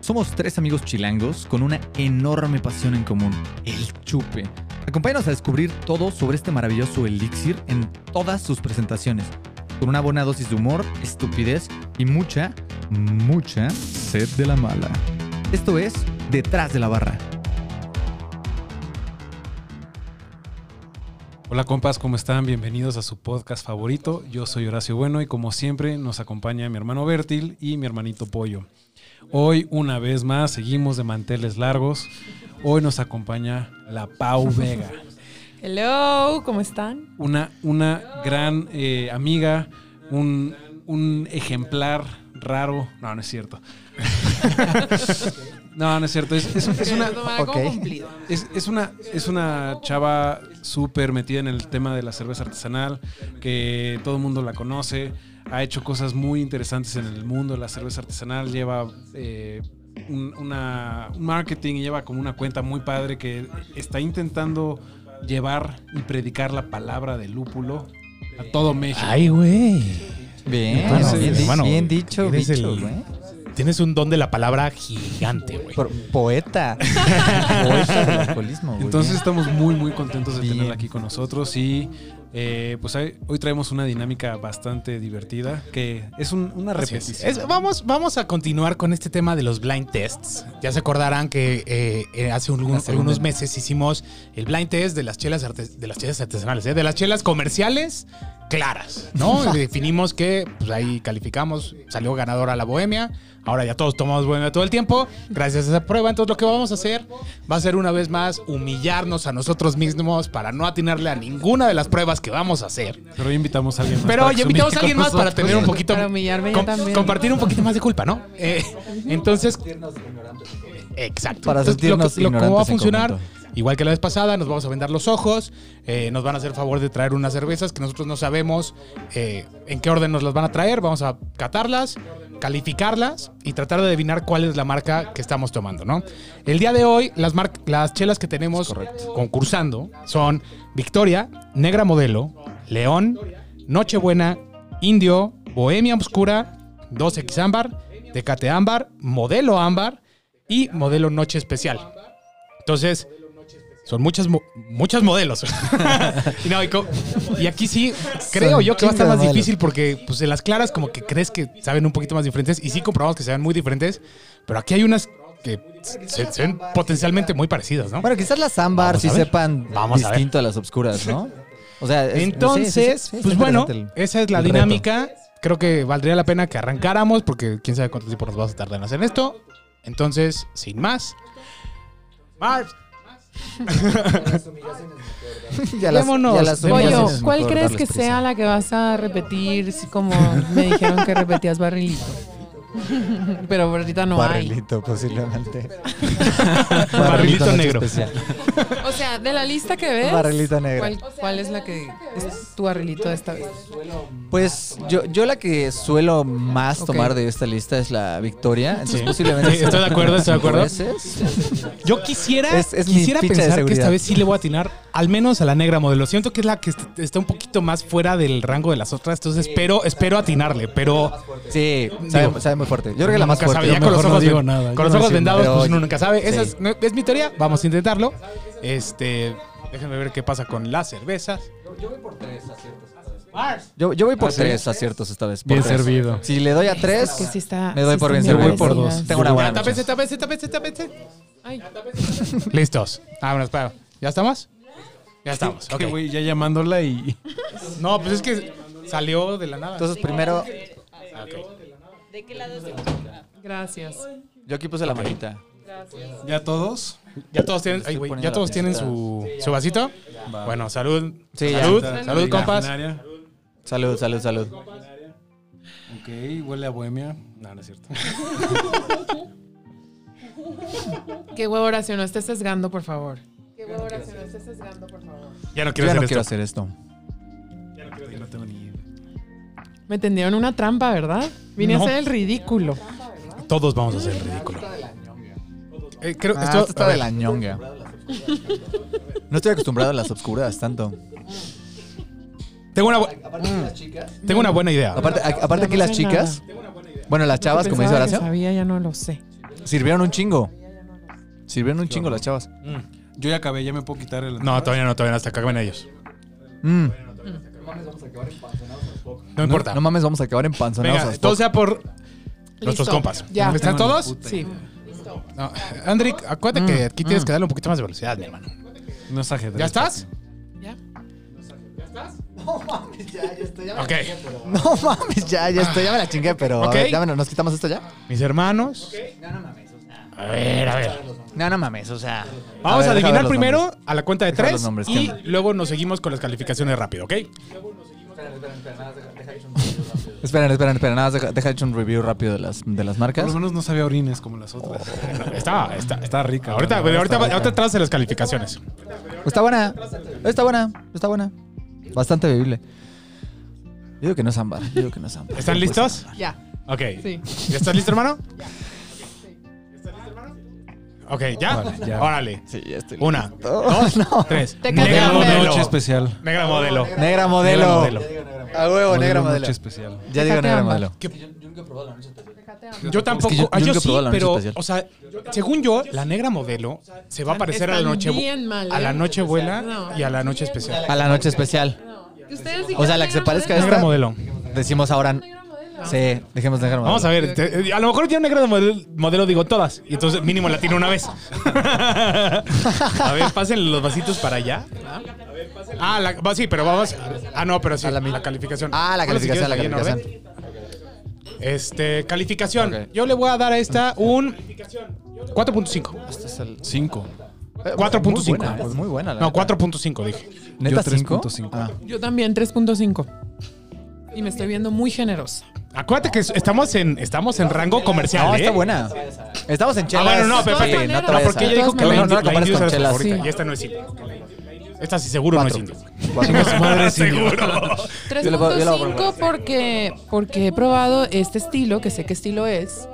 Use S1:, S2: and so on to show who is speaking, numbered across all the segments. S1: Somos tres amigos chilangos con una enorme pasión en común, el chupe. Acompáñanos a descubrir todo sobre este maravilloso elixir en todas sus presentaciones, con una buena dosis de humor, estupidez y mucha, mucha sed de la mala. Esto es Detrás de la Barra.
S2: Hola compas, ¿cómo están? Bienvenidos a su podcast favorito. Yo soy Horacio Bueno y como siempre nos acompaña mi hermano Bertil y mi hermanito Pollo. Hoy una vez más seguimos de manteles largos. Hoy nos acompaña la Pau Vega,
S3: Hello, ¿cómo están?
S2: una, una gran eh, amiga, un, un ejemplar raro. No, no es cierto. No, no es cierto. Es, es- es una,
S1: Ok.
S3: cumplido.
S2: Es, es una, es una chava súper metida en el tema de la cerveza artesanal, que todo el mundo la conoce, ha hecho cosas muy interesantes en el mundo de la cerveza artesanal, lleva eh, un, una- un marketing, y lleva como una cuenta muy padre que está intentando llevar y predicar la palabra del lúpulo a todo México.
S4: Ay, güey.
S1: Bien,
S4: Hermano,
S1: bien, di-
S4: hermano,
S1: bien dicho,
S4: eres
S1: bicho,
S4: el-
S1: güey.
S4: Tienes un don de la palabra gigante, güey.
S1: Por- Poeta. Poeta del alcoholismo, güey.
S2: Entonces estamos muy muy contentos de
S1: Bien.
S2: tenerla aquí con nosotros y eh, pues hay- hoy traemos una dinámica bastante divertida que es un- una
S4: Así es.
S2: repetición.
S4: Es- vamos, vamos a continuar con este tema de los blind tests. Ya se acordarán que eh, eh, hace un-
S1: La segunda.
S4: algunos meses hicimos el blind test de las chelas, artes- de las chelas artesanales, ¿eh? de las chelas comerciales claras, ¿no? Y Definimos que pues, ahí calificamos, salió ganadora la bohemia. Ahora ya todos tomamos bohemia todo el tiempo, gracias a esa prueba. Entonces lo que vamos a hacer va a ser una vez más humillarnos a nosotros mismos para no atinarle a ninguna de las pruebas que vamos a hacer.
S2: Pero hoy invitamos a alguien más.
S4: Pero
S2: para
S4: oye,
S2: que se
S4: invitamos a
S2: ubique
S4: alguien
S2: con
S4: más para
S2: nosotros.
S4: tener un poquito.
S3: Para humillarme yo
S4: com-
S3: también.
S4: Compartir un poquito más de culpa, ¿no? Eh, entonces. Exacto.
S1: Para
S4: Entonces, lo que-
S1: sentirnos
S4: lo, que va a
S1: ignorantes en
S4: funcionar.
S1: conjunto.
S4: Igual que la vez pasada, nos vamos a vendar los ojos, eh, nos van a hacer favor de traer unas cervezas que nosotros no sabemos eh, en qué orden nos las van a traer. Vamos a catarlas, calificarlas y tratar de adivinar cuál es la marca que estamos tomando, ¿no? El día de hoy, las, mar- las chelas que tenemos concursando son Victoria, Negra Modelo, León, Nochebuena, Indio, Bohemia Obscura, 2X Ámbar, Tecate Ámbar, Modelo Ámbar y Modelo Noche Especial. Entonces, son muchas, mo- muchas modelos. y, no, y, co- y aquí sí, creo
S1: Son
S4: yo que va a
S1: chingo
S4: estar
S1: de
S4: más
S1: modelos.
S4: difícil porque pues, en las claras como que crees que saben un poquito más diferentes y sí comprobamos que se ven muy diferentes, pero aquí hay unas que se, se ven potencialmente muy parecidas, ¿no?
S1: Bueno, quizás las ámbar
S4: Vamos
S1: sí
S4: a ver.
S1: sepan
S4: Vamos a ver.
S1: distinto a, las obscuras, ¿no? O sea, es-
S4: Entonces,
S1: sí, sí, sí, sí,
S4: pues
S1: está
S4: bueno,
S1: interesante el-
S4: esa es la
S1: el reto.
S4: dinámica. Creo que valdría la pena que arrancáramos porque quién sabe cuánto tiempo nos vas a tardar en hacer esto. Entonces, sin más. Marv,
S1: ya las,
S4: Démonos,
S1: ya las
S4: démonos.
S1: humillaciones
S3: Pollo,
S1: es
S3: ¿cuál
S1: mejor
S3: crees
S1: darles
S3: que
S1: prisa.
S3: sea la que vas a repetir? Si como me dijeron que repetías barrilito. Pero ahorita no
S1: Barrilito, posiblemente.
S4: Barrilito
S1: noche
S4: negro.
S1: especial.
S3: hay. O sea, de la lista que ves,
S1: Barrilito negro.
S3: ¿cuál, cuál es la que es tu barrilito de esta vez?
S1: Pues yo, yo la que suelo más
S3: Ok.
S1: tomar de esta lista es la Victoria. Entonces
S4: Sí.
S1: posiblemente...
S4: Sí, estoy de acuerdo, estoy de
S1: cinco
S4: acuerdo.
S1: veces.
S4: yo quisiera,
S1: Es- es mi
S4: quisiera
S1: ficha de
S4: pensar que
S1: seguridad.
S4: esta vez sí le voy a atinar al menos a la negra modelo. Siento que es la que est- está un poquito más fuera del rango de las otras, entonces espero, espero atinarle, pero
S1: Sí, sabe,
S4: Digo,
S1: sabe muy fuerte. Yo creo que la más
S4: nunca
S1: fuerte.
S4: sabe. Ya con los
S2: mejor no
S4: ojos,
S2: digo
S4: ven-
S2: nada, yo
S4: con los
S2: no
S4: ojos
S2: sé
S4: vendados,
S1: nada.
S4: pues uno nunca sabe. Esa
S1: Sí.
S4: es, no- es mi teoría, vamos a intentarlo. Este, déjenme ver qué pasa con las cervezas.
S1: Yo, yo voy por
S2: ¿Ah, sí?
S1: tres aciertos esta vez. por
S2: Bien
S1: tres.
S2: servido.
S1: Si le doy a tres,
S3: Es que sí está-
S1: me doy
S3: sí
S1: por bien
S3: están
S1: servido. Yo voy
S3: bien
S1: por
S3: parecidas.
S1: dos. Tengo una buena
S4: Ya, tápense,
S1: noche.
S4: tápense, tápense, tápense.
S3: Ay,
S4: Listos. Vámonos, para. ¿Ya estamos? Ya estamos.
S2: Que,
S4: ok.
S2: güey, ya llamándola y
S4: No, pues es que salió de la nada.
S1: Entonces primero,
S4: Ah, ok.
S3: gracias.
S1: yo aquí puse la manita.
S2: ya todos.
S4: ya todos tienen, ay, güey,
S1: poniendo
S4: ya todos
S1: la
S4: tienen
S1: pizza.
S4: su, su vasito. Bueno, salud.
S1: Sí, ya.
S4: salud,
S2: Está-
S4: salud,
S2: está
S4: compas.
S2: imaginaria.
S1: Salud, salud, salud.
S2: Ok, huele a bohemia. No, no es cierto.
S3: Qué huevo oración, no estés sesgando, por favor. Qué huevo oración, no estés sesgando, por favor.
S4: Ya no
S1: Yo
S4: quiero
S1: ya no
S4: hacer
S1: quiero
S4: esto.
S1: hacer esto.
S2: Yo no tengo ni idea.
S3: Me tendieron una trampa, ¿verdad? Vine
S4: No.
S3: a hacer el ridículo.
S4: Todos vamos a hacer el ridículo. Eh, creo,
S1: Ah,
S4: esto-
S1: esto está
S4: a
S1: de
S4: ver.
S1: la ñonga. No estoy acostumbrado a las obscuras tanto.
S4: Tengo una, bu- mm, tengo una buena idea.
S1: Aparte, a- aparte
S3: Ya
S1: aquí
S3: no
S1: las
S3: sé
S1: chicas. Bueno, las chavas, como dice
S3: Pensaba que
S1: Horacio.
S3: Sabía, ya no lo sé.
S5: Sirvieron un chingo. Sirvieron un chingo las chavas.
S2: Yo ya acabé, ya me puedo quitar el.
S4: No, todavía no, todavía no, hasta que acaben ellos.
S5: Mm.
S4: No importa.
S5: No, mames, vamos a acabar en panzonados.
S4: Venga, todo sea por nuestros
S3: Listo,
S4: compas.
S3: ya.
S4: ¿Están
S2: Tengo
S4: todos?
S2: ni puta
S3: Sí.
S2: idea.
S4: No. Andrick, acuérdate que
S5: Mm,
S4: aquí tienes que darle un poquito más de velocidad, mi hermano.
S2: No es ajedrez.
S4: ¿Ya estás?
S3: ¿Ya?
S4: Ok.
S5: No mames, ya, ya estoy, ya me la chingué, pero
S4: Ok.
S5: a ver, ya me- nos quitamos esto ya.
S4: Mis hermanos. A ver, a ver.
S5: No, no mames, o sea.
S4: Vamos a,
S5: ver, deja ver
S4: adivinar
S5: los
S4: primero
S5: nombres.
S4: a la cuenta de
S5: Deja ver
S4: tres
S5: los nombres,
S4: y
S5: ¿qué onda?
S4: luego nos seguimos con las calificaciones rápido, ¿ok?
S5: Esperen, esperen, esperen, nada, más deja, deja hecho un review rápido de las, de las
S2: Por
S5: marcas.
S2: lo menos no sabía orines como las otras.
S4: Oh. Está, está, está.
S2: Está rica.
S4: Ahorita,
S2: la verdad,
S4: ahorita,
S2: está rica.
S4: ahorita atrás de las calificaciones.
S5: Está buena, está buena, está buena. Bastante bebible. Yo digo que no es ámbar, yo digo que no es ámbar.
S4: ¿Están
S5: Pues,
S4: listos?
S3: Ya.
S4: Ok.
S3: Sí.
S4: ¿Ya estás listo, hermano? Ok, ¿ya?
S2: Vale, ya.
S4: Órale.
S5: Sí, ya estoy.
S4: Una, dos, tres.
S3: Te
S4: Negra
S3: cambiaron.
S2: Tengo noche
S4: modelo.
S2: especial.
S4: Negra modelo.
S5: Negra
S4: Negra
S5: modelo.
S4: modelo.
S5: A
S4: Oh,
S5: huevo, negra
S2: Modelo
S5: modelo.
S2: Noche especial.
S5: Ya digo
S3: Déjate
S5: negra
S3: ámbar.
S5: modelo.
S4: Yo tampoco.
S5: Es que yo
S4: ah, yo
S5: nunca he
S4: sí,
S5: probado la noche
S4: pero,
S5: especial.
S4: o sea, según yo, la negra modelo se va a parecer a la
S3: están
S4: noche
S3: bien mal,
S4: a la
S3: ¿eh?
S4: noche vuela
S3: No.
S4: y a la noche especial.
S5: A la noche especial. O sea, la que se parezca a
S4: Negra
S5: esta.
S4: modelo.
S5: Decimos ahora. Sí, dejemos negra modelo.
S4: Vamos a ver, te- eh, a lo mejor tiene negra de model- modelo, digo todas, y entonces mínimo la tiene una vez. a ver, pásenle los vasitos para allá. Ah, la, va, sí, pero vamos. Ah, no, pero sí, la, calificación.
S5: Ah, la
S4: Ponlo si
S5: calificación, la
S4: quieres ahí en
S5: calificación.
S4: orden. Este, calificación.
S5: Ok.
S4: Yo le voy a dar a esta un 4.5.
S2: Cinco.
S4: 4.5.
S5: Muy buena, Es muy buena. la
S4: No,
S5: neta.
S4: 4.5 dije.
S5: ¿Neta Ah.
S2: Yo
S5: 5?
S2: 3.5.
S3: Yo también 3.5. Y me estoy viendo muy generosa.
S4: Acuérdate que es- estamos en, estamos en rango comercial.
S5: No, está
S4: ¿eh?
S5: buena. Estamos en
S4: Ah,
S5: chelas.
S4: bueno, no, pero
S3: todas
S4: espérate.
S5: no
S3: maneras.
S4: no,
S5: te vayas
S4: porque
S5: a-
S4: ella dijo que la,
S5: no, no,
S4: indio-
S5: no la
S4: la
S5: compares
S4: indio
S5: con
S4: es la
S5: chelas.
S4: favorita.
S3: Sí.
S4: Y esta no es indio. Esta sí, seguro no es indio.
S5: Chinga su madre, sí.
S4: seguro.
S5: Yo le puedo- yo le voy a
S3: 3.5 porque, porque he probado este estilo, que sé qué estilo es.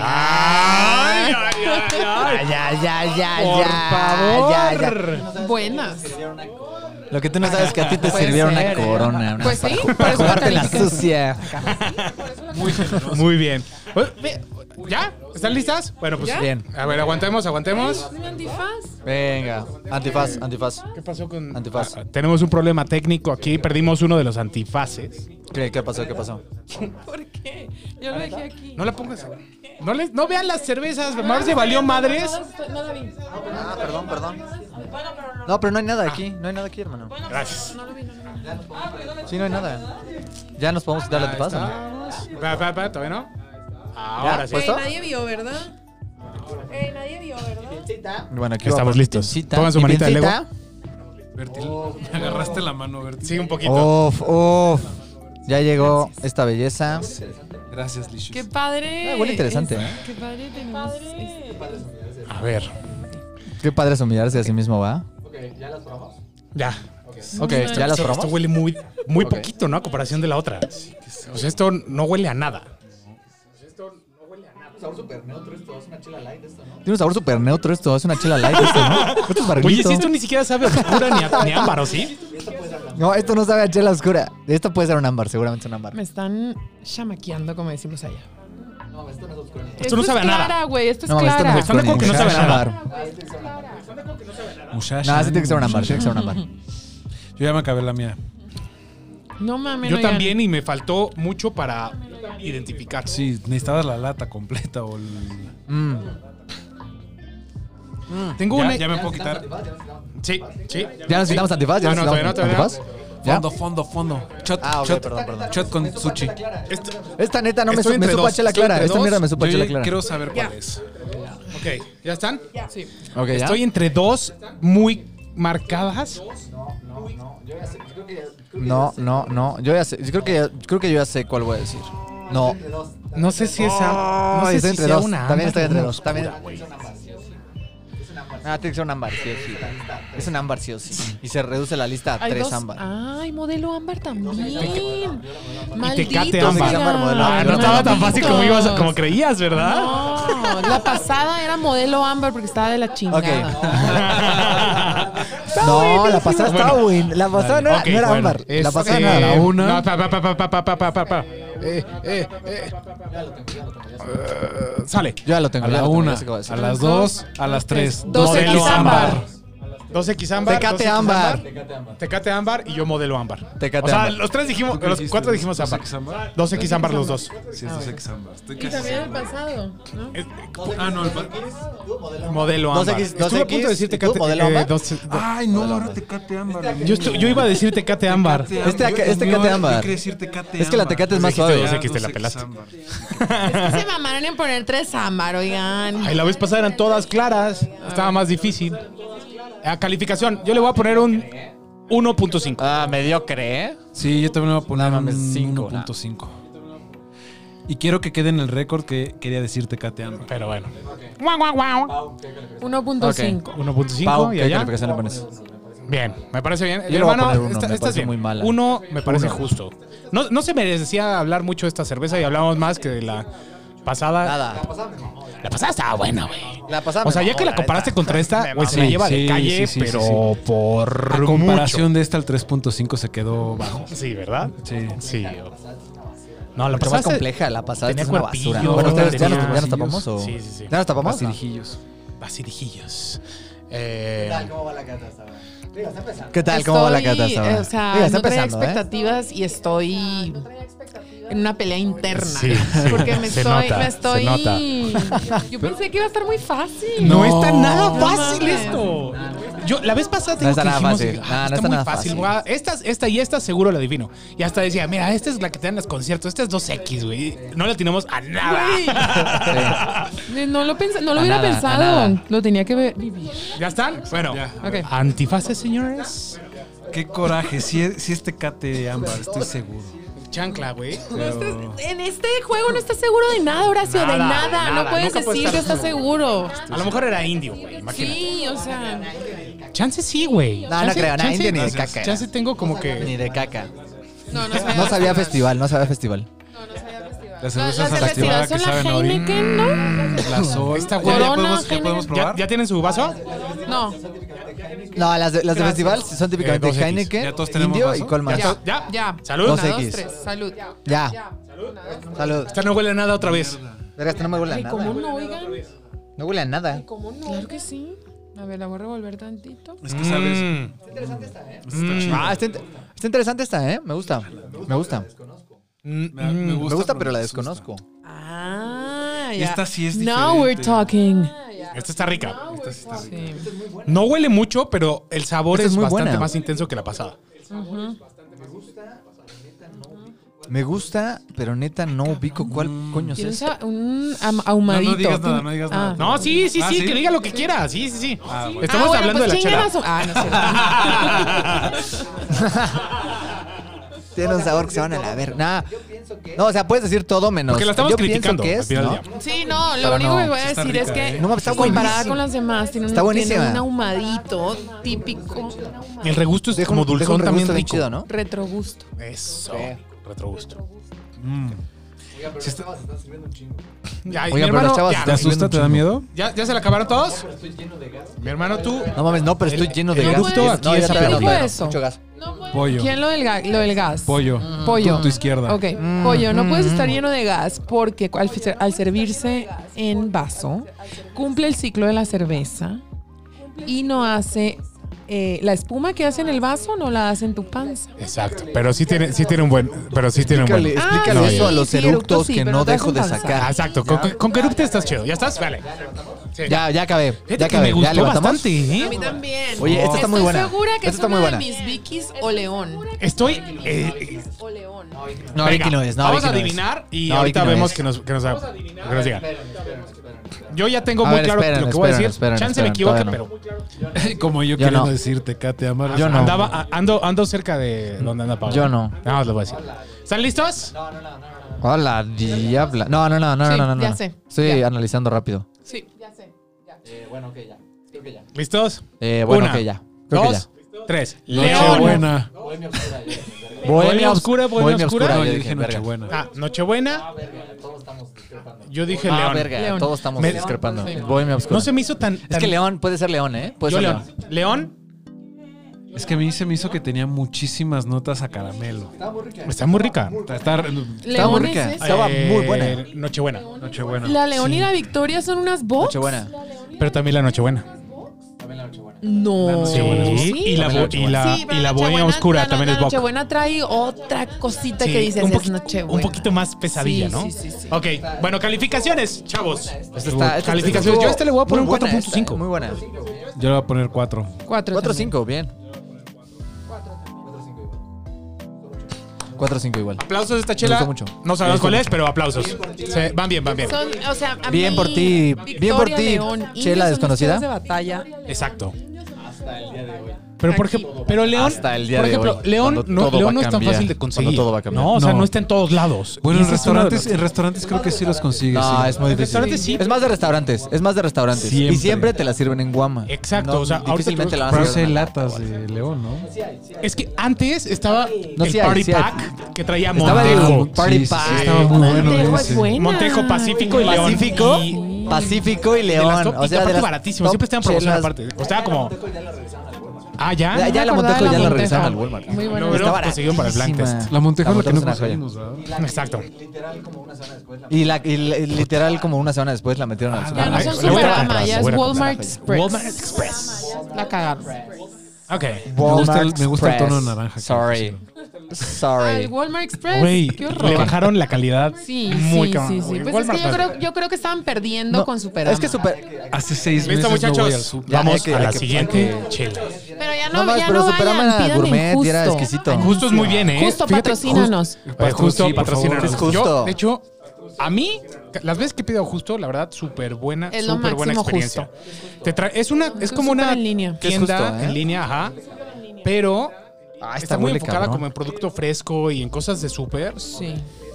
S4: Ay, ay, ay, ay.
S5: Ya, ya, ya,
S4: Por
S5: ya,
S4: favor.
S5: ya, ya.
S3: Buenas.
S5: Lo que tú no sabes es que a ti te
S3: Puede
S5: sirvieron
S3: ser,
S5: una
S3: ¿eh?
S5: corona. ¿no?
S3: Pues sí,
S5: Para ju-
S3: por
S5: para
S3: eso
S5: jugarte la
S3: califican.
S5: sucia.
S4: Muy bien. Pues, ve- ¿Ya? ¿Están listas? Bueno, pues
S3: ¿Ya?
S4: bien. A ver, aguantemos, aguantemos.
S3: ¿Un antifaz?
S5: Venga, antifaz, antifaz.
S4: ¿Qué pasó con
S5: Antifaz.
S4: Ah, tenemos un problema técnico aquí. Perdimos uno de los antifaces.
S5: ¿Qué, qué pasó? ¿Qué pasó?
S3: ¿Por qué? Yo lo dejé aquí.
S4: No la pongas. No, les, no vean las cervezas. Mar se valió madres.
S3: No la vi.
S5: Ah, perdón, perdón. pues, No, pero no hay nada aquí, no hay nada aquí, hermano.
S4: Gracias.
S3: No lo vi, no lo vi.
S5: Sí, no hay nada. Ya nos podemos quitar el antifaz. ¿o no?
S4: Va, va, va, ¿Todavía no? Ahora sí.
S5: pues. ¿Puesto?
S3: Ey, nadie vio, ¿verdad? Ey, nadie vio, ¿verdad?
S5: Bueno, aquí
S4: Estamos
S5: va.
S4: listos.
S5: Pincita,
S4: Pongan su manita de Lego.
S5: pincita.
S2: Bertil,
S4: Oh.
S2: me agarraste la mano, Bertil.
S4: Sí, un poquito.
S5: Uf, uf. Ya llegó esta belleza.
S2: Gracias, Licious.
S3: Qué padre.
S5: Ah, huele interesante,
S3: es-
S5: ¿eh?
S3: Qué padre tenemos. este-
S4: A ver.
S5: Qué padre es humillarse a sí mismo, ¿va?
S4: Ya.
S5: Ok, ya las
S4: esto, esto
S5: probamos.
S4: huele muy, muy poquito, ¿no? A comparación de la otra. O sea, esto no huele a nada.
S5: Tiene un sabor súper neutro esto, es una chela light esto, ¿no? Esto es
S4: Oye,
S5: barrilito.
S4: si esto ni siquiera sabe a oscura ni, a, ni a ámbar, ¿o sí?
S5: No, esto no sabe a chela oscura. Esto puede ser un ámbar, seguramente un ámbar.
S3: Me están chamaqueando, como decimos allá.
S4: Esto no
S3: es
S4: sabe a nada.
S3: clara, güey. Esto es
S5: mames,
S3: clara.
S5: no es
S4: Están de acuerdo que no sabe
S5: muchacha,
S4: nada.
S5: ámbar.
S2: Muchacha.
S5: No, sí tiene que ser un ámbar, tiene que ser un ámbar.
S2: Yo ya me acabé la mía.
S3: no mames.
S4: Yo
S3: oigan.
S4: también y me faltó mucho para identificar.
S2: Sí, necesitabas la lata completa o el...
S5: Mm.
S4: Tengo
S2: Ya,
S4: una...
S2: ya me puedo quitar.
S4: Sí, sí.
S5: Ya nos quitamos antifaz, ya
S4: No,
S5: nos
S4: no,
S5: quitamos
S4: todavía no,
S5: antifaz.
S4: todavía
S5: ¿Ya?
S2: Fondo, fondo, fondo. Shot,
S5: Ah, ok,
S2: shot,
S5: perdón, perdón.
S2: shot con sushi.
S4: Esto-
S5: Esta neta no me,
S4: Estoy
S5: su- me
S4: entre
S5: supo
S4: dos,
S5: a chela
S4: estoy
S5: clara.
S4: entre
S5: Esta
S4: dos.
S5: mierda me supo a
S2: Yo
S5: chela
S2: ya
S5: clara.
S2: quiero saber cuál es.
S4: ok, ¿ya están?
S3: Sí.
S5: Ok, ya.
S4: Estoy entre dos muy marcadas.
S5: No, no, no. Yo ya sé. Yo creo que, ya- creo que yo ya sé cuál voy a decir. No.
S4: No sé si esa... No
S5: Ay,
S4: sé
S5: estoy
S4: si
S5: entre
S4: sea
S5: dos.
S4: una ámbar
S5: También estoy
S4: o
S5: entre
S4: una
S5: dos. También.
S4: oscura, güey.
S5: Ah, tiene que ser un ámbar, sí o sí. Es un ámbar, sí o sí. Y se reduce la lista a
S3: Hay
S5: tres
S3: dos.
S5: ámbar.
S3: Ay, modelo ámbar también.
S4: Y
S3: Maldito.
S4: Tecate
S5: ámbar.
S3: sea.
S5: Modelo
S4: Ah,
S5: ámbar.
S4: no estaba tan
S3: Malditos.
S4: fácil como, ibas, como creías, ¿verdad?
S3: No, la pasada era modelo ámbar porque estaba de la chingada.
S5: No, la pasada
S4: Bueno.
S5: estaba buena. La pasada no era,
S4: Ok,
S5: no era
S4: bueno,
S5: ámbar. La
S4: este-
S5: pasada no era
S4: No, pa, pa, pa, pa, pa, pa, pa, pa, pa. eh, eh, eh. Eh, sale.
S5: Yo ya lo tengo.
S2: A
S5: ya
S2: la
S5: lo tengo,
S2: una,
S5: ya sé qué voy
S2: a
S5: decir.
S2: las dos, a las tres.
S3: Dos
S4: Modelo
S3: X ámbar.
S4: 2X ámbar.
S5: Tecate
S4: 2X
S5: ámbar.
S4: Tecate ámbar y yo modelo ámbar.
S5: Tecate
S4: o sea,
S5: ámbar.
S4: los tres dijimos, los cuatro dijimos ámbar.
S2: 2X ámbar.
S4: 2X ámbar los dos.
S2: Sí, es 2X ámbar. Estoy
S3: Y
S2: casi
S3: también el
S2: seguro.
S3: pasado, ¿no?
S4: Eh,
S2: Ah, no, el pa-
S4: Modelo ámbar.
S5: 2X,
S4: Estuve a
S5: 2X,
S4: punto de decir
S5: ¿y tú,
S4: tecate
S5: modelo
S4: eh,
S5: ámbar?
S4: 2X
S2: Ay, no, ahora Tecate ámbar.
S4: Yo, estu- yo iba a decir tecate ámbar.
S5: Este acá- este Tecate ámbar.
S2: Yo quería decir Tecate
S5: Es que la
S2: ámbar.
S5: Tecate es más
S2: Dijiste
S5: suave.
S4: 2X, te la
S2: 2X
S4: pelaste.
S2: ámbar.
S3: Es que se mamaron en poner tres ámbar, oigan.
S4: Ay, la vez pasada eran todas claras. Estaba más difícil. A calificación, yo le voy a poner un 1.5.
S5: Ah, mediocre, ¿eh?
S2: Sí, yo también le voy a poner
S5: No mames,
S2: un
S5: cinco,
S2: 1.5. Y quiero que quede en el récord que quería decir Tecate ámbar.
S4: Pero bueno,
S3: 1.5.
S4: 1.5
S5: Pau,
S4: y
S5: ¿qué
S4: allá.
S5: calificación le pones?
S4: Bien, me parece bien.
S5: le voy a poner uno, me parece
S4: bien.
S5: muy mala.
S4: Uno me parece
S5: Uno.
S4: justo. No, no se merecía hablar mucho de esta cerveza y hablamos más que de la pasada.
S5: Nada.
S4: La pasada estaba buena, güey.
S5: La pasada
S4: O sea,
S5: me
S4: ya que la
S5: mamó,
S4: comparaste
S5: neta.
S4: contra esta,
S5: Me
S4: güey, se
S5: mamó.
S4: la lleva
S2: Sí,
S4: de calle,
S2: sí, sí, sí,
S4: pero
S2: sí.
S4: por
S2: A comparación de esta, el 3.5 se quedó bajo.
S4: mucho. Sí, ¿verdad?
S2: Sí.
S4: Sí. No, la
S5: Mucho más
S4: pasaste.
S5: compleja, la pasada
S4: tenía
S5: esta es una
S4: cuerpillo,
S5: basura. Bueno, ¿ustedes ya, nos,
S4: tenía-
S5: ya nos tapamos o...?
S4: Sí, sí, sí.
S5: ¿Ya nos tapamos?
S2: Vacilijillos.
S4: Basirijillos. Eh,
S5: ¿Qué tal? ¿Cómo va la cata hasta ahora?
S3: O sea,
S5: Diga, está
S3: no traía
S5: empezando, ¿eh?
S3: expectativas y estoy en una pelea interna.
S4: Sí, sí.
S3: Porque me
S4: Se
S3: estoy,
S4: nota,
S3: me
S4: se
S3: estoy.
S4: nota.
S3: Yo pensé que iba a estar muy fácil.
S4: No, está nada
S3: No
S4: fácil
S3: mames.
S4: esto. Yo la vez pasada tengo
S5: está
S4: que
S5: nada
S4: dijimos,
S5: fácil.
S4: ah,
S5: No, no
S4: está,
S5: está
S4: muy
S5: nada
S4: fácil.
S5: fácil.
S4: voy a- Esta, esta y esta seguro la adivino. Y hasta decía, mira, esta es la que te dan en los conciertos, esta es 2X, güey. No la atinamos a nada.
S3: Eh, No lo, pensé, no lo
S5: A
S3: hubiera
S5: nada, a
S3: pensado.
S5: nada.
S3: Lo tenía que ver- vivir.
S4: ¿Ya están? Bueno.
S3: Ok.
S4: Antifaces, señores.
S2: Qué coraje. Si es, si es Tecate ámbar, estoy seguro.
S4: Chancla, güey.
S2: Pero-
S3: En este juego no estás seguro de nada, Horacio,
S4: Nada,
S3: de nada.
S4: nada,
S3: No puedes
S4: nunca
S3: decir
S4: puedes
S3: que
S4: estar
S3: estás seguro.
S4: A lo mejor era indio, güey. Imagínate.
S3: Sí, o sea.
S4: Chance sí, güey.
S5: No, no
S4: Chance-
S5: creo, no,
S4: chance-
S5: indio ni de caca.
S4: Chance tengo como
S5: Ni
S4: que.
S5: de caca.
S3: No, no
S5: No
S3: sabía.
S5: sabía festival, no sabía festival.
S3: No, no sabía festival.
S2: Las
S3: No,
S2: cervezas
S3: Las
S2: activadas
S3: cervezas
S2: que
S3: son
S2: saben
S3: la
S2: a orín.
S3: Heineken, ¿no?
S2: La sol.
S4: Esta
S2: ¿Ya-
S4: güey.
S2: ¿Ya, podemos,
S3: Corona,
S2: ya podemos
S3: Heineken.
S2: probar?
S4: ¿Ya, ya tienen su vaso?
S3: No.
S5: No, las de, las de festival son típicamente
S4: Eh, 2X.
S5: Heineken,
S2: Ya todos tenemos
S5: Indio
S2: vaso.
S5: y Colman.
S4: Ya.
S5: Ya.
S3: Ya.
S4: Salud.
S3: Una, dos,
S5: 2X.
S3: tres. Salud.
S5: Salud.
S4: Esta no huele a nada otra vez.
S5: Verga, esta no me huele a
S3: Ay,
S5: nada.
S3: ¿cómo no, oigan?
S5: No huele a nada.
S3: ¿Cómo no? Claro que sí. A ver, la voy a revolver tantito.
S2: Es que sabes.
S4: Mm.
S3: ¿eh?
S5: Ah, está, int- está interesante esta, ¿eh? Me gusta. Me gusta.
S4: Mm,
S2: Me, me
S5: Me gusta, pero la
S2: me
S5: desconozco.
S3: Ah,
S2: ya. Esta sí es
S3: Now
S2: diferente.
S3: we're talking.
S4: Esta está rica.
S2: asusta. Esta sí está rica.
S3: Sí.
S4: No huele mucho, pero el sabor
S5: Esta
S4: es,
S5: es muy
S4: bastante
S5: buena.
S4: más intenso que la pasada.
S3: Ah,
S5: Me gusta, pero neta no ubico cuál coño es
S3: Tiene un,
S5: esta.
S3: sa- un am- ahumadito.
S2: Pues No, no digas nada, no
S3: Tiene-
S2: digas
S3: Ah.
S2: nada.
S4: No, sí, sí,
S2: Ah,
S4: sí,
S2: ¿sí?
S4: que diga lo que quiera. Sí, sí, sí.
S2: Ah, bueno.
S4: Estamos
S3: Ah, bueno,
S4: hablando
S3: pues Ah,
S4: de la
S3: chinguen a
S4: chela.
S3: su- Ah, no es cierto.
S5: Tiene un sabor que se van a la ver. Nah. No, o sea, puedes decir todo menos.
S4: Porque la estamos
S5: yo
S4: criticando.
S5: pienso
S4: al
S5: que es.
S4: final
S5: ¿no?
S4: del día.
S3: Sí, no, lo
S5: Pero
S3: único
S5: no,
S3: que voy a
S2: sí está
S3: decir
S2: rica,
S3: es que
S2: ¿eh?
S5: No,
S3: comparada
S5: está buenísima.
S3: con las demás, tiene un,
S5: Está
S3: tiene
S5: buenísima.
S3: un ahumadito típico
S4: El regusto es
S5: Deja
S4: como
S5: un- deja
S4: dulzón
S5: un
S4: también
S5: regusto bien
S4: rico.
S5: chido, ¿no?
S3: retrogusto.
S4: Eso. Retrogusto.
S2: Mm. Si está-
S4: Ya,
S5: Oigan, pero las chavas
S4: ya,
S2: ¿Te
S5: están-
S2: asusta? ¿Te da miedo?
S4: ¿Ya- ya se la acabaron todos? Mi hermano, tú.
S5: No mames, no, pero estoy
S4: El-
S5: lleno de
S4: el
S5: gas.
S4: eructo
S5: Es-
S4: aquí
S5: no,
S4: es
S5: ya está
S4: apelativo.
S5: perdón,
S3: Eso.
S5: Mucho gas.
S2: Pollo.
S3: ¿Quién lo del, ga- lo del gas?
S2: Pollo.
S3: Pollo.
S2: Tu, tu izquierda.
S3: Ok,
S5: Mm,
S3: pollo, no puedes estar lleno de gas porque al, fi- al servirse en vaso, cumple el ciclo de la cerveza y no hace. eh, la espuma que hace en el vaso no la hace en tu panza.
S4: Exacto. Pero sí tiene, sí tiene un buen. Pero sí tiene un
S5: Explícale,
S4: buen.
S5: explícale
S4: Ah, sí,
S5: eso a los
S3: sí,
S5: eructos
S3: eructos sí,
S5: que
S3: pero
S5: no
S3: no te
S5: dejo de
S3: hacen pasar.
S5: sacar.
S4: Exacto. Con, con querupte estás chido. ¿Ya estás? Vale. Sí.
S5: Ya, ya acabé.
S4: Fíjate
S5: Ya
S4: que me
S5: acabé. Ya
S4: gustó
S5: levantamos.
S4: bastante, ¿eh?
S3: también.
S5: Oye, esta está muy buena. Esta está muy buena.
S3: Vikis o León.
S4: Estoy. eh,
S3: O León.
S5: No,
S4: Venga,
S5: Vicky no es. No,
S4: vamos
S5: Vicky
S4: a
S5: no es.
S4: adivinar y
S5: No,
S4: ahorita
S5: Vicky no
S4: vemos
S5: es.
S4: que nos, que nos, que nos digan. Yo ya tengo
S5: A
S4: muy
S5: ver,
S4: claro
S5: esperen,
S4: lo que voy a
S5: esperen,
S4: decir.
S5: esperen,
S4: Chance me
S5: esperen,
S4: equivoque,
S5: todavía
S4: pero
S5: no.
S2: Como yo,
S5: Yo
S2: queriendo
S5: no.
S2: decirte, Kate Amar.
S5: Yo no.
S4: andaba, a- ando, ando cerca de donde anda Pablo.
S5: Yo no.
S4: Nada más lo voy a decir. ¿Están listos?
S5: Hola, diabla. No, no, no, no,
S3: Sí,
S5: no, no, no.
S3: ya sé.
S5: Estoy
S3: Ya. Eh,
S5: analizando rápido.
S3: Sí, ya sé.
S4: ¿Listos?
S5: Eh, bueno,
S4: Una,
S5: que ya. Creo que
S4: Dos, tres.
S2: Noche
S4: León.
S2: buena.
S5: ya. Bohemia
S4: oscura, bohemia oscura.
S2: No,
S5: yo
S2: yo dije
S5: verga.
S2: Nochebuena.
S4: Ah, Nochebuena. Yo dije
S5: Ah,
S4: León.
S5: verga,
S3: León.
S5: todos estamos
S4: Me-
S5: discrepando. Bohemia oscura.
S4: No se me hizo tan.
S5: Es que
S4: tan-
S5: León puede ser León, ¿eh? Puede
S4: Yo
S5: ser
S4: León. León.
S2: Es que a mí se me hizo que tenía muchísimas notas a caramelo.
S4: Está muy rica.
S2: Está, está-
S5: Está muy
S3: Leones
S5: rica.
S3: es-
S5: Estaba
S4: Eh,
S5: muy buena.
S4: Nochebuena.
S2: Nochebuena.
S3: La León y la Victoria son unas box.
S5: Nochebuena.
S4: Pero también la Nochebuena.
S2: La
S3: No.
S2: Nochebuena es
S4: Sí, y la,
S5: También la
S4: bo- y la,
S3: Sí, pero
S4: y la bohemia
S3: Nochebuena-
S4: oscura
S3: la- la-
S4: también
S3: la
S4: es Bock.
S3: Nochebuena trae otra cosita que
S4: Sí,
S3: dices,
S4: un,
S3: es
S4: poquito-
S3: Nochebuena.
S4: un poquito más pesadilla,
S3: Sí,
S4: ¿no?
S3: sí, sí, sí.
S4: Ok, bueno, calificaciones, chavos.
S5: Esta Este está- esta-
S4: calificaciones.
S5: estuvo
S4: Yo a este le voy a poner
S5: muy
S4: un
S5: buena esta,
S4: 4.5.
S5: Muy buena.
S2: Yo le voy a poner cuatro.
S3: Cuatro. 4-5.
S5: 4.5, bien. 4.5 igual.
S4: Aplausos a esta chela.
S5: Me gustó mucho.
S4: No sabemos
S5: Me gustó
S4: cuál es, pero aplausos. Se- van bien, van bien.
S3: Son, o sea, a
S5: Bien
S3: mí,
S5: por ti,
S3: Victoria
S5: bien por ti,
S3: León,
S5: chela
S3: indios son las
S5: desconocida.
S3: chelas de batalla.
S4: Exacto. Pero por ejemplo, pero León,
S5: Hasta el día
S4: por
S5: de
S4: ejemplo,
S5: hoy,
S4: León,
S5: cuando
S4: no,
S5: todo va
S4: León
S5: a
S4: no es tan
S5: cambiar,
S4: fácil de conseguir.
S5: cuando todo va a cambiar.
S4: No, o sea,
S2: No.
S4: no está en todos lados.
S2: Bueno,
S4: Y
S2: en
S4: ese es uno de
S2: restaurantes,
S4: los-
S2: en restaurantes creo que sí los consigues.
S5: No,
S2: sí.
S5: es muy
S4: En
S5: difícil.
S4: restaurantes sí.
S5: Es más de restaurantes, es más de restaurantes.
S2: Siempre.
S5: Y siempre te la sirven en Guama.
S4: Exacto, o sea, ahorita
S5: difícilmente
S4: tenemos
S5: la
S2: Pero
S5: van a
S2: sí hay
S5: servir en la lata,
S2: latas
S5: güey.
S2: de León, ¿no?
S4: Es que antes estaba
S5: No,
S4: el
S5: sí hay,
S4: Party
S5: sí hay.
S4: Pack que traía
S5: Estaba el
S4: Montejo.
S5: Party
S2: Sí, sí, sí,
S5: Pack.
S2: estaba muy bueno
S3: Montejo es
S2: ese.
S3: bueno.
S4: Montejo Pacífico y León.
S5: Pacífico,
S4: Y-
S5: Pacífico y
S4: de las
S5: León.
S4: top-
S5: O
S4: y
S5: sea, de
S4: aparte
S5: las
S4: baratísimo,
S5: top
S4: siempre estaban en promoción
S5: chelas-
S4: aparte. Costaba como. Ah, ya.
S5: Ya, ya
S3: me
S5: la
S3: acordaba
S5: Montejo
S3: de la
S5: ya la
S3: Montejo.
S5: regresaron al Walmart.
S3: Muy buena.
S4: No,
S5: Está
S4: pero consiguieron para el Blank
S5: baratísima.
S4: Test.
S2: La Montejo es la que no
S5: Montejo es una joya.
S2: conseguimos, ¿verdad?
S4: Exacto.
S5: Y, la, y la- y literal, como una semana después la metieron al
S3: Ya no
S4: Ay,
S3: son
S4: le voy a
S3: Superama,
S4: comprar,
S3: ya
S4: le voy
S3: es
S4: a
S3: Walmart
S4: comprar.
S3: Express.
S4: Walmart Express.
S3: La cagaron.
S4: Ok.
S2: Me gusta el- me gusta el tono
S5: Express.
S2: naranja que
S5: Sorry.
S3: Ah, El
S5: Sorry.
S3: Walmart Express.
S4: Güey,
S3: Qué
S4: le
S3: horror.
S4: bajaron la calidad
S3: Sí,
S4: muy
S3: sí,
S4: cabrón.
S3: sí, sí.
S4: güey.
S3: Pues es
S4: Walmart
S3: que yo
S4: no
S3: creo, yo creo que estaban perdiendo
S5: No,
S3: con Superama.
S5: es que super.
S2: Hace seis meses
S4: Listo,
S2: no voy al
S4: muchachos.
S2: súper.
S5: Ya,
S4: Vamos
S5: hay que-
S4: a la
S5: hay que-
S4: siguiente
S5: hay que-
S4: chela.
S3: Pero ya
S5: No
S3: no,
S5: más,
S3: ya
S5: pero
S3: no
S5: Superama
S3: vayan,
S5: era
S3: pidan
S5: gourmet y era exquisito.
S3: Ay,
S4: Justo es muy bien, ¿eh?
S3: Justo,
S4: Fíjate,
S3: patrocínanos.
S5: Eh,
S4: Oye, justo,
S2: Sí, por favor.
S4: patrocínanos.
S5: Es justo.
S4: Yo, de hecho, a mí, las veces que he pedido justo, la verdad, súper buena,
S3: Es lo
S4: súper buena
S3: máximo
S4: experiencia. Te trae- es una, es
S3: Es
S4: como
S3: súper
S4: una
S3: en línea.
S4: tienda
S5: Es justo, ¿eh?
S4: en línea, ajá. Pero
S5: Ah,
S4: está,
S5: esta
S4: muy
S5: huele
S4: enfocada
S5: cabrón.
S4: como en producto fresco y en cosas de súper.
S3: Sí.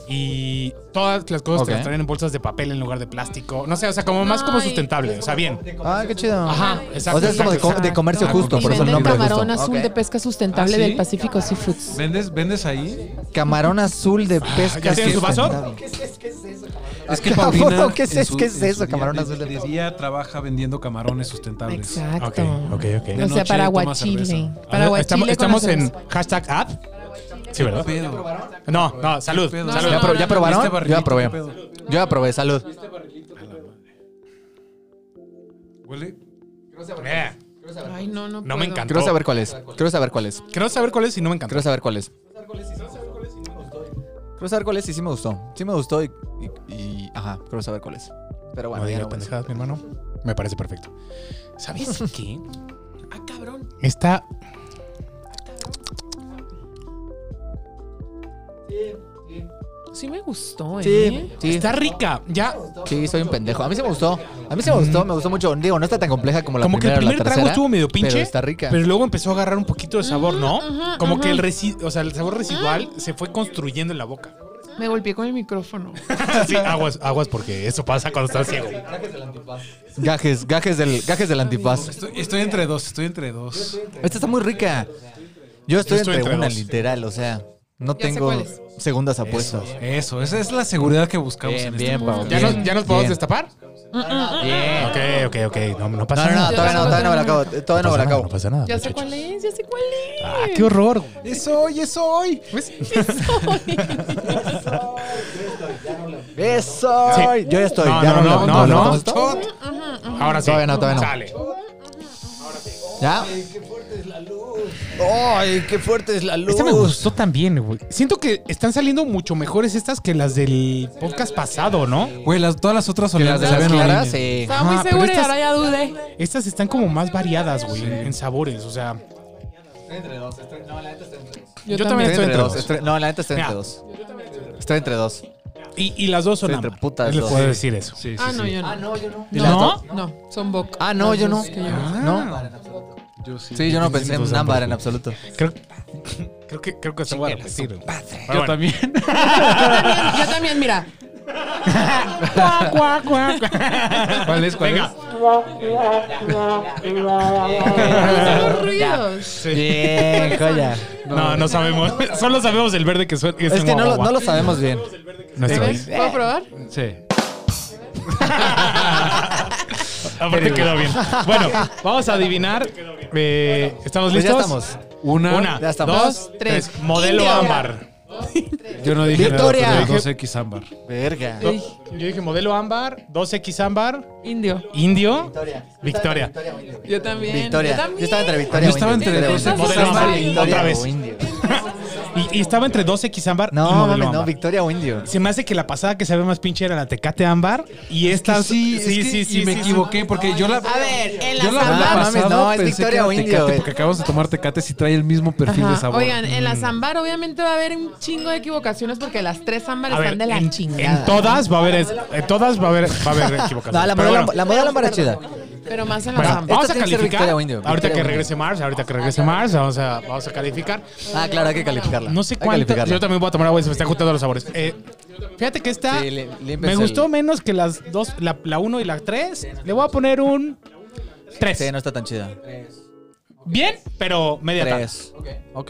S4: Y todas las cosas te
S5: Ok.
S4: las traen en bolsas de papel en lugar de plástico. No sé, o sea, como más como
S3: Ay.
S4: sustentable. O sea, bien.
S5: Ah, qué chido.
S4: Ajá, exacto,
S5: O sea, es como de,
S4: exacto,
S5: co- de comercio
S2: exacto.
S5: justo,
S3: Y
S5: por eso el
S3: venden
S5: nombre justo.
S3: camarón azul
S5: Ok.
S3: de pesca sustentable
S2: ¿Ah, sí?
S3: del Pacífico Seafoods.
S2: ¿Vendes, ¿Vendes ahí?
S5: Camarón azul de pesca.
S4: ¿ya tienen su vaso?
S5: sustentable.
S2: Es que
S5: Cabrón,
S2: Paulina.
S5: ¿qué es-
S2: en su-
S5: qué es
S2: en su
S5: eso,
S2: día-
S5: camarón
S2: de-
S5: azul de
S2: de
S5: pesca?
S2: día trabaja vendiendo camarones sustentables.
S3: Exacto.
S4: Ok, ok, ok.
S3: O sea,
S2: noche
S3: para
S2: toma
S3: Guachile.
S2: cerveza.
S3: Para
S4: estamos
S3: Guachile.
S4: estamos en hashtag app. Sí, ¿verdad?
S2: Pedo.
S4: No, no, salud.
S2: ¿Qué pedo?
S4: salud.
S5: ¿Ya, pro- ya probaron?
S2: Este barrilito,
S5: Yo ya probé.
S2: ¿qué pedo?
S5: Yo ya probé, salud.
S2: Huele.
S4: Eh,
S3: Ay, no, no.
S4: no me
S3: puedo.
S4: encantó.
S5: Quiero saber cuál es. Quiero saber cuál es.
S4: Quiero saber cuál es y no me encantó.
S5: Quiero saber cuál es. Quiero saber cuál es y sí me gustó. Sí me gustó y, y- y- ajá, quiero saber cuál es. Pero bueno,
S4: no
S5: ya
S4: diga
S5: no voy a decir.
S4: pendejadas, mi hermano. Me parece perfecto. ¿Sabes qué?
S3: Ah, cabrón.
S4: Esta.
S3: Sí me gustó, ¿eh?
S5: Sí, sí,
S4: Está rica. Ya.
S5: sí, soy un pendejo. A mí sí me gustó. A mí sí me gustó, me gustó mucho. Digo, no está tan compleja como la
S4: Como que el primer
S5: primera o la
S4: trago
S5: tercera.
S4: estuvo medio pinche.
S5: Pero está rica.
S4: pero luego empezó a agarrar un poquito de sabor, ¿no?
S3: ujú,
S4: Como que
S3: ujú.
S4: el resi- o sea, el sabor residual se fue construyendo en la boca.
S3: Me golpeé con el micrófono.
S4: sí, aguas, aguas, porque eso pasa cuando estás ciego.
S5: Gajes, gajes del, gajes del antifaz.
S2: Estoy, estoy entre dos, estoy entre dos.
S5: Esta está muy rica. Yo estoy,
S4: estoy
S5: entre,
S4: entre
S5: una
S4: dos.
S5: literal, o sea, no
S3: Ya sé
S5: tengo
S3: cuál es.
S5: segundas apuestas.
S2: Eso, esa es la seguridad que buscamos
S5: Bien,
S2: en
S5: bien,
S2: este
S5: Pau.
S2: momento.
S4: ¿Ya,
S5: Bien,
S4: nos, ¿Ya nos podemos
S5: bien.
S4: destapar?
S5: Bien.
S4: Ok, ok, ok. No, no
S5: No,
S4: pasa
S5: no, no,
S4: nada.
S5: todavía no, todavía no me la acabo. Todavía no me
S4: pasa
S5: la
S4: nada,
S5: acabo.
S4: no pasa nada.
S3: Ya sé
S4: muchachos.
S3: cuál es, ya sé cuál es.
S4: Ah, qué horror. güey.
S2: Es hoy, es hoy.
S5: Eso.
S4: Sí.
S5: Yo ya estoy.
S4: No,
S5: ya
S4: no,
S5: me
S4: no,
S5: la-
S4: no,
S5: me la-
S4: no.
S5: ¿cómo está?
S4: Ahora sí.
S5: Todavía no, todavía no.
S4: Sale.
S5: ¿Ya? Ay, qué fuerte es la luz.
S4: Esta me gustó también, güey. Siento que están saliendo mucho mejores estas que las del podcast pasado, ¿no?
S2: Güey, las- todas las otras
S5: Que
S2: oleadas
S5: las de
S2: se
S5: las
S2: ven
S5: claras,
S2: horrible.
S5: sí.
S3: Estaba muy
S4: Ajá, pero
S3: segura y
S4: estas-
S3: ahora ya dudé.
S4: Estas están como más variadas, güey, en sabores. O sea,
S3: Yo,
S4: Yo
S3: también.
S4: también. entre
S5: Estoy entre
S4: dos.
S5: dos. estoy- no, la neta estoy entre
S4: Mira.
S5: dos. Estoy entre dos.
S4: y, y las dos son
S5: Sí, entre
S4: ambas.
S5: putas
S4: Le
S5: dos.
S4: puedo decir eso.
S2: Sí, sí,
S3: Ah, no,
S2: sí.
S3: yo no. Ah, no, yo no.
S4: ¿Y las dos?
S3: No, son boca.
S5: Ah, no, yo no.
S3: Las dos que yo-
S5: No.
S2: Yo sí.
S5: Sí, yo no pensé en
S4: dos
S5: ámbar
S4: ambos.
S5: en absoluto.
S4: Creo, creo que creo que se voy a repetir. güey.
S2: Yo
S4: Pero bueno.
S2: también.
S3: también, yo también, mira. Cuac, cuac, cuac, cuac.
S2: ¿Cuál es? ¿Cuál
S4: Venga.
S3: Son los ruidos.
S5: Bien, joya.
S4: No, no sabemos. Solo sabemos el verde que suena.
S5: Es que no lo, no lo sabemos bien.
S4: Nuestro
S3: ¿Ves? ¿Puedo probar?
S2: es? Sí.
S4: Aparte quedó bien. Bueno, vamos a adivinar. Eh, ¿Estamos
S5: Pues ya
S4: listos?
S5: estamos.
S2: Una.
S4: Una,
S5: Ya estamos.
S4: dos,
S3: Tres.
S4: tres. Modelo
S3: India.
S4: ámbar.
S2: Yo no dije
S5: Victoria.
S2: nada, pero 2X ámbar.
S5: Verga.
S3: Ey,
S4: Yo dije modelo ámbar, 2X ámbar,
S3: indio.
S4: indio.
S5: Victoria.
S4: Victoria.
S5: Victoria o Indio.
S3: Yo también.
S5: Victoria.
S3: Yo también.
S5: Yo estaba entre Victoria.
S2: Yo
S5: o
S2: estaba
S5: Indio.
S2: entre
S5: Pero
S2: dos.
S5: bueno,
S4: Modelo
S5: estaba
S4: ámbar,
S5: entre Victoria
S4: otra vez.
S5: o Indio.
S4: Y, y estaba entre 2X ámbar
S5: No,
S4: y modelo
S5: mames, no,
S4: ámbar.
S5: Victoria o Indio.
S4: Se me hace que la pasada que se ve más pinche era la Tecate ámbar y esta
S2: sí, sí, sí, sí, me equivoqué porque yo la.
S3: A ver, en la
S2: Yo la
S5: Ah,
S2: verdad
S3: Zambar.
S5: mames,
S2: pasada
S5: no, es
S2: pensé
S5: Victoria
S2: que era
S5: o Indio,
S2: Tecate,
S5: güey.
S2: Porque acabas de tomar tecate si trae el mismo perfil de
S3: Ajá.
S2: sabor.
S3: Oigan, en la Zambar obviamente va a haber un chingo de equivocaciones porque las tres Zambar
S4: A
S3: están
S4: ver,
S3: de la
S4: en,
S3: chingada.
S4: en todas va a haber, es- en todas va a haber, va a haber equivocaciones.
S5: No, la
S4: Pero
S5: modelo,
S4: bueno.
S5: la modelo ámbar es chida.
S3: Pero más en la
S4: Bueno,
S3: Zambar.
S4: vamos
S5: Esto
S4: a
S5: tiene que ser
S4: calificar.
S5: Victoria o Indio.
S4: Ahorita
S5: Victoria
S4: que
S5: o Indio.
S4: regrese Mars, ahorita que regrese Mars, vamos a, vamos a calificar.
S5: Ah, claro, hay que calificarla.
S4: No sé
S5: Hay que
S4: cuánto.
S5: calificarla.
S4: Yo también voy a tomar agua y se me están juntando los sabores. Eh, fíjate que esta
S5: Sí, le- le
S4: me
S5: empecé
S4: gustó
S5: el-
S4: menos que las dos, la, la uno y la tres. Le voy a poner un
S5: Sí,
S4: tres.
S5: no está tan chida.
S4: Bien, pero media tarde.
S5: Tres. Ok.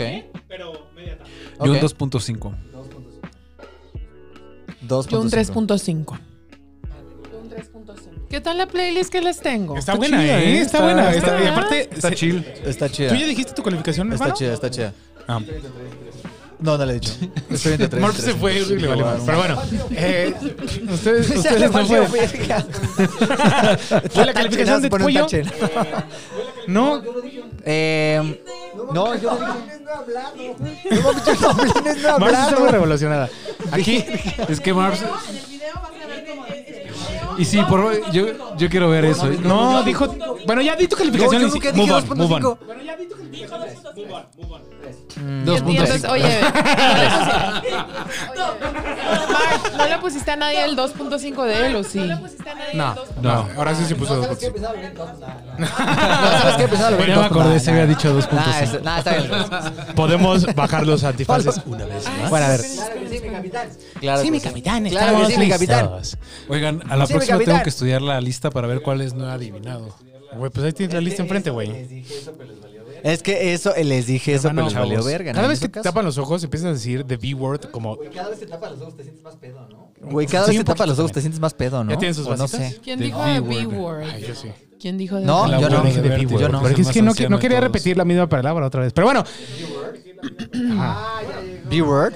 S2: Yo un
S5: Ok.
S2: 2.5.
S5: Dos
S3: Yo un
S5: 3.5.
S3: 3.5. ¿Qué tal la playlist que les tengo?
S4: Está buena,
S2: chida,
S4: ¿eh?
S2: ¿eh?
S4: Está,
S2: Está-
S4: buena.
S2: está-
S4: está- y aparte,
S2: Está
S4: se-
S2: chill.
S5: Está chida.
S4: ¿Tú ya dijiste tu calificación,
S5: Está
S4: hermano?
S5: chida, está chida.
S4: Ah.
S5: No, no le he dicho. Estoy entre tres.
S4: Marp se
S5: tres.
S4: fue,
S5: Sí,
S4: le valió
S5: bueno.
S4: madre. Pero bueno, eh, ustedes,
S5: Ya
S4: ustedes
S5: le
S4: no
S5: valió,
S4: pueden.
S5: verga.
S4: Fue la calificación de
S5: Por un
S4: pollo.
S5: tache.
S4: No,
S5: Eh, no, yo no dije. Yo no hablé, no he
S4: Marp
S5: hablado.
S4: está muy revolucionada. Aquí,
S2: Es que Mars. Y sí, por, yo, yo quiero ver eso.
S4: no, dijo. Bueno, ya di tu calificación.
S5: No,
S4: y
S5: yo
S4: sí,
S5: nunca
S4: move
S5: dije
S4: on, move on.
S5: 2.5.
S3: Y entonces,
S2: 2.5.
S3: oye, Mark, ¿no le pusiste a nadie el 2.5 de él o sí?
S4: No, no,
S2: No.
S4: ahora Ah, sí se puso dos.
S5: No, ¿sabes qué? Pensaba lo
S4: Bueno,
S5: mismo.
S4: ya me acordé, se había dicho
S5: Nah,
S4: 2.5.
S5: es- nah, está bien.
S4: Podemos bajar los antifaces una vez más. Bueno, a ver.
S5: Claro que Claro
S4: estamos
S5: que sí, mi capitán.
S4: listos.
S2: Oigan, a la
S5: Sí, mi
S2: próxima
S5: capitán.
S2: tengo que estudiar la lista para ver cuáles no he adivinado.
S4: Güey, pues ahí tienes la lista enfrente,
S5: Pues
S4: güey.
S5: Es que eso, eh, les dije eso, pero
S4: Hermanos,
S5: les valió
S4: chavos,
S5: verga.
S4: Cada
S5: ¿no?
S4: vez que
S5: En
S4: te
S5: su caso.
S4: tapan los ojos empiezas a decir the B-word como
S5: Güey, cada
S4: Sí,
S5: vez
S4: un
S5: que tapas
S4: poquito
S5: los ojos
S4: también.
S5: te sientes más pedo, ¿no?
S4: ¿Ya tienen sus
S5: O No
S4: vasitas?
S5: sé.
S3: ¿Quién
S2: The
S3: dijo de
S2: B-word.
S4: Ay, yo
S3: B-Word?
S4: sí.
S3: ¿Quién dijo de
S5: No,
S3: B-word?
S2: La
S5: yo no.
S2: abuela de
S5: Yo
S2: B-word.
S5: no.
S4: Porque es que no, que- no
S2: anciano de
S4: quería
S2: todos.
S4: repetir la misma palabra otra vez. Pero bueno,
S5: B-word.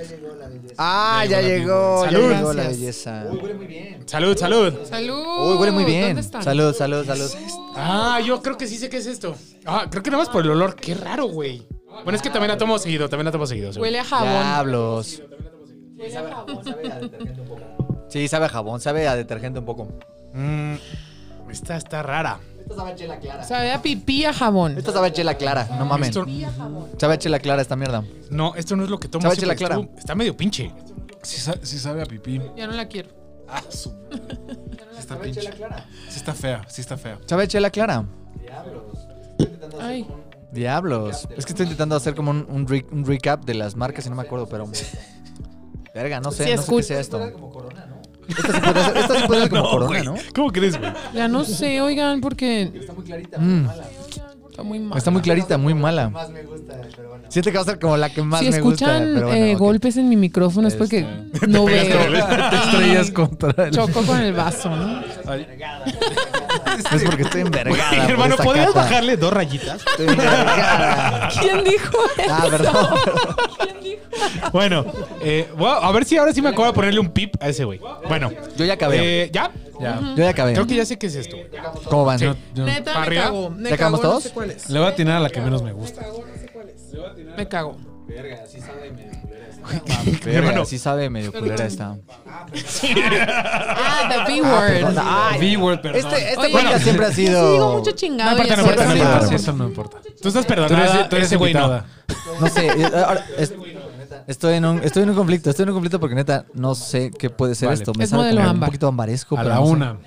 S5: Ah, ya llegó. Ya
S4: Salud.
S5: llegó la
S3: Gracias.
S5: belleza.
S4: salud, salud.
S3: Salud.
S5: Uy, huele muy bien.
S3: ¿Dónde están?
S5: Salud, salud, salud.
S4: Ah, yo creo que sí sé qué es esto. Ah, creo que nada más por el olor. Qué raro, güey. Bueno, es que también la tomo seguido, también la tomo seguido. seguro.
S3: Huele a jabón.
S5: Diablos. Sí, sabe a jabón, sabe a detergente un poco.
S4: Mm, esta está rara.
S3: Sabe a pipí a jabón.
S5: Esto sabe a chela clara, no mames.
S4: Esto-
S5: Sabe a chela clara esta mierda.
S4: no, esto no es lo que tomo
S5: Sabe
S4: siempre.
S5: chela clara.
S4: Esto Está medio pinche.
S2: Sí, sa- sí sabe a pipí.
S3: Ya no la quiero.
S2: Ah, su madre. Sí está pinche. Sí está fea, sí está fea.
S5: Sabe a chela clara.
S3: Ay,
S5: Diablos. Es que estoy intentando hacer como un, un re- un recap de las marcas y no me acuerdo, pero. Verga, no sé,
S3: Sí,
S5: no sé
S3: escucha.
S5: qué sea esto. Esta sí puede ser, esta sí puede ser como corona,
S4: güey.
S5: ¿no?
S4: ¿Cómo crees, güey?
S3: ya no sé, oigan, porque
S5: Mm,
S3: está muy mal.
S5: está muy clarita, muy mala. Siento que va a ser como la que más
S3: si
S5: me gusta.
S3: escuchan
S5: pero bueno,
S3: eh,
S5: ok. Este.
S3: golpes en mi micrófono es porque no veo.
S2: Te estrellas contra el.
S3: Choco con el vaso, ¿no?
S5: Es porque estoy envergada. por
S4: Hermano,
S5: esta
S4: ¿podrías
S5: cata.
S4: bajarle dos rayitas?
S5: Estoy envergada.
S3: ¿Quién dijo eso?
S5: Ah, perdón.
S4: bueno, eh, voy a a ver si ahora sí me acabo de ponerle un pip a ese güey. Bueno,
S5: Yo ya acabé.
S4: eh, ¿ya?
S5: Yo ya acabé.
S4: Creo que ya sé qué es esto. güey.
S5: ¿Cómo van?
S4: Sí.
S2: Yo-
S3: Neta,
S4: ¿Para
S3: me
S4: arriba?
S3: cago. Me
S5: ¿Ya acabamos
S3: cago, no
S5: todos?
S3: sé cuál es.
S2: Le voy a atinar a la que menos me gusta.
S3: Me cago.
S5: Verga,
S4: Hermano.
S5: sí sabe medio culera esta.
S3: Ah, the
S5: perdón.
S3: B-word.
S5: Ay,
S2: B-word, perdón.
S5: Este, este
S3: Oye,
S5: podcast siempre ha
S3: Yo sí digo
S5: sido.
S3: mucho
S4: No,
S3: chingado. y
S4: aparte, no,
S3: eso
S4: aparte,
S3: es
S4: no,
S3: raro.
S4: aparte,
S2: Sí, eso no importa.
S4: Tú estás
S2: Tú
S4: perdonada,
S2: eres, tú eres
S4: ese güey no.
S2: invitada.
S5: No sé. eh, ahora, es- estoy, en un, estoy en un conflicto. Estoy en un conflicto porque neta no sé qué puede ser
S2: Vale.
S5: esto. Me
S3: Es
S5: sabe
S3: modelo
S5: como un
S3: ámbar.
S5: poquito ambaresco.
S2: A
S5: pero
S2: la
S5: no sé.
S2: una.
S4: Pa,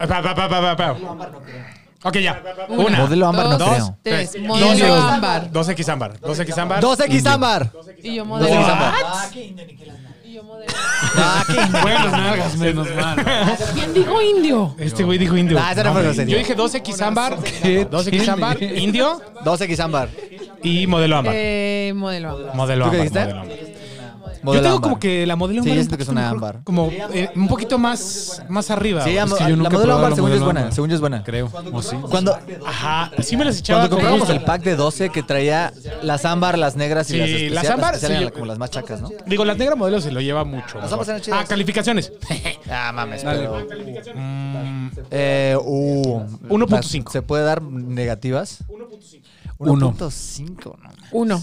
S4: Ah, pa, pa, pa, pa, pa. Ok, ya. Una.
S5: Modelo ámbar no
S3: Dos,
S5: creo.
S3: tres.
S4: Tres.
S3: Modelo
S4: Dos, dos.
S3: ámbar.
S4: 2X ámbar. 2X ámbar.
S5: 2X ámbar.
S3: Y yo
S5: 2X
S3: modelo.
S5: ámbar.
S3: Y yo modelo.
S5: Ah, qué
S4: Buenas nalgas, menos mal.
S3: ¿Quién dijo indio?
S4: Este güey dijo indio.
S5: Ah, esa no fue
S4: No,
S5: grosería.
S4: Yo dije 2X ámbar.
S2: ¿Qué
S4: 2X ámbar,
S2: tiene?
S4: indio
S5: 2X ámbar.
S4: y modelo ámbar.
S3: Eh, modelo ámbar.
S4: Modelo
S5: ¿Tú qué
S4: ámbar.
S5: dijiste?
S4: modelo ámbar. Yo
S5: Modelo
S4: tengo
S5: ámbar.
S4: como que la modelo
S5: Sí,
S4: ámbar
S5: yo
S4: un
S5: siento que es
S4: poquito
S5: una
S4: mejor,
S5: ámbar.
S4: Como eh, un poquito más, más arriba.
S5: Sí,
S4: güey.
S5: am-
S2: Es que yo
S5: la
S2: nunca he
S5: modelo
S2: probado
S5: ámbar,
S2: la
S5: según yo es
S2: modelo
S5: buena.
S2: ámbar.
S5: Según yo es buena.
S2: creo. ¿O sí?
S5: Cuando,
S4: Ajá. Sí me las echaba.
S5: cuando
S4: con
S5: compramos
S4: gusto.
S5: el pack de 12 que traía las ámbar, las negras y
S4: Sí,
S5: las especiales,
S4: las ámbar,
S5: especiales
S4: sí.
S5: eran como las más chacas, ¿no?
S4: Digo, las negras modelo se lo lleva mucho.
S5: Las
S4: mejor.
S5: ambas eran chidas.
S4: Ah, calificaciones.
S5: Ah, mames,
S2: Dale.
S5: pero...
S4: Mm,
S5: Eh, uh,
S4: 1.5.
S5: ¿Se puede dar negativas?
S2: 1.
S5: 1.5. no.
S3: Uno.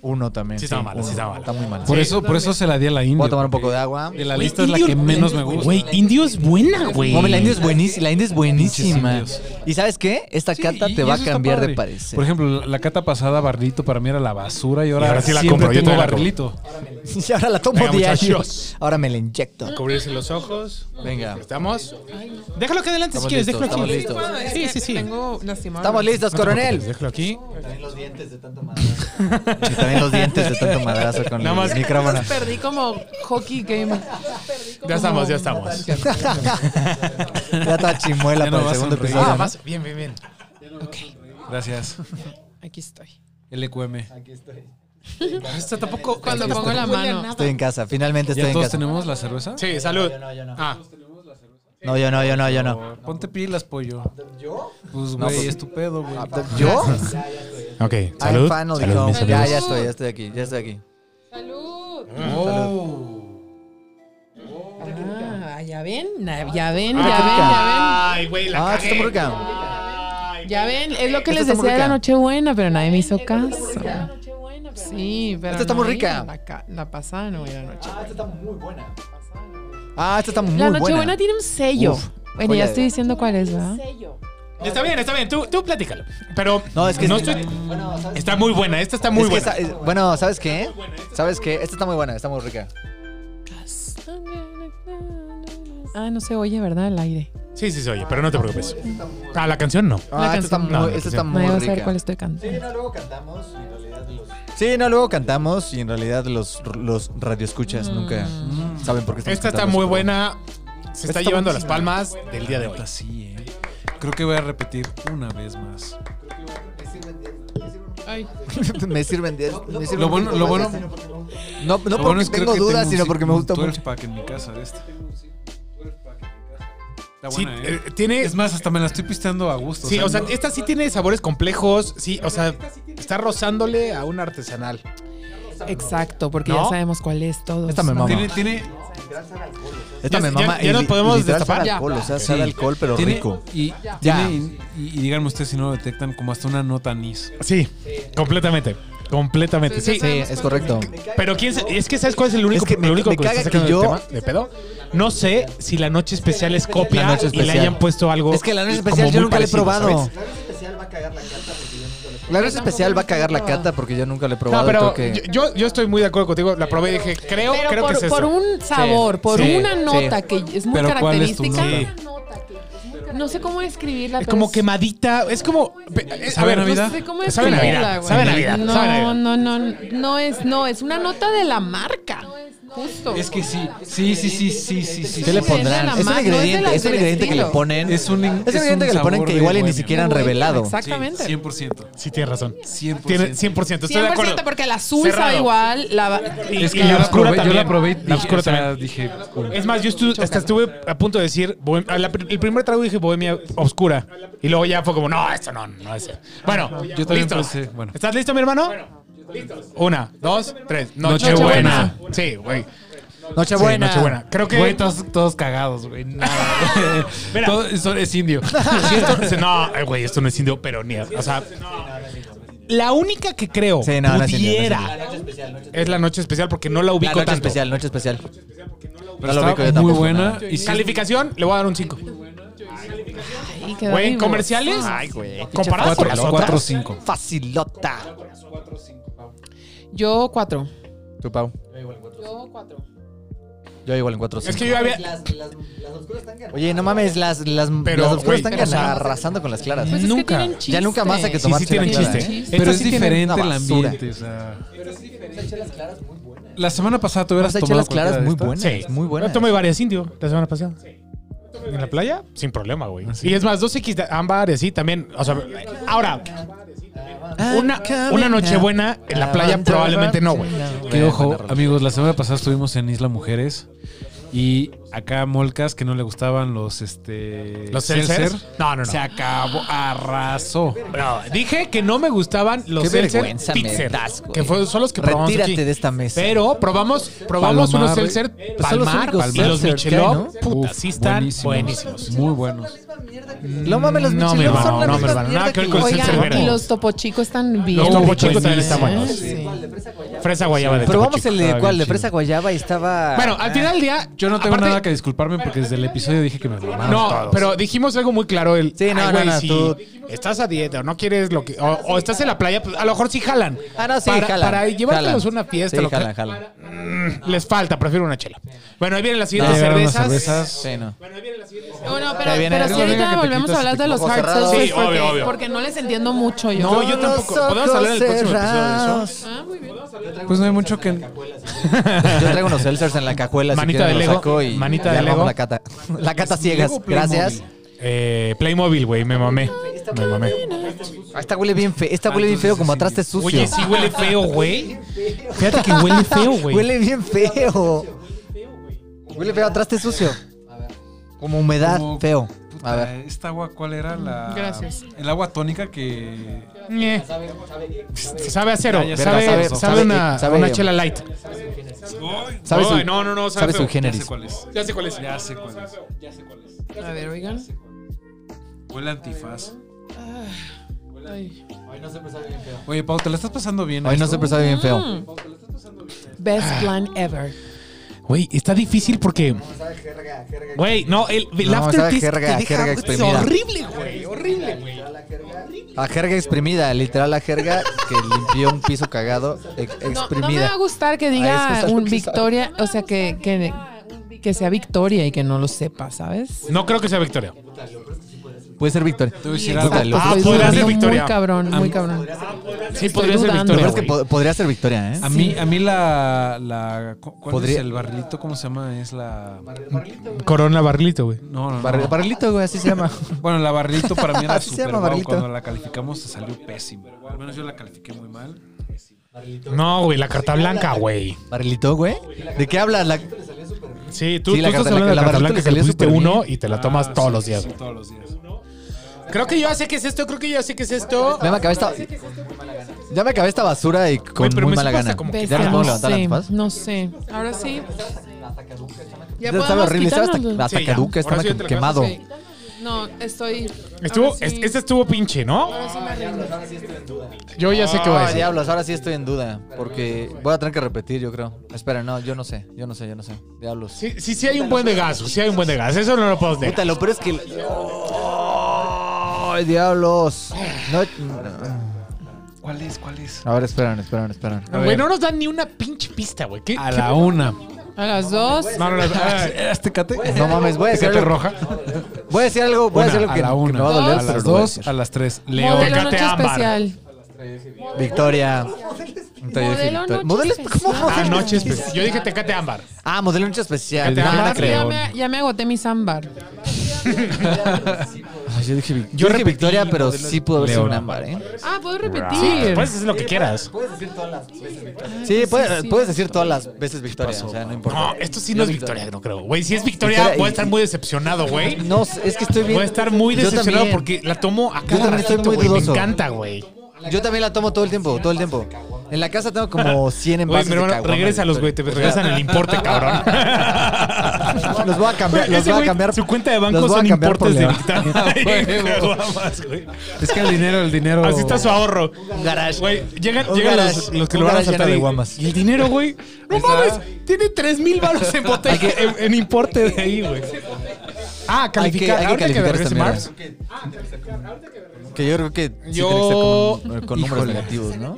S5: Uno también.
S4: Sí, estaba mala,
S5: uno.
S4: sí, estaba mala.
S5: Está muy mal.
S2: Por eso, por eso se la di a la
S5: Voy a
S2: India.
S5: tomar un poco de agua.
S2: De la
S4: güey,
S2: lista es la
S4: Indio-
S2: que menos me gusta.
S4: Güey, Indio es buena, güey.
S5: Mami, la India es buenísima. La India es buenísima.
S2: Pinches
S5: ¿Y sabes qué? Esta
S2: Sí,
S5: cata
S2: y-
S5: te
S2: y
S5: va a
S2: eso está
S5: cambiar de
S2: padre.
S5: parecer.
S2: Por ejemplo, la- la cata pasada, barrilito para mí era la basura y ahora,
S4: Y ahora sí la
S2: siempre
S4: compro, yo
S2: tengo
S4: también la
S2: barrilito.
S5: y ahora la tomo
S4: Venga,
S5: diario.
S4: muchachos.
S5: Ahora me la inyecto.
S4: Cubrirse los ojos.
S5: Venga.
S4: ¿Estamos? Déjalo aquí adelante si
S5: Estamos
S4: quieres,
S5: listos,
S4: déjalo aquí.
S5: estamos
S3: Es
S4: Sí,
S3: que
S4: sí, sí.
S3: Tengo lastimado.
S5: Estamos listos, coronel.
S4: Déjalo aquí.
S5: Y también los dientes de tanto madrazo con
S4: Nada más
S5: el micrófono.
S3: Los Perdí como hockey game.
S4: Ya estamos, ya estamos.
S5: ya está chimuela
S2: Ya no
S5: para el
S2: va a
S5: segundo
S2: sonreír.
S5: episodio.
S4: Ah,
S5: ¿no?
S4: más. Bien, bien, bien.
S2: Gracias.
S3: Aquí estoy.
S2: LQM.
S4: Esta tampoco.
S3: Cuando
S4: esta
S3: pongo la
S4: tampoco huele a
S3: mano.
S4: nada.
S5: Estoy en casa, finalmente estoy
S2: ¿Ya
S5: en
S2: todos
S5: casa.
S2: tenemos la cerveza?
S4: Sí, salud. Ah,
S5: No, yo no, yo no, yo no.
S2: Ponte pilas, pollo. ¿Yo? Pues, güey,
S5: pues-
S2: es tu pedo, güey.
S5: ¿Yo?
S4: ok.
S5: I'm finally home. Ya, ya estoy, ya estoy aquí, ya estoy aquí.
S3: Salud.
S2: Oh.
S3: Ah, ya ven, na- ya ven, ya ven,
S4: Ay, güey, la
S5: Ah, esto está muy
S4: cagué.
S5: rica.
S3: ya ven. Ya ven, es lo que
S5: Esta
S3: les
S5: está
S3: decía
S5: muy
S3: de
S5: rica.
S3: la Nochebuena, pero nadie me hizo caso. Sí, pero
S5: Esta está muy
S3: no
S5: rica.
S3: era La, ca- la pasada no era noche.
S5: Ah, esta está muy buena. Ah, esta está muy
S3: la
S5: buena.
S3: Nochebuena tiene un sello.
S5: Uf.
S3: bueno,
S5: Oye,
S3: ya estoy diciendo cuál es, ¿verdad?
S4: Está bien, está bien. Tú, tú platícalo. Pero
S5: No, es que
S4: estoy- está muy buena. Esta está muy
S5: Es que
S4: buena.
S5: esta- es- bueno, ¿sabes qué? ¿Sabes qué? Esta está muy buena, está muy rica.
S3: Ah, no se oye, ¿verdad? El aire.
S4: Sí, sí se oye, pero no te preocupes. Ah, la canción no.
S5: Ah, esta está
S3: canción.
S5: muy,
S4: No, la
S5: esta está
S4: canción.
S5: muy
S3: Nadie va a saber
S5: rica.
S3: cuál estoy cantando.
S5: no, luego cantamos y en realidad los... Sí, no, luego cantamos y en realidad los, los radioescuchas nunca saben por qué estamos
S4: Esta está
S5: cantando,
S4: muy
S5: pero-
S4: buena. Se está
S5: está
S4: llevando las
S5: buenísima.
S4: palmas del día de hoy.
S2: Neta, sí, eh. Creo que voy a repetir una vez más.
S5: me sirven 10. me sirven
S2: Lo bueno-
S5: un
S2: lo
S5: poco más
S2: bueno-
S5: de este. No, no
S2: Lo
S5: porque
S2: bueno es creo
S5: tengo
S2: que
S5: dudas,
S2: tengo
S5: sino
S2: un-
S5: porque me
S2: un
S5: gusta
S2: 12
S5: mucho.
S2: pack en mi casa de este. Está
S4: Sí,
S2: buena,
S4: eh,
S2: ¿eh?
S4: tiene.
S2: Es más, hasta me la estoy pisteando a gusto.
S4: Sí, o sea, esta sí tiene sabores complejos. Sí, o sea, está rozándole a un artesanal.
S3: Exacto, porque
S4: ¿No?
S3: ya sabemos cuál es todo.
S5: Esta me mama.
S2: tiene, tiene,
S5: Esta
S4: Ya-
S5: me
S4: ya-
S5: mama.
S4: ya
S5: y
S4: no
S5: li-
S4: podemos
S5: literal
S4: destapar.
S5: sabe alcohol, o sea, sabe
S2: Sí.
S5: alcohol, pero
S2: tiene-
S5: rico.
S2: Y,
S5: Ya.
S2: tiene- y, y díganme ustedes si no lo detectan, como hasta una nota anís.
S4: Sí, completamente. Completamente. Sí,
S3: Sí,
S5: Sí, es correcto.
S4: Pero quién se- es que sabes cuál es el único,
S5: Es que me-
S4: lo único
S5: me
S4: que me está
S5: caga
S4: sacando
S5: que
S4: del
S5: yo-
S4: tema de pedo. No sé si la noche especial es copia
S5: La noche
S4: y
S5: especial.
S4: le hayan puesto algo.
S5: Es que la noche
S4: como
S5: especial yo
S4: muy
S5: nunca la he
S4: parecido,
S5: probado.
S4: ¿sabes?
S5: La noche especial va a cagar la cata porque yo nunca la he probado.
S4: No,
S5: y
S4: pero
S5: creo que-
S4: yo- yo, yo estoy muy de acuerdo contigo. La probé y dije, creo,
S3: Pero
S4: creo
S3: por,
S4: que es eso.
S3: por un sabor, por
S5: sí,
S3: una
S5: sí.
S3: nota que es muy
S2: Pero ¿cuál es tu
S3: característica.
S2: nota?
S3: No sé cómo describirla.
S4: Es
S3: pero
S4: como quemadita. Es como. eh, A
S2: ¿Sabe
S4: ver,
S2: a Navidad?
S3: Pues, No sé pues cómo
S4: Sabe a Navidad,
S3: describirla, güey.
S4: sabe a Navidad,
S3: No,
S4: sabe a Navidad.
S3: no, no, no es, no, es una nota de la marca. Justo.
S2: Es que sí, sí, sí, sí, sí, sí. sí
S5: ¿Qué le
S3: es de
S5: pondrán?
S3: la
S5: Es un
S3: marca, no es de
S5: ingrediente,
S3: la-
S5: es un
S3: del
S5: ingrediente que le
S3: estilo.
S5: ponen.
S2: Es un,
S5: Es un ingrediente que le ponen que igual y ni siquiera han
S3: Muy bueno,
S5: revelado.
S3: Exactamente.
S2: 100%.
S4: Sí, tienes razón.
S2: 100%.
S4: Tiene- 100%. Estoy de acuerdo.
S3: 100% porque el azul
S4: Cerrado.
S3: sabe igual. La,
S4: Es que
S2: yo
S4: la
S2: la
S4: oscura
S2: probé, yo la
S4: también.
S2: probé y dije,
S4: La oscura
S2: o sea,
S4: también.
S2: dije,
S4: Es más, yo estu- hasta estuve a punto de decir, Bohem- a la pr- el primer trago dije Bohemia Oscura. Y luego ya fue como, no, esto no, no es. Bueno,
S2: Yo también
S4: listo.
S2: pensé, bueno.
S4: ¿Estás listo, mi hermano? Una, dos, tres.
S2: Nochebuena.
S4: Nochebuena. Sí, güey.
S5: Nochebuena.
S4: Sí, Nochebuena. Creo que.
S2: Güey, todos, todos cagados, güey. Nada.
S4: Mira.
S2: Todo- eso es indio.
S4: Sí, esto- no, eh, güey, esto no es indio, pero ni. O sea, la única que creo
S5: Sí, no, no es indio, no es
S4: pudiera
S5: indio.
S4: es la noche especial porque no la
S5: La
S4: ubico
S5: noche
S4: tanto.
S5: especial, noche especial.
S2: Pero
S5: lo
S2: está
S5: ubico yo
S2: muy
S5: tampoco,
S2: buena.
S5: nada.
S2: Y sí-
S4: Calificación, le voy a dar un 5. Güey, en comerciales.
S3: Ay,
S4: güey. Comparadas con las
S2: 4
S4: otras.
S2: 4 5.
S5: Facilota.
S3: Yo cuatro.
S5: Tú, Pau.
S3: Yo cuatro.
S5: Yo igual en 4
S4: Es que yo había.
S5: Oye, no mames, las, las,
S4: Pero,
S5: las oscuras
S4: güey,
S5: están
S4: o sea,
S5: arrasando con las claras.
S3: Pues es que
S4: Nunca.
S3: tienen chiste.
S5: Ya nunca más hay que tomar
S4: sí tienen
S5: chela clara,
S4: chiste.
S5: ¿eh?
S4: Esta
S2: Pero es
S5: sí tiene
S2: diferente
S5: una
S2: el
S5: basura.
S2: ambiente, o sea. Pero es diferente. La semana pasada te hubieras
S5: Las
S2: tomado
S5: chelas claras muy
S2: cualquiera de
S5: buenas, muy buenas.
S4: Yo tomé varias indio la semana pasada. ¿En la playa?
S5: Ah,
S4: Sin problema, güey. Y es más, 2X de ámbar, sí, también. O sea, ahora, Una, una Nochebuena en la playa probablemente no, güey.
S2: Que ojo, amigos, la semana pasada estuvimos en Isla Mujeres y acá Molcas, que no le gustaban los este
S4: ¿Los seltzers? No, no, no.
S2: se acabó, arrasó.
S4: No, dije que no me gustaban los
S5: Qué
S4: seltzer
S5: vergüenza me das, güey.
S4: que fue- son los que probamos
S5: Retírate
S4: aquí.
S5: de esta mesa.
S4: Pero probamos, probamos
S2: Palomar,
S4: unos seltzer
S5: pues son los
S4: Palmar
S5: únicos
S4: y los
S5: seltzer que hay,
S4: Michelob.
S5: ¿no?
S4: Puta,
S2: Uf,
S4: sí están
S2: buenísimos.
S4: buenísimos.
S2: Muy buenos.
S5: No mames, los
S4: No, mi
S5: Michelin son
S4: hermano,
S5: la
S4: no, mi
S5: misma
S4: hermano. Nada que ver
S5: mierda
S4: con
S5: que
S4: el seltzer
S3: Oigan,
S4: verde.
S3: y los topo chicos están bien.
S4: Los Topo
S3: Pues,
S4: Chicos también están
S3: ¿eh?
S4: buenos.
S3: Sí.
S4: Fresa guayaba de
S5: Probamos el de
S2: Estaba
S5: cuál,
S2: bien
S5: de
S2: chido.
S5: fresa guayaba y estaba.
S4: Bueno, al final del día,
S2: Yo no tengo
S4: aparte-
S2: nada que disculparme porque desde el episodio dije que me mamaron
S4: No,
S2: todos.
S4: pero dijimos algo muy claro. El,
S5: Sí, no,
S4: "Ay,
S5: no,
S4: güey,
S5: no,
S4: si
S5: tú-
S4: estás a dieta o no quieres lo que... O, o estás en la playa, pues, a lo mejor sí jalan.
S5: Ah, no, sí,
S4: para,
S5: jala.
S4: Para llevártelos a una fiesta.
S5: Sí,
S4: lo que- mm,
S5: jala, jala.
S4: Les falta, prefiero una chela. Bueno, ahí vienen las siguientes
S2: No. Llegaron las
S4: cervezas.
S2: cervezas.
S5: Sí, no.
S3: No, no, pero,
S5: Ahí viene
S3: pero
S5: el-
S3: sí, ahorita volvemos a hablar de los
S5: Ojo
S3: hard
S5: cerrado.
S3: seltzers
S4: Sí,
S3: porque,
S4: obvio, obvio.
S3: porque no les entiendo mucho yo.
S4: No, yo tampoco.
S5: Con los
S4: Podemos hablar en el
S5: ojos
S4: próximo episodio de
S5: cerrados.
S4: eso.
S3: Ah, muy bien.
S2: pues no hay mucho que
S5: Yo traigo unos seltzers en la cajuela. si
S4: Manita de
S5: quieren, los
S4: Lego,
S5: saco y
S4: manita
S5: y
S4: de
S5: armamos
S4: Lego.
S5: La cata. La cata ciegas.
S2: Lego Playmobil.
S5: Gracias.
S4: Eh, Playmobil, güey, me mamé. Me mamé.
S5: Ah, Esta huele bien feo. Esta huele bien feo como atrás te sucio.
S4: Oye, sí huele feo, güey. Fíjate que huele feo, güey.
S5: Huele bien feo. Huele feo, atrás te sucio. Como humedad,
S2: Como-
S5: feo.
S2: Puta,
S5: A ver.
S2: ¿Esta agua cuál era la.
S3: Gracias.
S2: El agua tónica que.
S4: Eh. Sabe a cero.
S2: Ya, ya
S4: sabe,
S2: sabe,
S4: sabe,
S5: sabe-
S4: una,
S5: sabe-
S4: una chela light.
S5: Sabe su-
S4: Ay, no, no, no. Sabe,
S5: sabe su
S4: feo.
S2: Ya
S5: generis.
S2: sé cuál es.
S4: Ya sé cuál es.
S2: Ya sé cuál es.
S3: A ver, oigan.
S2: Huele a antifaz.
S3: Ay.
S2: Oye, Pau, ¿te la estás pasando bien?
S5: Hoy no
S2: esto?
S5: se sabe bien feo.
S3: Mm. Best plan ever.
S4: Güey, está difícil porque. Güey, no, el, el
S5: No, sabe
S4: aftertaste
S5: jerga,
S4: te deja-
S5: jerga
S4: es
S5: exprimida.
S4: horrible, güey. Horrible, güey.
S5: La jerga exprimida, literal la jerga que limpió un piso cagado, ex-
S3: No, no me va
S5: exprimida.
S3: a gustar que
S5: Ah, es
S3: diga
S5: que es
S3: un
S5: lo que
S3: Victoria, o sea, que, que, que sea Victoria y que no lo sepa, ¿sabes?
S4: No creo que sea Victoria.
S5: Puede ser Victoria.
S2: Te voy a decir
S5: Puta,
S2: algo.
S5: lo
S4: Ah,
S5: peor-
S3: Estoy
S4: podría ser
S3: dudando
S4: Victoria.
S3: Muy cabrón, muy
S4: Ah,
S3: cabrón.
S4: Sí, podría ser
S3: dudando.
S5: lo
S4: Victoria.
S5: peor es que
S4: güey.
S5: po- podría ser Victoria, ¿eh?
S2: A mí, a mí la. la cu- ¿Cuál es
S5: Podría-
S2: el barrilito? ¿Cómo se llama? Es la.
S4: Corona Barrilito, güey.
S2: No, no,
S5: Barri-
S2: no.
S5: barrilito, güey, así se llama.
S2: Bueno, la barrilito para mí era
S5: Así se
S2: super
S5: llama,
S2: guau.
S5: barrilito.
S2: Cuando la calificamos se salió pésimo. Al menos yo la califiqué muy mal.
S4: No, güey, la carta blanca, güey.
S5: ¿Barrilito, güey? ¿De qué hablas? La-
S4: Sí, tú,
S5: Sí, la
S4: tú
S5: carta
S4: estás hablando de la
S5: blanca. La
S4: carta
S5: Barrilito
S4: blanca
S5: le
S4: que le
S5: salió
S4: pusiste
S5: súper bien.
S4: uno y te la tomas
S2: Ah,
S4: todos
S2: sí,
S4: los días.
S2: sí,
S4: güey.
S2: todos los días.
S4: Creo que yo sé que es esto, creo que yo sé que es esto.
S5: Ya me acabé esta... Ya me acabé esta basura y con
S4: Güey, pero
S5: muy
S4: me
S5: mala
S4: supo hasta
S5: gana.
S4: como que-
S3: Bestia,
S5: ¿Ya nos
S3: no
S5: podemos levantar
S3: sé,
S5: antifaz?
S3: No sé. Ahora sí. Ya
S5: Este sabe
S3: podemos
S5: horrible, sabe hasta,
S3: quitárnoslo.
S5: hasta
S4: Sí, ya.
S5: caduca, está
S4: Ahora sí ya te la
S5: quemado.
S3: Sí. No, estoy.
S4: Estuvo,
S3: ahora
S5: Ah,
S3: sí-
S4: es- este estuvo pinche, ¿no?
S3: ahora sí me rindo.
S4: Yo ya sé qué va a
S5: Ah,
S4: decir.
S5: diablos, ahora sí estoy en duda, porque voy a tener que repetir, yo creo. Espera, no, yo no sé, yo no sé, yo no sé. Diablos.
S4: Sí, sí, sí hay un buen de gas, sí hay un buen de gas. Eso no lo puedo negar.
S5: Puta, lo peor es que. ¡Ay, diablos! No-
S2: ¿Cuál es? ¿Cuál es?
S5: A ver, esperan, esperan, esperan.
S4: Güey, no nos dan ni una pinche pista, güey. ¿Qué-
S2: A
S4: qué-
S2: la una.
S3: A las dos.
S4: No, no, no. ah,
S2: Este cate.
S5: No mames, voy a decir
S4: Tecate
S5: algo.
S4: roja.
S5: Voy a decir algo, voy a
S2: Una,
S5: decir algo que,
S2: a la
S5: que
S2: una,
S5: me va a doler,
S2: a
S5: pero
S2: las
S5: lo voy a
S2: dos,
S5: decir.
S2: a las tres. León.
S3: Modelo
S4: Tecate
S3: noche
S4: ámbar.
S3: especial.
S5: Victoria.
S3: Modelo noche
S5: Modelo- ¿cómo
S3: especial.
S5: modelo?
S4: Ah, noche especial. Yo dije tecate ámbar.
S5: Ah, modelo noche especial.
S4: Tecate
S5: No,
S4: ámbar.
S5: no
S3: Ya
S5: creo.
S3: me, ya me agoté mi ámbar.
S5: Ay, Yo dije, Vic-
S4: Yo
S5: yo dije
S4: repetí
S5: Victoria, pero
S4: modelo-
S5: sí pudo haber sido un
S2: León.
S5: ámbar, ¿eh?
S3: Ah, puedo repetir.
S5: pues,
S4: Puedes hacer lo que quieras.
S5: Sí, puedes,
S3: sí.
S5: puedes decir todas las veces Victoria, o sea, no importa.
S4: No, esto sí no es Victoria, no creo. Güey, si es Victoria,
S5: Victoria y-
S4: voy a estar muy decepcionado, güey.
S5: No, es que estoy bien.
S4: Voy a estar muy
S5: Yo
S4: decepcionado
S5: también.
S4: porque la tomo a
S5: Yo
S4: cada
S5: también estoy
S4: ratito,
S5: muy
S4: güey. Me
S5: dudoso.
S4: encanta, güey.
S5: Yo también la tomo todo el tiempo, todo el tiempo. En la casa tengo como 100
S4: Güey,
S5: envases
S4: mi
S5: de
S4: hermano,
S5: caguama,
S4: regrésalos, güey.
S5: Victoria.
S4: Te regresan el importe, cabrón.
S5: Los voy a cambiar,
S4: Güey,
S5: los
S4: ese
S5: voy a
S4: güey,
S5: cambiar.
S4: Su cuenta de banco
S5: los voy a
S4: son
S5: cambiar por
S4: importes de
S5: León.
S4: Victoria. Ay, guamas, güey.
S2: Es que el dinero, el dinero.
S4: Así está su ahorro.
S5: garage.
S4: Güey, llegan,
S5: Un
S4: llegan
S5: garage.
S4: los, los que
S5: Un
S4: lo van a
S5: garage lleno
S4: saltar
S5: de
S4: y,
S5: guamas.
S4: y el dinero, güey. No mames, tiene 3 mil baros en, bote-
S5: eh,
S4: en, en importe de ahí, güey. Ah,
S5: Hay que,
S4: calificar.
S5: hay que
S4: ahorita que
S5: calificar
S4: regrese
S5: esta
S4: Mars.
S5: mierda. Que yo creo que sí tiene que
S4: Yo-
S5: ser con, un- con números
S2: Híjole.
S5: negativos, ¿no?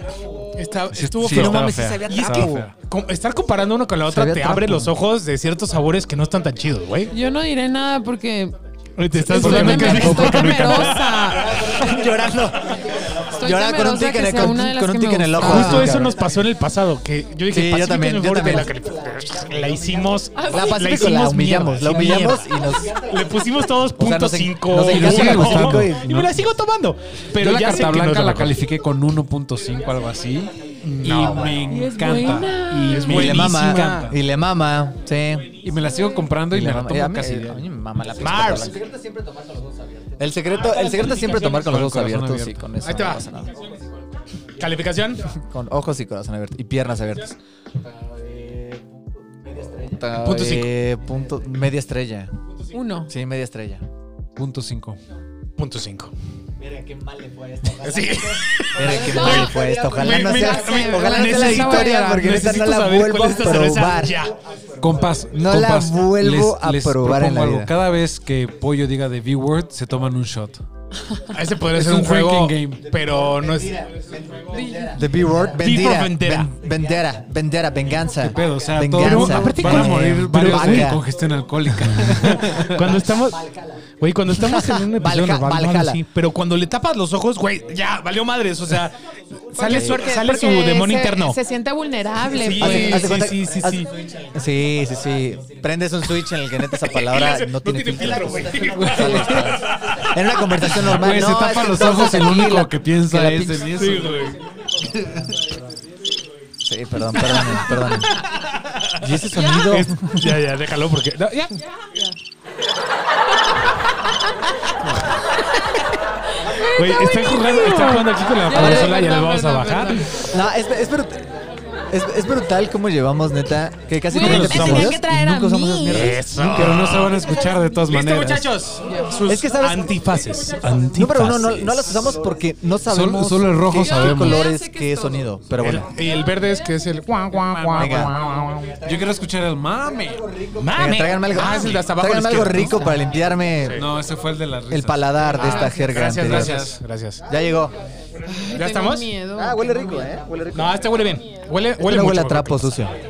S4: Está,
S2: Sí,
S4: estuvo
S2: sí,
S4: feo.
S2: estaba
S4: No mames,
S2: fea.
S4: sí sabía
S2: Y es
S4: taco.
S2: que-
S4: Com- Estar comparando uno con la otra
S5: Sabía
S4: te abre
S5: taco.
S4: los ojos de ciertos sabores que no están tan chidos, güey.
S3: Yo no diré nada porque
S4: Te estás
S3: Estoy,
S4: burlando
S3: temer-
S4: que es mi
S3: estoy
S4: compa, que me encanta.
S3: temerosa.
S5: Llorando.
S3: Estoy
S5: Lloraba con un
S3: temerosa
S5: tic en
S3: que
S5: el-
S3: sea
S5: con-
S3: una de las
S5: con un
S3: que
S5: tic
S3: me
S5: en el ojo.
S3: gustaba.
S4: Justo
S5: Ah,
S4: eso
S5: cabrón.
S4: nos pasó en el pasado, que yo dije,
S5: Sí,
S4: "Pacífico
S5: yo
S4: es
S5: también,
S4: mi
S5: yo
S4: favorito",
S5: también. Ah,
S4: pero La, calific- la hicimos.
S5: La Pacífico
S4: hicimos
S5: la humillamos, la
S4: mierda,
S5: humillamos
S4: mierda.
S5: y nos.
S4: Le pusimos todos
S5: O sea,
S4: punto
S5: nos en-
S4: cinco.
S5: nos
S4: y, la
S5: encanta
S4: sigo
S5: la
S4: tomando.
S5: Pacífico y-
S4: Y me la sigo tomando. Pero
S2: Yo la
S4: ya sé
S2: carta
S4: que no es
S2: blanca la
S4: mejor.
S2: califiqué con 1.5, algo así. y me
S3: Y es
S2: encanta.
S3: buena.
S2: Y
S4: Es
S2: me me
S4: buenísima.
S5: Y le
S4: Buenísima.
S5: mama.
S2: encanta.
S5: Y le mama. Sí.
S2: Y me la sigo comprando y,
S5: Y le
S2: me la
S5: mama. Eh, A
S2: tomo
S5: mí
S2: casi.
S5: eh, a mí me mama la pizza.
S4: Mars.
S5: El secreto, el secreto es siempre tomar con los ojos
S2: Con el corazón
S5: abiertos y
S2: abierto.
S5: con eso
S4: Ahí te
S5: no
S4: va.
S5: pasa nada.
S4: Calificación.
S5: Con ojos y corazón abierto. Y piernas abiertas. Puta,
S4: Punto cinco.
S5: eh, punto- media estrella.
S3: Uno.
S5: Sí, media estrella.
S2: Punto 5.
S4: Punto cinco.
S5: Mira, qué mal fue esto. Ojalá
S4: Me-
S5: no
S4: me-
S5: sea,
S4: me-
S5: ojalá no sea la
S4: necesito-
S5: historia porque neta
S4: necesito
S5: no la
S4: saber cuál
S5: vuelvo a
S4: es esta cerveza
S5: probar.
S4: ya.
S2: Compas,
S5: No la
S2: compas,
S5: vuelvo
S2: les-
S5: a
S2: les
S5: probar en
S2: propongo
S5: la
S2: algo.
S5: vida.
S2: Cada vez que Pollo diga de V-Word, se toman un shot.
S4: Ese podría
S2: Es
S4: ser un
S2: un
S4: juego,
S2: drinking game.
S4: pero no es...
S5: The B-word, vendera,
S4: vendera.
S5: ven- vendera, vendera, venganza.
S2: Pero, o sea,
S5: venganza.
S2: todos
S3: aparte
S2: van a
S3: con-
S2: morir varios de
S5: Vaca.
S2: congestión alcohólica.
S4: Cuando estamos... Güey, cuando estamos en un episodio
S5: Valja-
S4: normal, no hablo
S5: Valhalla.
S4: así, pero cuando le tapas los ojos, güey, ya, valió madres, o sea, sale, su-
S3: Porque-
S4: sale su
S3: porque
S4: demonio
S3: se-
S4: interno.
S3: Se siente vulnerable.
S4: Sí,
S3: pues.
S5: Hace- hace cuenta-
S4: sí, sí,
S5: haz-
S4: sí.
S5: Sí, sí, sí. Prendes un switch en el que neta esa
S4: Y le
S5: palabra
S4: hace-
S5: no tiene
S4: filtro,
S5: filtro.
S4: güey.
S5: En una conversación normal.
S2: Güey, se
S5: no, es
S2: tapan
S5: que
S2: los
S5: todos
S2: ojos y lo
S5: aquí
S2: único
S5: la-
S2: que piensa
S5: la
S2: es
S5: pinche-
S2: en eso.
S4: Sí, güey.
S5: Sí, perdón, perdón, perdón. Y ese sonido.
S4: Es- ya, ya, déjalo porque. no, ya. Güey, están jugando, están jugando aquí con la
S3: Ya,
S4: consola, ya
S3: perdón,
S4: la vamos a
S3: perdón,
S4: bajar.
S3: perdón.
S5: No, es, es, brut- es, es brutal cómo llevamos, neta, que casi
S3: Güey,
S5: 30
S4: me tenía
S5: episodios
S3: que
S5: y
S3: traer a
S5: nunca usamos esas
S3: mí.
S5: mierdas.
S4: Eso.
S2: Pero no se van a escuchar de todas
S4: Listo,
S2: maneras.
S4: muchachos. Sus
S5: Es que, ¿sabes?
S4: antifaces.
S5: Número uno, no, no las usamos porque no sabemos
S2: solo el rojo
S5: qué
S2: sabemos.
S5: colores,
S3: Ya sé que
S5: qué
S3: es todo.
S5: sonido. Pero bueno.
S4: Y el verde es que es el. guau, guau, guau,
S5: Venga.
S4: guau, guau.
S2: Yo quiero escuchar el mame.
S4: Mame.
S5: Venga, tráiganme algo,
S4: Ah, es el de hasta abajo a la
S5: tráiganme algo
S4: izquierda,
S5: rico
S4: ¿no?
S5: para limpiarme
S2: No, ese fue el de las risas.
S5: el paladar de esta jerga.
S4: Ah, Gracias,
S5: anterior.
S4: gracias, gracias.
S5: Ya llegó.
S3: Ay,
S4: ¿Ya
S3: tengo
S4: estamos?
S3: miedo.
S5: Ah, huele rico, ¿eh? Huele rico.
S4: No, este huele bien. Huele,
S5: Este
S4: huele
S5: no
S4: mucho
S5: huele a
S4: mejor
S5: trapo
S4: que el
S5: sucio. Huele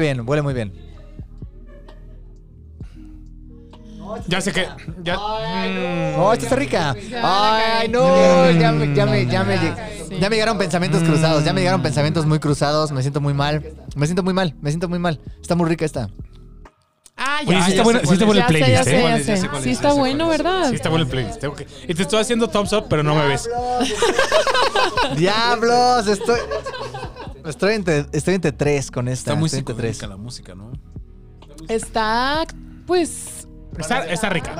S5: bien, huele muy bien.
S4: pasado. Ya sé que. Ya, mm,
S5: Oh, esta está rica. Ay, no, ya me, ya me, ya me, lleg- ya me llegaron pensamientos cruzados, ya me llegaron pensamientos muy cruzados, me siento muy mal, me siento muy mal, me siento muy mal. Está muy rica esta.
S3: Ah, ya.
S4: Oye, sí
S3: ya
S4: está
S3: sé
S4: buena-
S3: cuál
S4: sí
S3: es.
S4: está buena
S3: Ya sé,
S4: el playlist,
S3: ya
S4: ¿eh?
S3: sé, ya
S2: Ya sé
S3: sé.
S2: cuál es,
S3: Sí
S2: ya
S3: está
S2: sé cuál
S3: bueno,
S2: es.
S3: ¿verdad?
S4: sí, está bueno el playlist. ok. Y te estoy haciendo thumbs up, pero no me ves.
S5: Diablos, estoy, estoy entre, estoy entre tres con esta.
S2: Está muy
S5: estoy entre tres.
S2: psicodélica la música, ¿no?
S3: Está, pues...
S4: Está, está rica.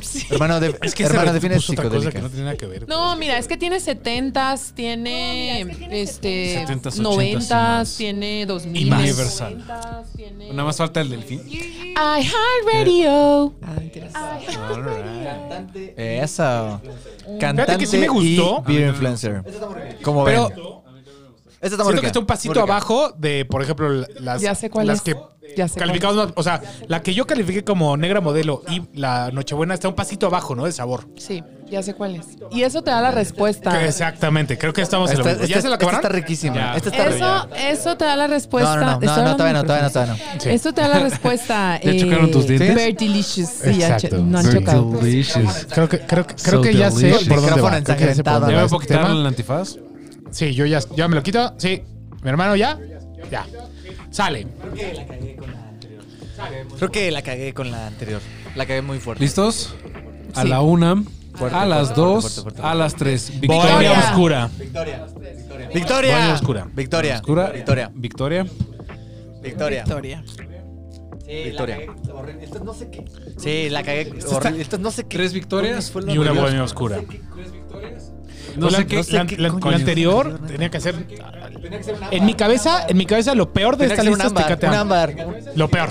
S3: sí.
S5: Hermano, de, hermano define
S4: puso otra cosa
S5: psicodélica.
S4: que no tiene nada que ver.
S3: No, mira, es que tiene 70s, tiene, este
S2: 70s,
S3: 90s,
S2: 80s,
S3: tiene 2000s.
S2: Y más. Universal. Nada más falta el delfín.
S3: I Heart Radio. Ah,
S4: Eh.
S3: interesante.
S5: Eso.
S4: Fíjate
S5: Cantante
S4: que sí me gustó.
S5: y beer influencer. Como ven.
S4: Pero
S5: Esta está
S4: siento que
S5: muy rica.
S4: está un pasito
S5: Muy rica.
S4: abajo de, por ejemplo, la- las,
S3: Ya sé cuál
S4: las
S3: es.
S4: que
S3: Ya sé cuál
S4: calificamos más. O sea, la que yo califiqué como negra modelo y la Nochebuena está un pasito abajo, ¿no? De sabor.
S3: Sí, ya sé cuál es. Y eso te da la respuesta.
S4: Exactamente. Creo que estamos en
S5: Esta,
S4: lo mismo.
S5: esta-
S4: ¿Ya se la
S5: esta
S4: acabaron?
S5: está riquísima.
S4: Ya.
S5: Esta está rica.
S3: Eso, eso te da la respuesta.
S5: No, no, no,
S3: Estoy
S5: no, no,
S3: hablando
S5: todavía no,
S3: al
S5: todavía no,
S3: micrófono.
S5: todavía no.
S4: Sí.
S3: Eso te da la respuesta. eh,
S2: ¿Ya chocaron tus dientes?
S3: Very delicious. Sí, ya
S4: Exacto.
S3: cho- no han
S4: Very
S3: chocado.
S4: Creo que, creo que, creo
S2: So
S4: que ya sé
S2: delicious.
S4: por dónde va. Creo
S5: Micrófono
S4: que ya sé por
S5: ensangrentado,
S4: dónde
S2: ¿Ya
S4: va
S2: me
S4: este
S2: puedo quitar
S4: tema.
S2: el antifaz?
S4: Sí, yo ya, ya me lo quito. Sí. Mi hermano ya. Ya. Sale.
S5: Creo que la cagué con la anterior. pues, La cagué muy fuerte.
S2: ¿Listos? A
S3: Sí.
S2: la una, a las dos,
S5: fuerte, fuerte, fuerte, fuerte.
S2: a las tres.
S4: Bohemia
S3: Victoria.
S4: Oscura. Bohemia
S5: Victoria.
S4: oscura.
S5: Victoria.
S2: Oscura.
S5: Victoria.
S2: Victoria.
S5: Victoria.
S3: Victoria.
S5: Victoria. no sé qué. Sí, la cagué. horrible. Esto no sé qué.
S2: Tres victorias
S5: Fue lo
S4: Y una
S5: peor.
S4: Bohemia Oscura.
S2: No
S4: la,
S2: sé qué.
S4: la- la- la-
S5: coño
S4: la anterior
S5: fue.
S4: tenía que ser. En mi cabeza, en mi cabeza lo peor de
S5: Tenía
S4: esta
S5: que ser un
S4: lista es
S5: ámbar.
S4: Tecate
S5: Un
S4: Ámbar.
S5: ámbar.
S4: Lo peor.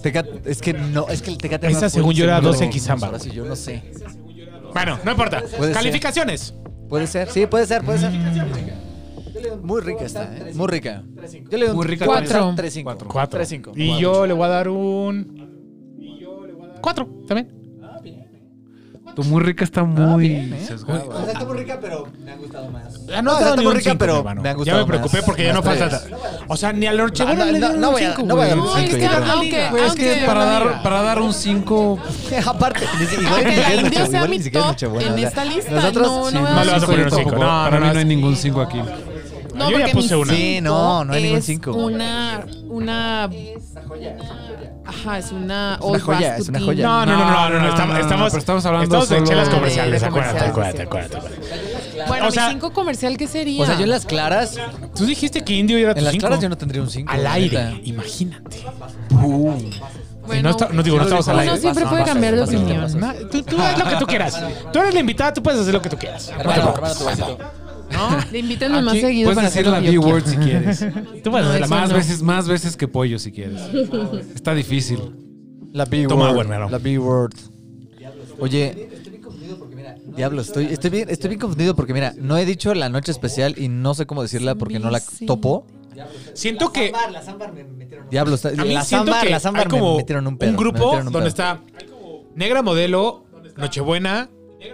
S5: Tecate- es que no, es que el Tecate
S4: Esa
S5: Ámbar fue
S4: según
S5: el
S4: yo era
S5: segundo
S4: 12X
S5: que
S4: ámbar.
S5: ahora sí, yo no sé.
S4: Bueno, no importa.
S5: ser.
S4: Calificaciones.
S5: Puede ser, sí, puede ser, puede ser. Muy rica está, ¿eh? Muy rica. Yo le doy
S2: Muy rica
S3: Cuatro.
S5: Tres cinco.
S2: Cuatro.
S4: Cuatro.
S5: Tres cinco.
S4: Y yo le voy a dar un. Cuatro también.
S2: Tu muy rica está muy
S1: bien, ¿eh?
S2: sesgada.
S5: O sea, está muy rica, pero me ha gustado más.
S4: Ya
S5: No, o sea,
S4: ha dado
S5: está
S4: ni
S5: muy
S4: un
S5: rica,
S4: cinco,
S5: pero
S4: mi hermano.
S5: me ha
S4: Ya
S5: gustado
S4: me preocupé
S5: más.
S4: porque ya no
S5: Más
S4: falta.
S5: tres.
S4: O sea, ni a Lord
S5: Ah,
S4: Chihuahua
S5: no,
S4: le
S5: no,
S4: dieron
S5: no
S4: un
S5: voy a-
S4: cinco,
S5: no voy a
S4: güey.
S5: dar un cinco, yo creo.
S3: aunque,
S2: Güey, pues, es que
S3: aunque-
S2: para dar, para dar un 5,
S5: Aparte, ni si- igual
S3: Aunque
S5: ni
S3: la
S5: siquiera es
S3: India
S5: mucho,
S3: sea
S5: igual
S3: mi
S5: ni siquiera es
S3: top
S5: mucho bueno,
S3: en
S5: o sea,
S3: esta lista,
S5: Nosotros,
S3: no,
S5: sí,
S3: no me
S2: no
S3: da
S2: le vas a
S3: cinco
S2: poner un
S3: tampoco.
S2: 5. No, para mí no hay ningún 5 aquí.
S3: No,
S4: Yo ya
S3: porque
S4: puse
S3: mi
S4: una.
S5: Sí, no, no hay
S3: es
S5: ningún cinco.
S3: Una, una. Ajá, es una. old
S5: joya,
S3: brass
S5: es una
S3: to
S5: joya.
S3: king.
S4: No, no, no, no, no, no, estamos, estamos,
S2: pero estamos hablando
S4: estamos en
S2: solo
S4: chelas
S2: de-
S4: comerciales,
S5: de
S4: acuérdate, acuérdate,
S5: comerciales,
S4: acuérdate, acuérdate.
S3: Bueno,
S4: O sea-
S3: mi cinco comercial, ¿qué sería?
S5: O sea, yo en las claras,
S4: Tú dijiste que Indio era tu
S5: en las
S4: cinco.
S5: claras yo no tendría un 5.
S4: Al aire, imagínate.
S3: Bueno,
S4: no, está- no digo, no estamos al
S3: uno
S4: aire.
S3: siempre
S5: Pasa,
S3: puede
S5: pasa,
S3: cambiar de
S5: pasa,
S3: opinión.
S5: pasa.
S4: Ma- Tú, tú haz lo que tú quieras. Tú eres la invitada, tú puedes hacer lo que tú quieras. No te preocupes.
S3: Le invítenme más
S2: Aquí
S3: seguido
S2: puedes
S3: para
S2: decir
S3: hacer lo
S2: la
S3: que yo
S2: B-word
S3: quiera.
S2: si quieres.
S4: Tú puedes hacer la
S3: eso
S2: más,
S4: más.
S3: no.
S2: veces, más veces que pollo si quieres. Está difícil.
S5: La B-word.
S4: Toma agua, hermano.
S5: La B-word. Oye. Diablo, estoy, estoy, bien, estoy bien confundido porque, mira, no he dicho la noche especial y no sé cómo decirla porque no la
S3: Sí.
S5: topo.
S4: Siento que
S5: Diablo, está,
S4: a mí
S5: la
S4: siento
S5: Zambar,
S4: que
S5: la Zambar
S4: hay
S5: me
S4: como
S5: metieron un pedo. me
S4: grupo
S5: metieron un
S4: donde
S5: pedo.
S4: está Negra Modelo, Nochebuena,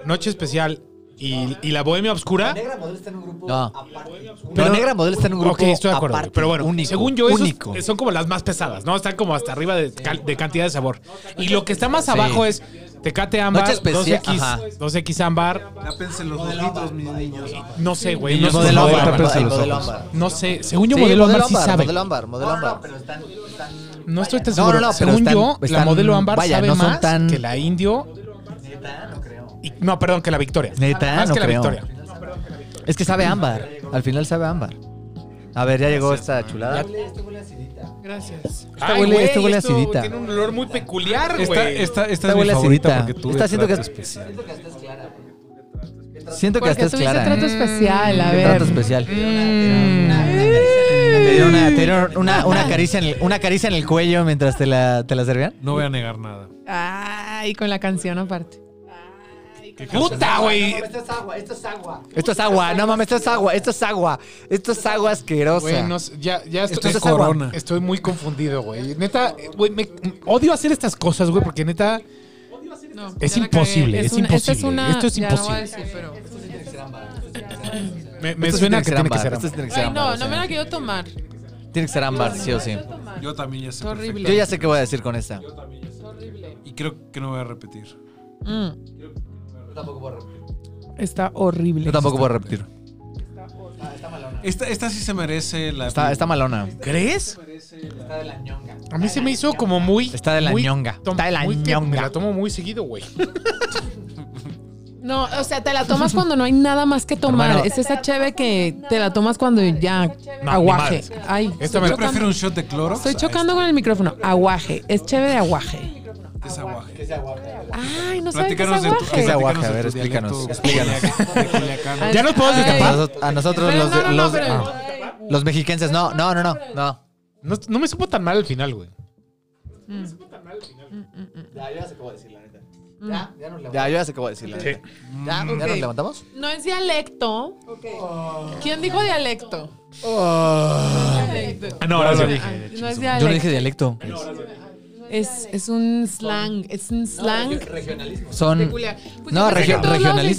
S4: Noche Especial y, y la Bohemia Obscura.
S5: No. Pero Negra Modelo está en un grupo
S4: Ok, estoy de acuerdo.
S5: aparte,
S4: pero bueno,
S5: único,
S4: según yo, esos
S5: único.
S4: son como las más pesadas, ¿no? Están como hasta arriba de, cal- de cantidad de sabor. Y lo que está más abajo es Tecate Ámbar,
S5: Noche especial,
S4: 2X,
S5: ajá.
S4: 2X Ámbar.
S2: Tápense los ojitos, mis niños.
S4: No sé, güey. No,
S5: Niños,
S4: sé,
S5: modelo
S4: por favor,
S5: ámbar,
S4: tápense
S5: modelo-
S4: los
S5: modelo
S4: ojos.
S5: ámbar.
S4: No sé, según yo,
S5: Sí,
S4: modelo Ámbar sí sabe.
S5: modelo ámbar, modelo ámbar.
S4: No estoy tan
S5: No, no,
S4: seguro.
S5: no, pero
S4: Según
S5: están-
S4: yo, la
S5: están-
S4: modelo ámbar
S5: vaya,
S4: sabe
S5: no son
S4: más
S5: tan-
S4: que la indio. Y- no, perdón, que la victoria.
S5: Neta,
S4: más
S5: no
S4: que
S5: creo.
S4: la victoria.
S5: Es que sabe ámbar. Al final sabe ámbar. A ver, ya llegó esta chulada.
S3: Gracias.
S5: Esta huele-
S4: güey,
S5: esta huele acidita.
S4: Tiene un olor muy peculiar, güey.
S2: Esta, esta, esta, es mi
S5: huele
S2: favorita
S5: acidita.
S2: porque tú
S5: Esta siento que es-
S2: especial.
S5: Siento que
S3: Porque
S5: esta es
S3: tú dices
S5: clara.
S3: trato
S5: ¿eh?
S3: especial, a
S5: Qué
S3: ver.
S5: Trato especial.
S4: Mm.
S5: Te dieron una, te dieron una, una caricia en el, una caricia en el cuello mientras te la, te la servían.
S2: No voy a negar nada.
S3: Ay, con la canción aparte.
S4: Puta, güey.
S5: Esto es agua, no mames, esto es agua, esto es agua, esto es agua asquerosa.
S4: Güey, no sé, ya, ya estoy,
S5: Esto es
S4: estoy-
S5: corona.
S4: estoy muy confundido, güey. Neta, güey, me- odio hacer estas cosas, güey, porque neta,
S3: No,
S4: Es
S3: ya la cagué.
S4: imposible, es
S3: una- esta
S4: imposible.
S3: una-
S4: Esto es
S3: ya no voy a
S4: imposible.
S3: decir, pero-
S4: me, me
S5: Esto sí
S4: suena que tiene que
S5: ámbar,
S4: ser.
S5: esto sí tiene que ser
S3: Ay,
S5: ámbar,
S3: no,
S5: o
S3: no
S5: sea,
S3: me la quiero tomar. Es
S5: Tiene que ser ámbar, sí o sí.
S2: Yo también ya sé.
S3: horrible.
S5: Yo ya sé qué voy a decir con esta.
S3: Es horrible.
S2: perfecto. Y creo que no voy a repetir.
S3: Mm. Está horrible.
S5: Yo tampoco voy a repetir.
S2: Esta, esta sí se merece la.
S5: Está, está malona.
S4: ¿Crees? A mí se me hizo como muy.
S5: Está de la
S4: muy
S5: ñonga.
S4: tom-
S5: Está de la
S4: muy que
S5: ñonga.
S4: Me la tomo muy seguido, güey.
S3: No, o sea, te la tomas cuando no hay nada más que tomar.
S5: Hermano.
S3: es esa cheve que te la tomas cuando ya aguaje.
S4: madres.
S3: Ay,
S4: Esta me
S2: Yo
S4: la-
S3: chocando-
S2: prefiero un shot de cloro.
S3: estoy chocando con el micrófono. Aguaje. Es cheve de aguaje.
S2: Es aguaje.
S3: Ay, no sabes qué es
S2: Platícanos de tu.
S3: aguaje.
S5: Es aguaje,
S2: platícanos
S5: a ver,
S2: de tu
S5: explícanos,
S2: dialecto de Culiacán.
S3: Ay,
S4: ¿Ya nos podemos
S3: ay.
S5: A
S4: destapar?
S5: nosotros- A nosotros
S3: Pero
S5: los,
S3: no, no, no,
S5: los,
S3: pero-
S5: ah, los mexiquenses, no, no, no, no, no.
S4: No, no me supo tan mal al final, güey.
S5: Ya, yo ya sé qué voy a decirle.
S4: Sí.
S5: ¿Ya, ¿Ya nos levantamos?
S3: No es dialecto. ¿Quién dijo dialecto?
S4: Ah, no, ahora sí.
S3: Ah, No es
S5: Yo no dije
S3: dialecto.
S5: dialecto.
S3: Es, es un slang. Es un slang.
S5: Son.
S3: peculiar. Pues yo
S5: No,
S3: pensé que
S5: regio-
S3: en todos lados dice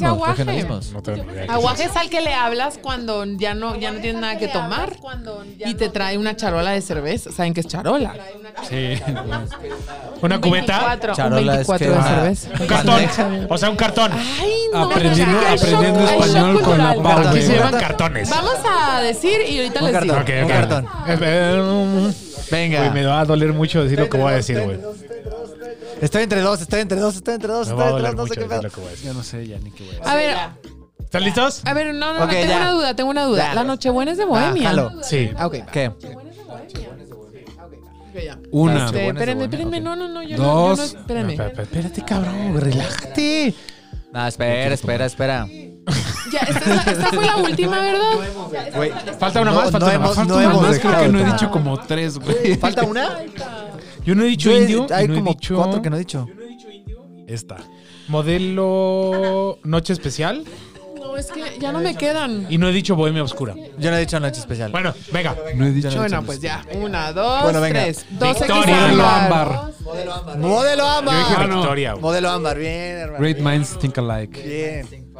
S5: regionalismos.
S3: aguaje.
S5: Regionalismos.
S4: No tengo ni idea.
S3: Aguaje es al que le hablas cuando ya no, ya no tiene nada que tomar y te trae una charola de cerveza. ¿Saben qué es charola?
S4: Sí. Una cubeta.
S3: 24, un
S5: Charola es
S3: 24
S5: que-
S3: de
S5: ah,
S4: Un
S3: cerveza.
S4: cartón. O sea, un cartón.
S3: Ay, no.
S2: Aprendiendo-
S3: Hay shock-
S2: aprendiendo
S3: hay shock
S2: español con la
S3: cultural.
S2: Pau,
S4: Aquí
S2: güey.
S4: se llevan cartones.
S3: Vamos a decir y ahorita les digo.
S5: cartón.
S4: Ok, ok.
S5: Un cartón.
S4: Eh, eh, Güey, me
S5: Venga.
S4: va a doler mucho decir lo que voy a decir, güey.
S5: Estoy entre dos, estoy entre dos, estoy entre dos,
S4: Me va a
S5: estoy
S4: doler
S5: entre dos, no
S4: mucho
S5: sé qué
S4: decir
S5: pedo.
S4: lo que voy a decir.
S2: Yo no sé ya ni qué voy a
S3: A ver,
S4: ¿Están listos?
S3: a ver, no, no, no,
S5: Ok,
S3: tengo
S5: ya.
S3: una duda, tengo una duda.
S5: Ya.
S3: La Nochebuena es de Bohemia.
S5: Ah, jalo.
S4: Sí.
S3: Ah, ok, va.
S5: ¿Qué?
S3: Ok, ya.
S2: Una.
S3: Este, espérenme, espérenme, no, no, no, yo no, yo no,
S2: Dos.
S3: espérenme.
S4: Espérate,
S5: Este
S4: espérate, cabrón, güey, relájate.
S5: No, espera, espera, espera.
S3: Ya, esta, es la- esta fue la última, ¿verdad?
S4: Falta una
S5: No,
S4: más,
S5: no
S4: falta una más.
S5: hemos-
S4: Falta
S5: no
S4: una
S5: hemos
S4: más.
S2: Más creo que
S5: dejado.
S2: no he dicho como tres, güey.
S5: ¿Falta una?
S4: Yo no he dicho
S5: Yo he-
S4: indio.
S5: Hay
S4: y no he
S5: como
S4: dicho-
S5: cuatro que no he dicho.
S4: Esta. Modelo Noche Especial.
S3: No, es que ya no me quedan.
S4: Y no he dicho Bohemia Oscura.
S5: Yo no he dicho noche especial.
S4: Bueno, venga.
S2: No he dicho
S3: Bueno, pues ya. Una, dos,
S5: Bueno, venga.
S3: tres. Dos
S4: Victoria
S3: X
S2: Modelo
S3: ámbar.
S2: ámbar.
S5: modelo ámbar. Modelo
S4: Yo dije
S5: ámbar.
S2: no.
S4: Victoria. güey.
S5: Modelo ámbar, bien, hermano.
S2: Great minds think alike.
S5: Bien.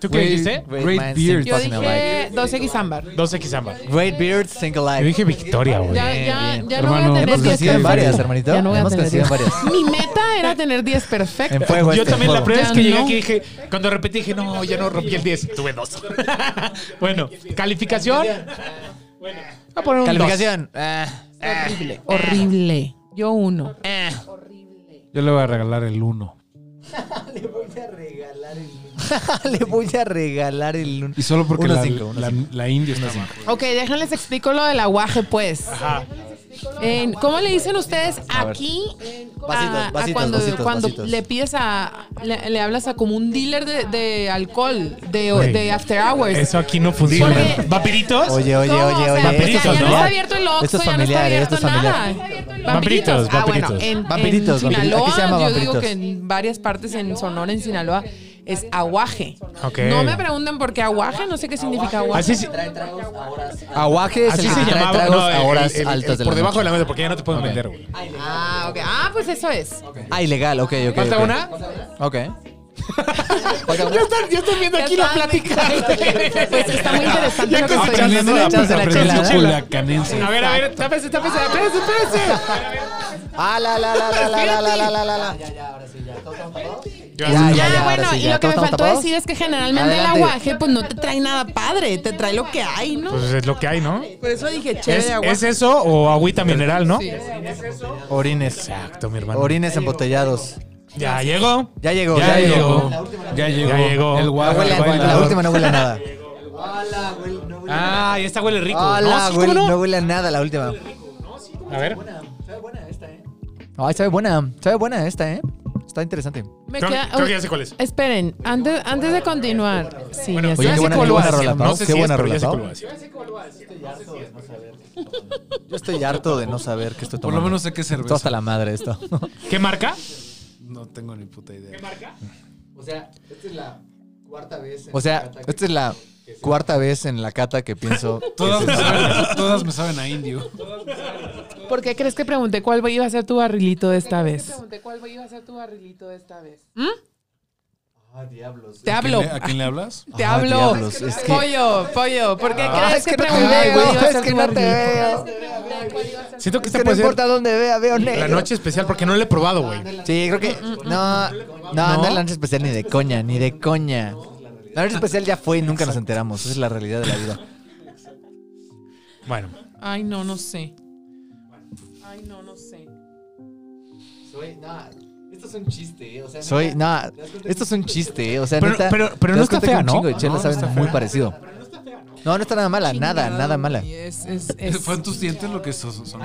S4: ¿Tú qué
S2: Güey,
S4: dijiste?
S5: Great
S2: Great
S5: minds
S2: beards.
S5: think
S3: Yo
S5: fucking alike.
S3: dije dos X ámbar.
S4: 2X ámbar.
S5: Great beards think
S4: Yo
S5: alike.
S4: dije Victoria, güey.
S3: Ya, ya,
S5: bien.
S3: ya no voy a
S2: Hermano,
S3: tener
S2: hemos
S3: 10
S2: coincidido en
S3: perfectos.
S2: varias,
S5: hermanito.
S3: Ya no voy a
S5: Hemos
S3: tener
S5: coincidido en
S3: 10.
S5: varias.
S3: Mi meta era tener 10
S5: En
S3: perfectos.
S5: fuego
S4: Yo
S5: este,
S4: también la
S5: fuego.
S4: primera vez
S3: Ya
S4: que llegué
S3: no.
S4: aquí dije, cuando repetí dije, no, ya no rompí el 10, tuve dos. bueno, calificación. Bueno, voy a poner un
S5: Calificación. Ah,
S3: Horrible. Horrible. Yo uno.
S2: Yo le voy a regalar el uno.
S5: Le voy a regalar el uno.
S2: Y solo porque
S5: Uno
S2: la,
S5: cinco, uno
S2: la- la India está mal.
S3: Ok, déjenles explico lo del aguaje, pues. En- ¿Cómo le dicen ustedes aquí a-
S5: Vasitos,
S3: a
S5: vasitos,
S3: cuando,
S5: vasitos,
S3: cuando
S5: vasitos.
S3: le pides a, le, le hablas a como un dealer de, de alcohol, de,
S4: Güey.
S3: de after hours?
S4: Eso aquí no funciona.
S3: Porque-
S4: ¿Vapiritos?
S5: Oye, oye,
S3: ¿Cómo?
S5: oye,
S3: O sea,
S5: oye.
S3: pues,
S4: Vampiritos,
S3: ya, ya
S4: ¿no?
S3: no está abierto el Oxxo,
S5: Esto es
S3: ya no está
S5: familiar,
S3: abierto
S5: esto es familiar.
S3: nada.
S4: Vampiritos,
S3: Ah, bueno,
S4: vampiritos.
S3: en, en
S5: Vampiritos, vampiritos.
S3: Sinaloa,
S5: Aquí se llama
S3: yo digo
S5: vampiritos.
S3: que en varias partes en Sonora, en Sinaloa, es aguaje.
S4: Ok. Ah,
S3: No me pregunten por qué aguaje, no sé qué significa aguaje.
S4: Así, se-
S5: Aguaje es
S4: así
S5: el
S4: se
S5: que trae
S4: llamaba.
S5: tragos
S4: no, el-
S5: a horas
S4: el- el-
S5: altas de la
S4: Por debajo de
S5: noche.
S4: la mesa, porque ya no te pueden vender, güey.
S3: Ah, ok. Ah, pues eso es.
S5: Ah, ilegal, ok, ok.
S4: ¿Falta
S5: ok.
S4: una?
S5: Ok. Falta una.
S4: Yo estoy, yo estoy viendo aquí
S3: Ya
S4: la
S3: está,
S4: plática.
S3: Pues está muy interesante
S4: Ya
S3: lo que
S4: casi
S3: estoy
S4: echando
S5: diciendo.
S4: la-
S5: Echarse la
S4: aprendiendo
S5: chela.
S4: culiacanense. A ver, a ver, tápese, tápese, espérese, espérese.
S5: Ah, la, la, la, la, la, la, la, la, la, la, la. Ya, ya, ahora sí, ya.
S3: Ah,
S5: Ya, ya, ya,
S3: bueno,
S5: ahora sí,
S3: y
S5: ya.
S3: lo que
S5: ¿Todos
S3: me
S5: estamos
S3: faltó
S5: tapados?
S3: decir es que generalmente
S5: Adelante.
S3: el aguaje pues no te trae nada padre, te trae lo que hay, ¿no?
S4: Pues es lo que hay, ¿no?
S3: Por eso dije chévere
S4: ¿Es,
S3: de aguaje.
S4: es eso o agüita mineral, no?
S5: Orines.
S4: Exacto, mi hermano.
S5: Orines embotellados.
S4: Ya llegó.
S5: Ya llegó,
S4: Ya
S5: ya
S4: llegó.
S5: llegó.
S2: Ya llegó.
S4: Ya llegó.
S2: El
S5: La
S2: guapo.
S5: huele- La última no huele a nada.
S4: Ah, y esta huele rico.
S5: Hola,
S4: no, sí,
S5: huele-
S4: ¿cómo
S5: no
S4: no?
S5: huele a nada la última.
S4: A ver.
S6: ¿eh?
S5: Ay, sabe buena, sabe buena esta, ¿eh? Está interesante.
S3: Me
S4: Creo-
S3: queda-
S4: creo que ya sé cuál es.
S3: Esperen, antes, antes de continuar. Sí, ya
S4: Oye,
S5: Oye,
S3: sé.
S5: qué
S4: qué
S5: buena- qué buena rola, Pau,
S4: No sé
S5: qué
S4: si
S5: buena
S4: es, pero
S5: rola,
S4: ya sé
S5: Pau.
S4: cuál va a ser.
S5: Yo estoy harto de no saber qué estoy
S2: Por
S5: tomando.
S2: lo menos sé qué
S5: Estoy hasta
S2: cerveza.
S5: la madre esto.
S4: ¿Qué marca?
S2: No tengo ni puta idea.
S6: O sea, esta es la cuarta vez. en
S5: O sea,
S6: Yucatán que-
S5: esta es la cuarta vez en la cata que pienso.
S2: Todas me, saben, todas me saben a indio.
S3: ¿Por qué crees que pregunté cuál iba a ser tu barrilito de esta vez? ¿Mm?
S6: ¿Cuál iba a ser tu barrilito de esta vez? Ah, diablos.
S3: Te hablo.
S2: ¿A quién le- ¿A quién le hablas?
S3: Te
S5: Ah,
S3: hablo.
S5: diablos, es que-
S3: Pollo, pollo. ¿Por qué
S5: Ah,
S3: crees
S5: es
S3: que
S5: que no te
S3: pregunté
S5: veo,
S3: cuál iba a
S5: es
S3: ser
S5: que
S3: tu
S5: no te
S3: barrilito?
S5: veo.
S4: Siento que
S5: Es
S4: esta
S5: que no
S4: puede ser
S5: importa dónde vea, veo
S4: la
S5: negro.
S4: noche especial porque no la he probado, güey.
S5: Sí, creo que. No, no, no es la noche especial ni de coña, ni de coña. La noche especial ya fue y nunca nos enteramos. Esa es la realidad de la vida.
S4: Bueno,
S3: Ay, no, no sé. Ay, no, no sé.
S6: Soy, no, esto es un chiste, eh, o sea.
S5: Soy.
S6: neta,
S5: No, esto es un chiste, ¿eh? O sea,
S4: Pero-
S5: neta,
S4: pero- pero no
S5: ¿te das
S4: está
S5: cuenta que
S4: fea,
S5: un
S4: ¿no?
S5: chingo de chela
S4: No,
S5: sabe
S4: no está
S5: muy
S4: fea.
S5: parecido. No, no está nada mala, nada, nada mala.
S3: Es, es, es-
S2: ¿Fue en tus dientes lo que son? son-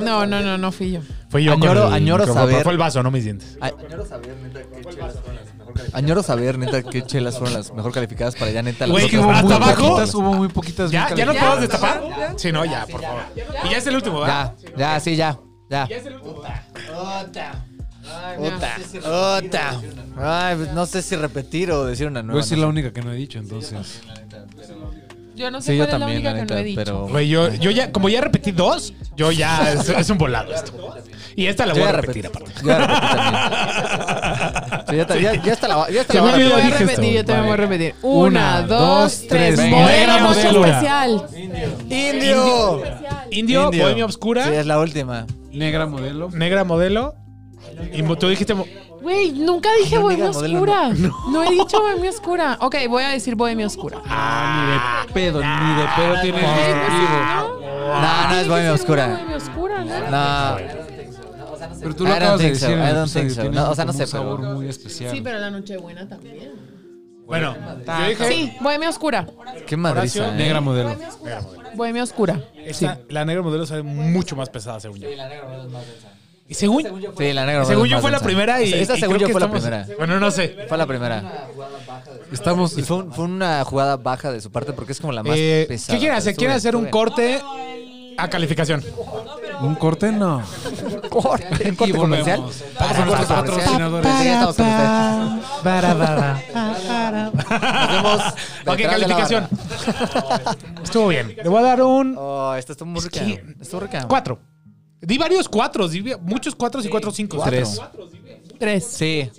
S3: No, no, no, no fui yo.
S4: fue yo
S5: Añoro-
S4: con el
S5: añoro
S4: micrófono,
S5: saber-
S4: pero Fue el vaso, no mis dientes.
S5: Ay,
S6: Quiero saber, neta, qué chelas son las mejor calificadas.
S5: Añoro saber, neta, qué chelas fueron las mejor calificadas para ya, neta. las
S4: Güey,
S2: Es que
S5: otras
S2: hubo
S5: muy
S4: hasta
S2: muy
S4: abajo.
S2: poquitas, hubo muy poquitas.
S4: ¿Ya?
S2: bien
S4: ¿Ya lo
S2: calificadas.
S4: podemos destapar? Sí, no, ya, por favor. Y ya es el último, ¿verdad?
S5: Ya, ya, sí, ya. Ya. Ota. Ota. Ay, pues no sé si repetir o decir una
S2: Voy a
S4: Pues
S5: nueva.
S2: decir la única que no he dicho, entonces.
S3: Yo no
S5: ¿no?
S3: sé
S5: Sí, yo
S3: cuál es la
S5: también,
S3: única
S5: la
S3: que
S5: neta,
S3: no he dicho.
S5: pero.
S4: Güey, yo, yo ya, como ya repetí dos, yo ya es, es un volado esto. Y esta la
S5: Yo
S4: voy a
S5: ya
S4: repetir
S5: repetí.
S4: aparte.
S5: Yo ya repetí también. Sí, ya, ta- ya, ya hasta la ya hasta la
S4: Según
S5: hora.
S4: yo ya
S3: Voy a
S4: dije
S3: repetir,
S4: esto,
S3: yo también voy a
S4: vale.
S3: repetir. Una, dos, tres.
S5: tres.
S3: Modelo
S4: Negra
S3: noche
S4: modelo.
S3: especial.
S5: ¡Indio!
S4: Indio,
S5: Indio.
S4: Bohemia
S5: Sí,
S4: Obscura,
S5: es la última.
S2: Negra modelo.
S4: Negra Modelo. Y mo- tú dijiste. mo-
S3: Güey, nunca dije
S5: No
S3: bohemia
S5: digas modelo,
S3: oscura. No. he dicho bohemia oscura. Ok, voy a decir bohemia oscura.
S2: Ah, ni de pedo, ni de pedo tiene
S3: ¿Qué
S2: el distintivo.
S3: no?
S5: No, no
S3: Tiene
S5: es
S3: que
S5: Bohemia
S3: ser una
S5: Oscura.
S3: bohemia oscura, ¿no?
S5: No.
S2: Pero tú lo
S5: I don't
S2: acabas de
S5: think
S2: decir.
S5: so,
S2: en
S5: I
S2: el
S5: don't
S2: episodio,
S5: think so.
S2: tiene
S5: No, o sea, no
S2: como
S5: sé,
S2: Un sabor
S5: pero-
S2: muy especial.
S3: Sí, pero la Nochebuena también.
S4: Bueno, yo dije.
S3: Sí, bohemia oscura.
S5: Qué madriza.
S4: Horacio,
S5: ¿eh?
S2: Negra modelo.
S3: Bohemia oscura.
S4: Esta- La negra modelo sabe mucho más pesada, según yo. Y según,
S5: Sí, la negra.
S4: según
S5: más
S4: yo fue la
S5: densa.
S4: primera y.
S5: Esa
S4: y
S5: según
S4: creo
S5: yo
S4: que
S5: fue la
S4: estamos-
S5: primera.
S4: Bueno, no sé.
S5: Fue la primera.
S2: Estamos.
S5: Y fue, un- fue una jugada baja de su parte porque es como la más
S4: Eh,
S5: pesada.
S4: ¿Qué quieren hacer?
S5: Sube,
S4: ¿Quieren hacer un
S5: sube.
S4: corte a calificación?
S2: ¿Un corte? No.
S5: corte, un corte
S2: Y volvemos.
S5: comercial.
S2: Vamos a nuestros
S5: Corte comercial.
S2: patrocinadores.
S5: Sí, estamos con ustedes. Nos vemos
S4: Ok,
S5: detrás de la
S4: calificación. Estuvo bien. Le voy a dar un
S5: Oh, esta está muy rica. Está muy rica.
S4: cuatro. Di varios cuatro, di vi- muchos cuatro y cuatro cinco.
S5: Tres.
S3: Tres.
S5: Sí.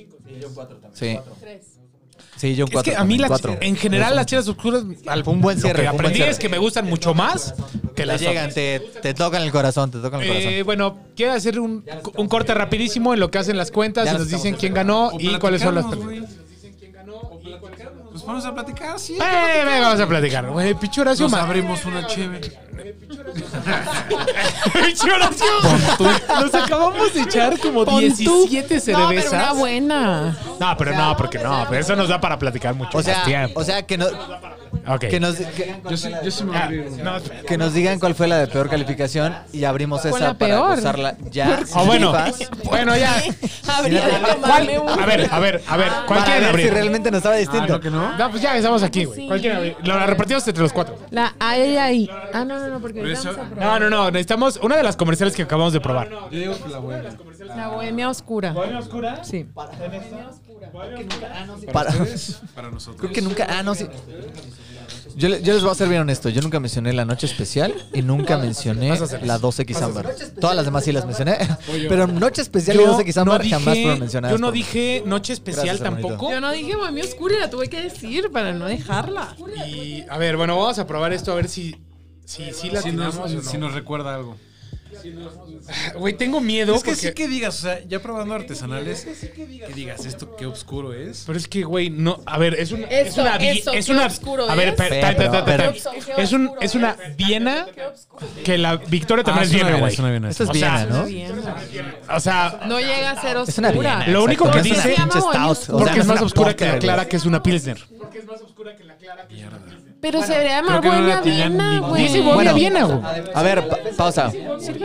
S5: Sí, Sí, yo un
S4: Es
S5: cuatro
S4: que a mí
S5: también,
S4: las,
S5: cuatro.
S4: en general las chelas oscuras al
S5: Un buen cierre,
S4: Lo que
S5: un buen
S4: aprendí
S5: cierre.
S4: es que me gustan mucho más que
S5: Te
S4: las
S5: llegan,
S4: otras.
S5: te, te tocan el corazón, te tocan el corazón.
S4: Eh, bueno, quiero hacer un, un corte rapidísimo en lo que hacen las cuentas
S5: Ya
S4: y
S5: nos
S4: nos dicen
S5: estamos
S4: quién ganó
S2: O
S4: y cuáles son las
S2: platicamos,
S4: pérdidas.
S2: güey. O platicamos. Pues vamos a platicar, sí.
S4: Eh, venga, vamos a platicar. Güey, pinche Horacio
S2: Nos
S4: Ma-
S2: abrimos una chévere.
S4: Pinche Horacio. Nos acabamos de echar como
S3: Pon tú.
S4: 17
S3: No, pero una
S4: cervezas.
S3: buena.
S4: No, pero no, porque no. pero Eso nos da para platicar mucho
S5: O
S4: más
S5: sea,
S4: tiempo.
S5: o sea que, no,
S4: Ok.
S5: que, nos, que,
S2: Yo sí, yo sí me abrí una.
S4: No, espera.
S5: que nos digan cuál fue la de peor calificación y abrimos
S3: ¿Cuál
S5: esa
S3: la
S5: para
S3: peor?
S5: usarla ya.
S4: Ah, bueno,
S5: Vas.
S4: bueno, ya.
S3: Habría de tomarme un-
S4: A ver, a ver, a ver. ¿Cuál
S5: Para
S4: quieren
S5: ver si
S4: abrir?
S5: realmente nos estaba
S2: Ah,
S5: distinto.
S2: ¿no que no?
S4: No, pues ya estamos aquí, güey.
S3: Sí.
S4: ¿Cuál quieren abrir? Lo, lo repartimos entre los cuatro.
S3: La ahí. Ah, no, no, no, porque ahorita vamos a probar.
S4: No, no, no. Necesitamos una de las comerciales que acabamos de probar.
S2: Yo digo que la buena.
S3: La bohemia oscura.
S4: oscura?
S3: Sí.
S5: Para,
S2: Para nosotros.
S5: creo que nunca. Ah, no, sí. Yo, le- yo les voy a ser bien honesto. Yo nunca mencioné la noche especial y nunca mencioné la 12X Amber. Todas las demás sí las mencioné. Pero noche especial y 12X Amber jamás fueron mencionadas.
S4: yo no
S5: por mí.
S4: dije noche especial
S5: Gracias, hermanito.
S4: tampoco.
S3: Yo no dije bohemia oscura, la tuve que decir para no dejarla.
S4: Y a ver, bueno, vamos a probar esto a ver si si, si la
S2: Si
S4: tenemos
S2: nos,
S4: o no.
S2: si nos recuerda algo.
S4: Güey, tengo miedo
S2: Es que
S4: porque-
S2: sí que digas, o sea, ya probando artesanales, que digas esto qué oscuro es.
S4: Pero es que, güey, no. A ver, es, un, es
S3: Eso,
S4: una. vi-
S3: eso,
S4: es
S3: qué
S4: una.
S3: oscuro
S4: a ver,
S3: es.
S4: per-
S5: Sí,
S4: ta- ta-
S5: pero-
S4: ta- ta-
S5: pero-
S4: ta- es, un, es una Viena que la Victoria
S2: Ah,
S4: también es
S2: suena
S4: Viena,
S2: bien,
S4: güey.
S2: suena bien.
S5: Esta es
S4: O sea,
S5: Viena, ¿no?
S4: O sea,
S3: No llega a ser oscura.
S5: Es una Viena.
S4: Lo único
S5: exacto.
S4: que
S5: No es una
S4: dice-
S5: pinche stout, o sea,
S4: porque
S5: no
S4: es más
S5: una
S4: oscura que
S5: porca,
S4: la
S5: güey.
S4: clara, que es una Pilsner.
S3: Pero se debería llamar
S2: creo que no la
S3: bohemia
S2: tenían
S3: Viena,
S2: ningún-
S3: güey.
S4: Dice bohemia
S5: Bueno.
S4: Viena, güey.
S5: A ver, pa- pausa.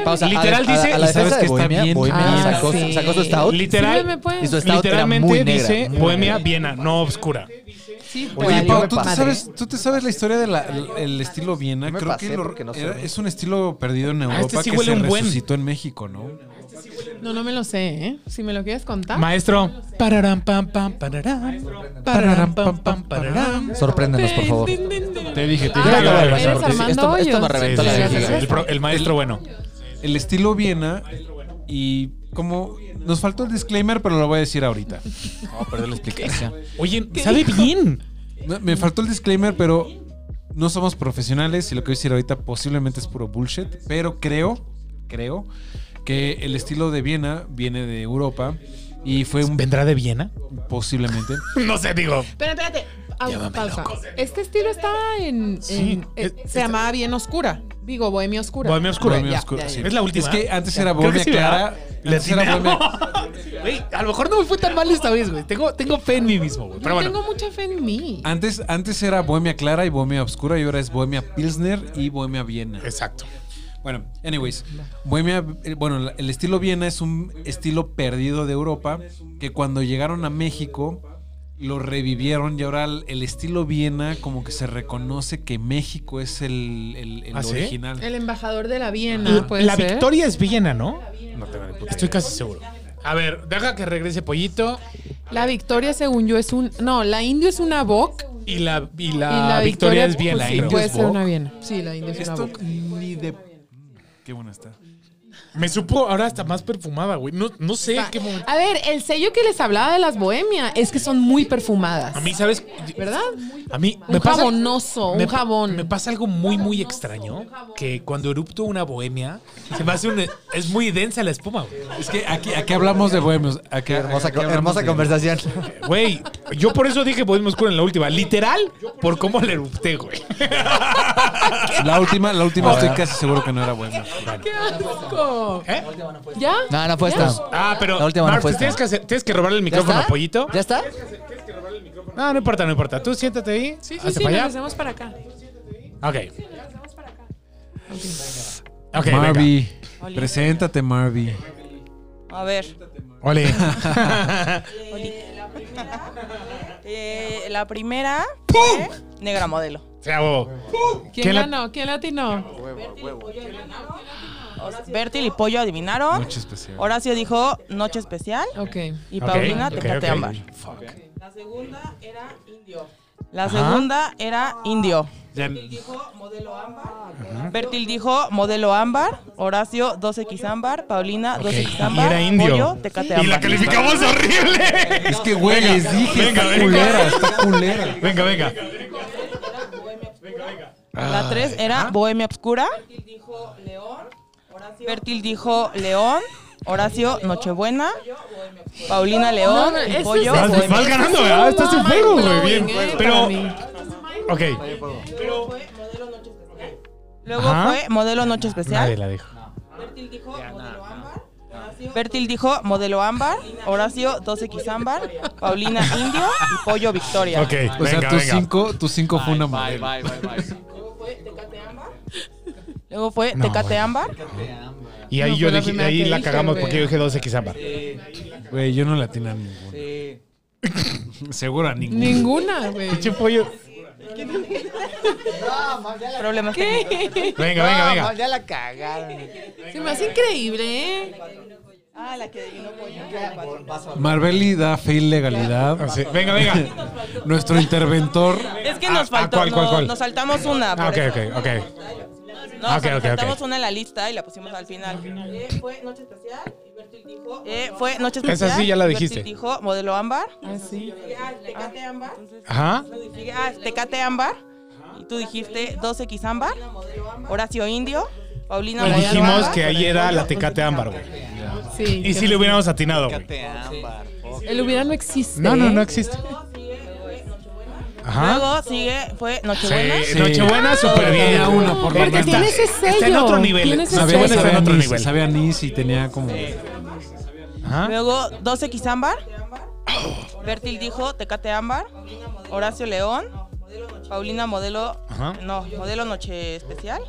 S5: Pausa.
S4: Literal
S5: A- a-
S4: dice-
S5: A la
S4: ¿y sabes
S5: defensa de
S2: que está
S5: Bohemia,
S2: bien?
S5: Bohemia
S3: Ah,
S5: sacó,
S3: sí.
S5: sacó su stout.
S4: Literal-
S3: Sírveme, pues.
S5: Y su stout era
S4: Literalmente
S5: muy negra.
S4: dice
S5: muy
S4: Bohemia
S5: negra.
S4: Viena, no oscura.
S3: Sí,
S2: Oye,
S3: te
S5: Oye, yo
S3: valió
S5: me
S2: Pau, ¿tú te,
S5: pasé.
S3: madre.
S2: sabes, tú te sabes la historia del estilo Viena.
S5: Yo me
S2: Creo
S5: pasé
S2: que lo-
S5: porque no sé.
S2: era- es un estilo perdido en Europa
S4: este sí
S2: que
S4: huele
S2: se
S4: un buen.
S2: resucitó en México, ¿no?
S3: No, no me lo sé, ¿eh? Si me lo quieres contar.
S4: Maestro. Pararam, pam, pam, pararam. Pararam, pam, pam, pararam.
S5: Sorpréndenos, por favor.
S3: Tin, tin, tin, tin.
S2: Te dije, te
S3: Ah,
S2: dije que
S4: iba a
S2: iba a
S4: regresar,
S2: regresar.
S3: eres
S5: porque sí,
S3: Armando
S5: esto- esto me
S3: Hoyos.
S5: reventó
S4: Sí,
S5: la
S4: sí,
S5: verga.
S4: sí,
S3: Gracias.
S4: el, pro- el maestro bueno.
S2: El estilo Viena y como nos faltó el disclaimer, pero lo voy a decir ahorita.
S5: No, perdí la explicación.
S4: Oye, sabe bien.
S2: Me- Me faltó el disclaimer, pero no somos profesionales y lo que voy a decir ahorita posiblemente es puro bullshit, pero creo, creo que el estilo de Viena viene de Europa y fue un
S4: ¿Vendrá de Viena?
S2: posiblemente.
S4: No sé, digo.
S3: Espera, espérate. Ah, pausa. Este estilo estaba en.
S4: Sí,
S3: en- eh,
S4: es-
S3: se llamaba bien oscura. Digo, bohemia oscura.
S4: Bohemia Oscura.
S2: Bohemia
S3: Ya,
S2: Oscura,
S3: ya,
S2: sí.
S4: Es la última.
S2: Es que antes era
S4: Creo que
S2: Bohemia
S4: sí, ¿verdad?
S2: Clara.
S4: Le
S2: antes era
S4: atinamos.
S2: Bohemia-
S4: Güey, a lo mejor no me fue tan mal esta vez, güey. Tengo, tengo fe en mí mismo, güey.
S3: Yo
S4: Pero bueno.
S3: tengo mucha fe en mí.
S2: Antes, antes era Bohemia Clara y Bohemia Obscura y ahora es Bohemia Pilsner y Bohemia Viena.
S4: Exacto.
S2: Bueno, anyways, Bohemia, eh, bueno, la- el estilo Viena es un estilo perdido de Europa que cuando llegaron a México lo revivieron y ahora el, el estilo Viena como que se reconoce que México es el, el- el
S4: ¿Ah, sí?
S2: original.
S3: El embajador de la Viena. puede
S4: Ah, la
S3: ser.
S4: victoria es Viena, ¿no? No tengo ni puta idea. Estoy casi seguro. A ver, deja que regrese Pollito
S3: La victoria, según yo, es un. No, la indio es una Boc.
S4: y la, y la,
S3: y la
S4: victoria, es
S3: pues,
S4: Viena.
S3: sí,
S4: Indios
S3: puede ser
S4: Boc.
S3: una Viena. Sí, la indio es una
S2: Esto
S3: Boc.
S2: ni de... Qué buena está.
S4: Me supo ahora hasta más perfumada, güey. No, no sé en eh, qué momento.
S3: A ver, el sello que les hablaba de las bohemias es que son muy perfumadas.
S4: A mí, ¿sabes?
S3: ¿Verdad?
S4: A mí
S3: Un jabonoso, un
S4: me-
S3: jabón.
S4: Me pasa algo muy, muy extraño. Que cuando erupto una bohemia, se me hace un. Es muy densa la espuma, güey.
S2: Es que aquí, aquí hablamos de bohemios. Aquí,
S5: Ah, Hermosa,
S2: aquí hablamos
S5: hermosa
S2: de-
S5: conversación.
S4: Güey, yo por eso dije Bohemia Oscura en la última. Literal, por cómo le erupté, güey.
S2: La última, la última
S5: A
S2: estoy
S5: ver.
S2: casi seguro que no era bohemia.
S3: ¡Ah, ¡Qué asco!
S4: ¿Eh?
S3: ¿Ya?
S5: No, no fue
S3: ¿Ya?
S5: esta.
S4: Ah, pero.
S5: La última no
S4: Marf,
S5: fue
S4: tienes,
S5: esta.
S4: que hacer- tienes que robarle el
S5: ¿Ya
S4: micrófono a
S5: está?
S4: Pollito.
S5: ¿Ya está?
S4: No, no importa, no importa. Tú siéntate ahí.
S3: Sí, sí,
S4: hacia
S3: sí,
S4: para
S3: nos
S4: allá.
S3: hacemos para acá.
S4: Ok. Ok, venga.
S2: Marvy, preséntate Marvy.
S7: A ver,
S4: Ole.
S7: eh, la primera fue Negra Modelo.
S4: Chavo.
S3: ¿Quién
S4: ¿Quién la-
S3: ganó? ¿Quién latinó?
S7: Ay, O sea, Bertil y Pollo adivinaron.
S2: Noche especial.
S7: Horacio dijo noche especial.
S3: Ok.
S7: Y
S4: Ok,
S7: Paulina
S4: ok,
S7: Tecate
S4: ok.
S7: Ámbar.
S2: Fuck.
S7: La segunda era indio. La segunda era indio.
S2: Ya-
S7: dijo modelo ámbar. Bertil dijo modelo ámbar. Horacio 2X ámbar. Paulina 2X
S4: Y
S7: ámbar.
S4: era indio.
S7: Pollo, Tecate
S4: Y la
S7: ámbar.
S4: calificamos horrible.
S1: Es que, güey, les dije,
S4: venga,
S1: está
S4: venga.
S1: culera, está culera.
S4: Venga, venga.
S7: La 3 era Bohemia Obscura. Bertil dijo León. Bertil dijo León. Horacio, Nochebuena. Paulina León.
S3: No, no,
S7: y
S3: eso
S7: Pollo.
S3: es-
S4: Vas, vas
S7: Bohemia.
S4: ganando, ¿verdad? Estás en juego, güey. Bien.
S3: Mind-blowing, eh, para
S4: Pero,
S3: mí.
S4: ok.
S7: Luego
S4: Ajá.
S7: fue Modelo
S4: Nadie
S7: Noche Especial.
S4: la dijo.
S7: Bertil dijo Modelo Ámbar. Bertil dijo Modelo Ámbar. Horacio, 2X Ámbar. Paulina Indio y Pollo Victoria.
S4: Ok, venga,
S2: O sea, tus
S4: venga.
S2: cinco, tus cinco fue una
S6: Bye,
S2: modelo.
S6: bye, bye, bye.
S7: Luego fue
S4: No,
S7: Tecate
S4: bueno.
S7: Ámbar.
S4: Y ahí
S3: No,
S4: yo
S3: fue la
S4: dije,
S3: primera
S4: ahí
S3: que
S4: la
S3: dije,
S4: cagamos
S3: güey.
S4: porque yo dije 2X ámbar.
S2: Güey, yo no le atiné a ninguno.
S6: Sí.
S2: Seguro a ninguno.
S3: Ninguna, güey.
S4: Pinche pollo.
S7: Problemas técnicos.
S3: ¿Qué?
S4: Venga, venga, venga.
S5: ya la cagaron.
S3: Se me hace increíble, ¿eh?
S7: Ah, la que adivinó Pollo.
S2: Marbelli da fe y legalidad.
S4: Ah, sí. Venga, venga.
S2: Nuestro interventor.
S7: Es que
S4: Ah,
S7: nos
S4: ah,
S7: faltó,
S4: ¿cuál, cuál,
S7: no-
S4: cuál?
S7: nos saltamos una.
S4: Ah,
S7: por
S4: ok,
S7: eso.
S4: ok, ok.
S7: No,
S4: Ah,
S7: o sea,
S4: ok, ok, ok.
S7: nos saltamos una en la lista y la pusimos al final. Eh, fue Noche Especial y Bertil dijo. fue Noche
S4: Esa
S7: Especial.
S4: sí ya la
S7: Bertil
S4: dijiste.
S7: dijo modelo ámbar.
S3: Así.
S7: "Ah, Tecate ámbar.
S4: Ajá.
S7: Ah, Tecate ámbar. Y tú dijiste 2X ámbar. Horacio Indio. Paulina
S4: Y
S7: modelo
S4: Pues dijimos
S7: ámbar.
S4: que ahí era la tecate ámbar, güey.
S3: Sí.
S4: Y si le hubiéramos atinado, güey.
S5: Te ámbar.
S3: El hubiera no existe.
S4: No, no, no
S3: ¿eh?
S4: existe. Ajá.
S7: Luego sigue, fue
S4: Sí,
S7: Nochebuena.
S2: Sí.
S4: Nochebuena, súper bien.
S2: Tenía una por lo
S4: Está-
S2: menos.
S3: tiene ese
S4: Está en
S3: sello,
S4: otro nivel.
S3: tiene ese
S4: Nochebuena
S3: sello.
S4: está en otro
S2: Pues anís,
S4: nivel.
S2: Sabe a anís y tenía como.
S4: Ajá. Oh.
S7: Luego 2X ámbar. Bertil dijo Tecate ámbar. Horacio León. Paulina modelo.
S4: Ajá.
S7: No, modelo noche especial.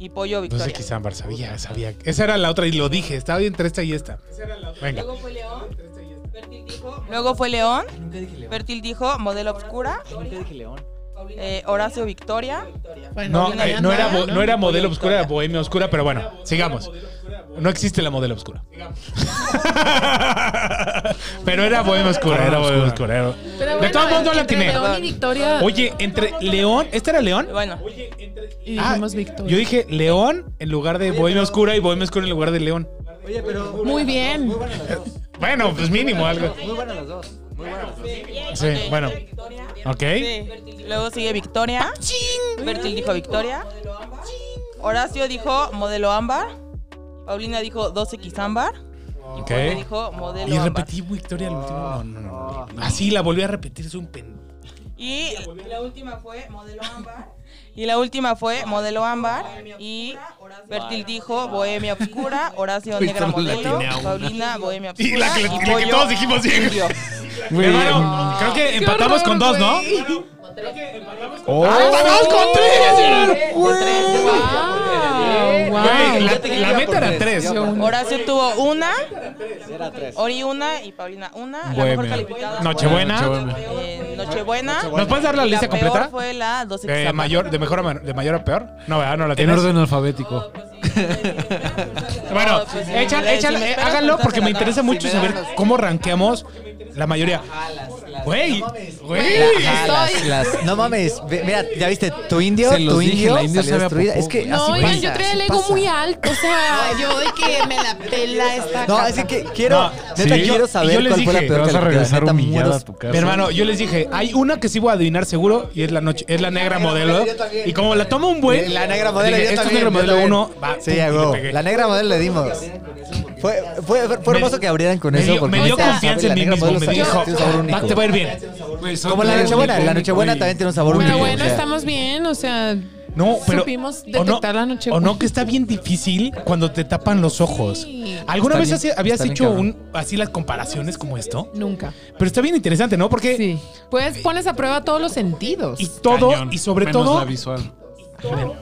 S7: Y Pollo
S4: No sé,
S7: Victoria.
S4: quizá ámbar, sabía, sabía. Esa era la otra y lo dije. Estaba entre esta y esta. Venga.
S7: Luego fue León. Bertil dijo modelo obscura. Eh, Horacio Victoria.
S4: No,
S7: Paulina
S4: eh, no, era, mo- no era modelo oscura, era bohemia oscura, pero bueno, sigamos. No existe la modelo oscura. pero era bohemia oscura, era bohemia Ah, oscura. era-
S3: Pero
S4: De
S3: bueno,
S4: todos modos, no la
S3: entre
S4: atiné.
S3: León y Victoria.
S4: Oye, entre León, ¿este era León?
S7: Bueno,
S3: y
S4: Ah,
S3: dijimos Victoria.
S4: Yo dije León en lugar de Bohemia Oscura y Bohemia Oscura en lugar de León.
S6: Oye, pero.
S3: Muy bien.
S4: Bueno, pues mínimo algo.
S6: Muy buenas las dos. Muy buenas las dos.
S4: Sí, bueno. Ok.
S7: sí. luego sigue
S4: Ah,
S7: Victoria. Bertil dijo Victoria. Horacio dijo modelo ámbar. Paulina dijo 2X ámbar.
S4: Ok.
S7: Pollo dijo modelo
S4: Y
S7: ámbar.
S4: repetí Victoria al último. No, no, no. no. Así la volví a repetir, es un pen.
S7: Y la última fue modelo ámbar. Y la última fue modelo ámbar. Y Bertil dijo bohemia oscura, Horacio negra
S4: solo le
S7: modelo,
S4: atiné a una.
S7: Paulina bohemia
S4: Y la
S7: oscura.
S4: que,
S7: Y,
S4: la que
S7: pollo
S4: todos dijimos bien.
S7: indio.
S4: Hermano, creo que empatamos
S3: horror,
S4: con dos, ¿no?
S3: güey.
S4: ¡Oh! ¡Empatamos con tres!
S7: Con tres.
S3: Wow,
S4: Güey,
S3: wow.
S4: la, la meta era tres.
S7: Horacio tuvo una,
S6: Era tres.
S7: Ori una y Paulina una. La mejor
S4: Bohemia.
S7: calificada.
S4: Nochebuena.
S7: eh, Nochebuena.
S4: ¿Nos puedes dar la lista
S7: peor
S4: completa?
S7: fue la 12
S4: De eh, mayor, de mejor a men- de mayor a peor. No, ¿verdad? No la
S2: En
S4: tienes.
S2: orden alfabético.
S4: Bueno,
S7: No, pues,
S4: échan-
S7: si me
S4: échan- eh,
S7: esperas,
S4: háganlo
S7: pues,
S4: porque me
S7: te la
S4: interesa
S7: dan.
S4: mucho
S5: Si me
S4: saber
S5: dan las-
S4: cómo rankeamos la mayoría.
S6: Ah, las- las-
S4: Güey,
S6: no mames.
S4: güey.
S5: Ajá, las, las- no mames, ve- mira, ya viste, tu indio,
S2: Se los
S5: tu
S2: dije,
S5: indio,
S2: la indio
S5: salió
S2: sabe a
S5: destruida.
S2: popó.
S5: Es que
S3: No,
S5: así
S3: oigan,
S5: pasa,
S3: yo traía el
S5: así
S3: ego
S5: pasa.
S3: muy alto. O sea, yo de que me la pela esta.
S5: No, es que quiero,
S4: No,
S5: neta,
S4: sí.
S5: quiero
S4: Y yo
S5: saber
S4: les
S5: cuál fue la
S4: dije,
S5: peor
S2: Te vas a
S5: calificación,
S2: regresar
S5: neta,
S2: humillada
S5: muros-
S2: a tu casa.
S4: Mi hermano, yo les dije, hay una que sí voy a adivinar seguro y es la noche, es la negra modelo. Y como la tomo un buen,
S5: Pues, La negra modelo,
S4: dije,
S5: yo
S4: esto es
S5: también,
S4: negra
S5: yo
S4: modelo
S5: también.
S4: 1, va.
S5: Sí,
S4: pum, y
S5: a
S4: le
S5: huevo.
S4: pegué.
S5: La negra modelo le dimos. Fue, fue, fue, fue
S4: Me-
S5: hermoso que abrieran con
S4: me
S5: eso.
S4: dio-
S5: porque
S4: me dio
S5: la negra-
S4: confianza en
S5: la
S4: mí
S5: negra
S4: mismo.
S5: modelo
S4: Me
S5: sabe-
S4: dijo,
S5: tiene un sabor
S4: va,
S5: único.
S4: te va a ir bien.
S5: Como la nochebuena, la nochebuena también tiene un sabor único.
S3: Pero bueno,
S5: o sea.
S3: estamos bien. O sea,
S4: No, pero.
S3: supimos
S4: o no-
S3: detectar la noche.
S4: O no, que está bien difícil cuando te tapan los ojos.
S3: Sí.
S4: ¿Alguna
S5: Está
S4: vez
S5: bien,
S4: así- habías
S5: está bien,
S4: hecho
S5: cabrón.
S4: un, así las comparaciones como esto?
S3: Nunca.
S4: Pero está bien interesante, ¿no? Porque.
S3: Sí. Pues pones a prueba todos los sentidos.
S4: Eh, Y todo, y sobre todo.
S2: la visual.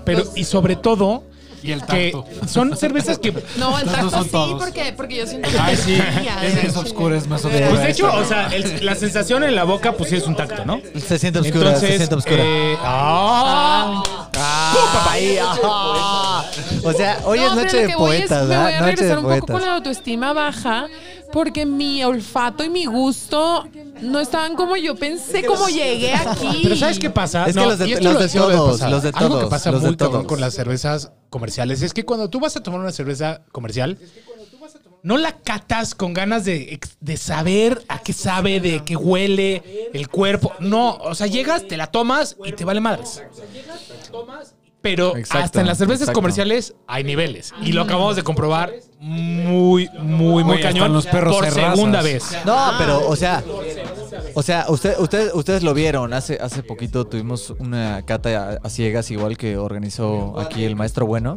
S4: Pero, y sobre todo.
S2: Y el
S4: Que
S2: tacto.
S4: son cervezas que. pues,
S3: No, el
S2: Estos
S3: tacto
S2: no son
S3: sí,
S2: todos.
S3: porque, porque yo siento que
S2: Ay, sí.
S3: Ya,
S2: Es,
S3: ya,
S2: es
S3: ya.
S2: oscura, es más oscura.
S4: Pues de hecho,
S2: esta,
S4: o
S2: ¿no?
S4: sea, el- la sensación en la boca, pues sí es un tacto, ¿no?
S5: Se siente oscura, se siente oscura.
S4: eh, ah,
S5: Ah, ahí, ah. O sea, hoy
S3: No,
S5: es
S3: pero
S5: noche
S3: lo
S5: de
S3: que voy es-
S5: poetas,
S3: Me voy a
S5: ¿verdad? Noche de
S3: regresar un poco con
S5: poetas.
S3: la autoestima baja porque mi olfato y mi gusto no estaban como yo pensé, como llegué aquí.
S4: Pero ¿sabes qué pasa?
S5: Es que los de-
S4: y esto
S5: los
S4: lo-
S5: de
S4: esto lo debe
S5: todos,
S4: pasar.
S5: los de
S4: Algo que
S5: todos,
S4: pasa
S5: los de
S4: muy cabrón
S5: todos.
S4: con las cervezas comerciales es que cuando tú vas a tomar una cerveza comercial, no la catas con ganas de, ex- de saber a qué sabe, de qué huele el cuerpo. No, o sea, llegas, te la tomas y te vale madres. Pero
S5: Exacto,
S4: hasta en las cervezas
S5: exacto.
S4: comerciales hay niveles. Y lo acabamos de comprobar muy, muy, muy
S2: Oye, hasta
S4: cañón.
S2: los perros
S4: por
S2: se rasan.
S4: segunda vez.
S5: No, pero, o sea, o sea, usted, usted- ustedes lo vieron. Hace, hace poquito tuvimos una cata a, a ciegas, igual que organizó aquí el maestro bueno,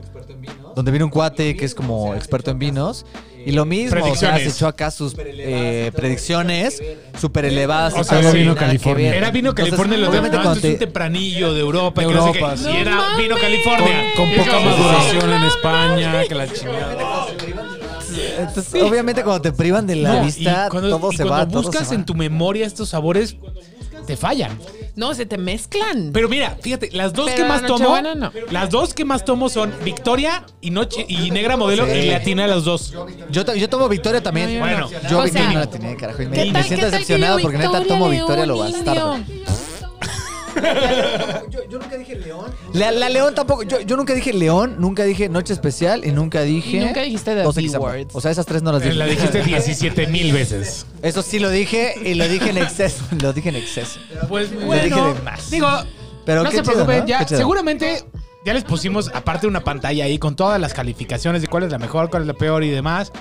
S5: donde vino un cuate que es como experto en vinos. Y lo mismo, o sea,
S4: Predicciones.
S5: se echó acá sus eh, predicciones súper elevadas.
S4: O sea,
S5: algo
S4: vino
S5: nada que
S2: California.
S5: ver.
S4: Era vino
S5: Entonces,
S4: California lo de
S5: obviamente
S4: no,
S5: cuando
S4: esto es un
S5: te-
S4: tempranillo de Europa, que
S2: Europa,
S4: no sé qué.
S2: sí.
S4: Y era
S3: ¡No
S4: vino
S3: mames!
S4: California.
S2: Con
S4: Y
S2: poca
S4: como,
S2: maduración
S4: "Sí".
S2: en España, que la chingada.
S5: entonces, obviamente cuando te privan de la
S4: No,
S5: vista,
S4: y cuando,
S5: todo
S4: y
S5: se
S4: cuando
S5: va. todo
S4: buscas
S5: se va.
S4: en tu memoria estos sabores, te fallan.
S3: No, se te mezclan.
S4: Pero mira, fíjate, las dos
S3: Pero
S4: que
S3: la
S4: más tomo,
S3: Nochebuena no.
S4: las dos que más tomo son Victoria y Noche y Negra Modelo
S5: Sí.
S4: y Latina las dos.
S5: Yo, ta- yo tomo Victoria también.
S4: no. Bueno.
S5: yo
S3: O
S5: Victoria
S3: sea,
S5: no la tenía, carajo. Y
S3: ¿Qué
S5: me, me
S3: tal-
S5: siento
S3: qué tal que
S5: decepcionado
S3: yo
S5: porque neta
S3: Victoria
S5: tomo
S3: de
S5: Victoria lo
S3: un
S5: bastardo.
S3: indio?
S5: La, la León tampoco. Yo, yo nunca dije León, nunca dije Noche Especial y nunca dije.
S3: Y nunca dijiste The
S5: Doce
S3: B
S5: Quizá-
S3: words. Eh,
S5: O sea, esas tres no las dije.
S4: La dijiste 17 mil veces.
S5: Eso sí lo dije y lo dije en exceso. lo dije en exceso.
S4: Pues
S5: dije
S4: bueno,
S5: de más.
S4: digo,
S5: Pero
S4: no
S5: qué
S4: se
S5: chido,
S4: preocupen,
S5: ¿no? Qué
S4: ya
S5: chido.
S4: seguramente ya les pusimos aparte una pantalla ahí con todas las calificaciones de cuál es la mejor, cuál es la peor y demás.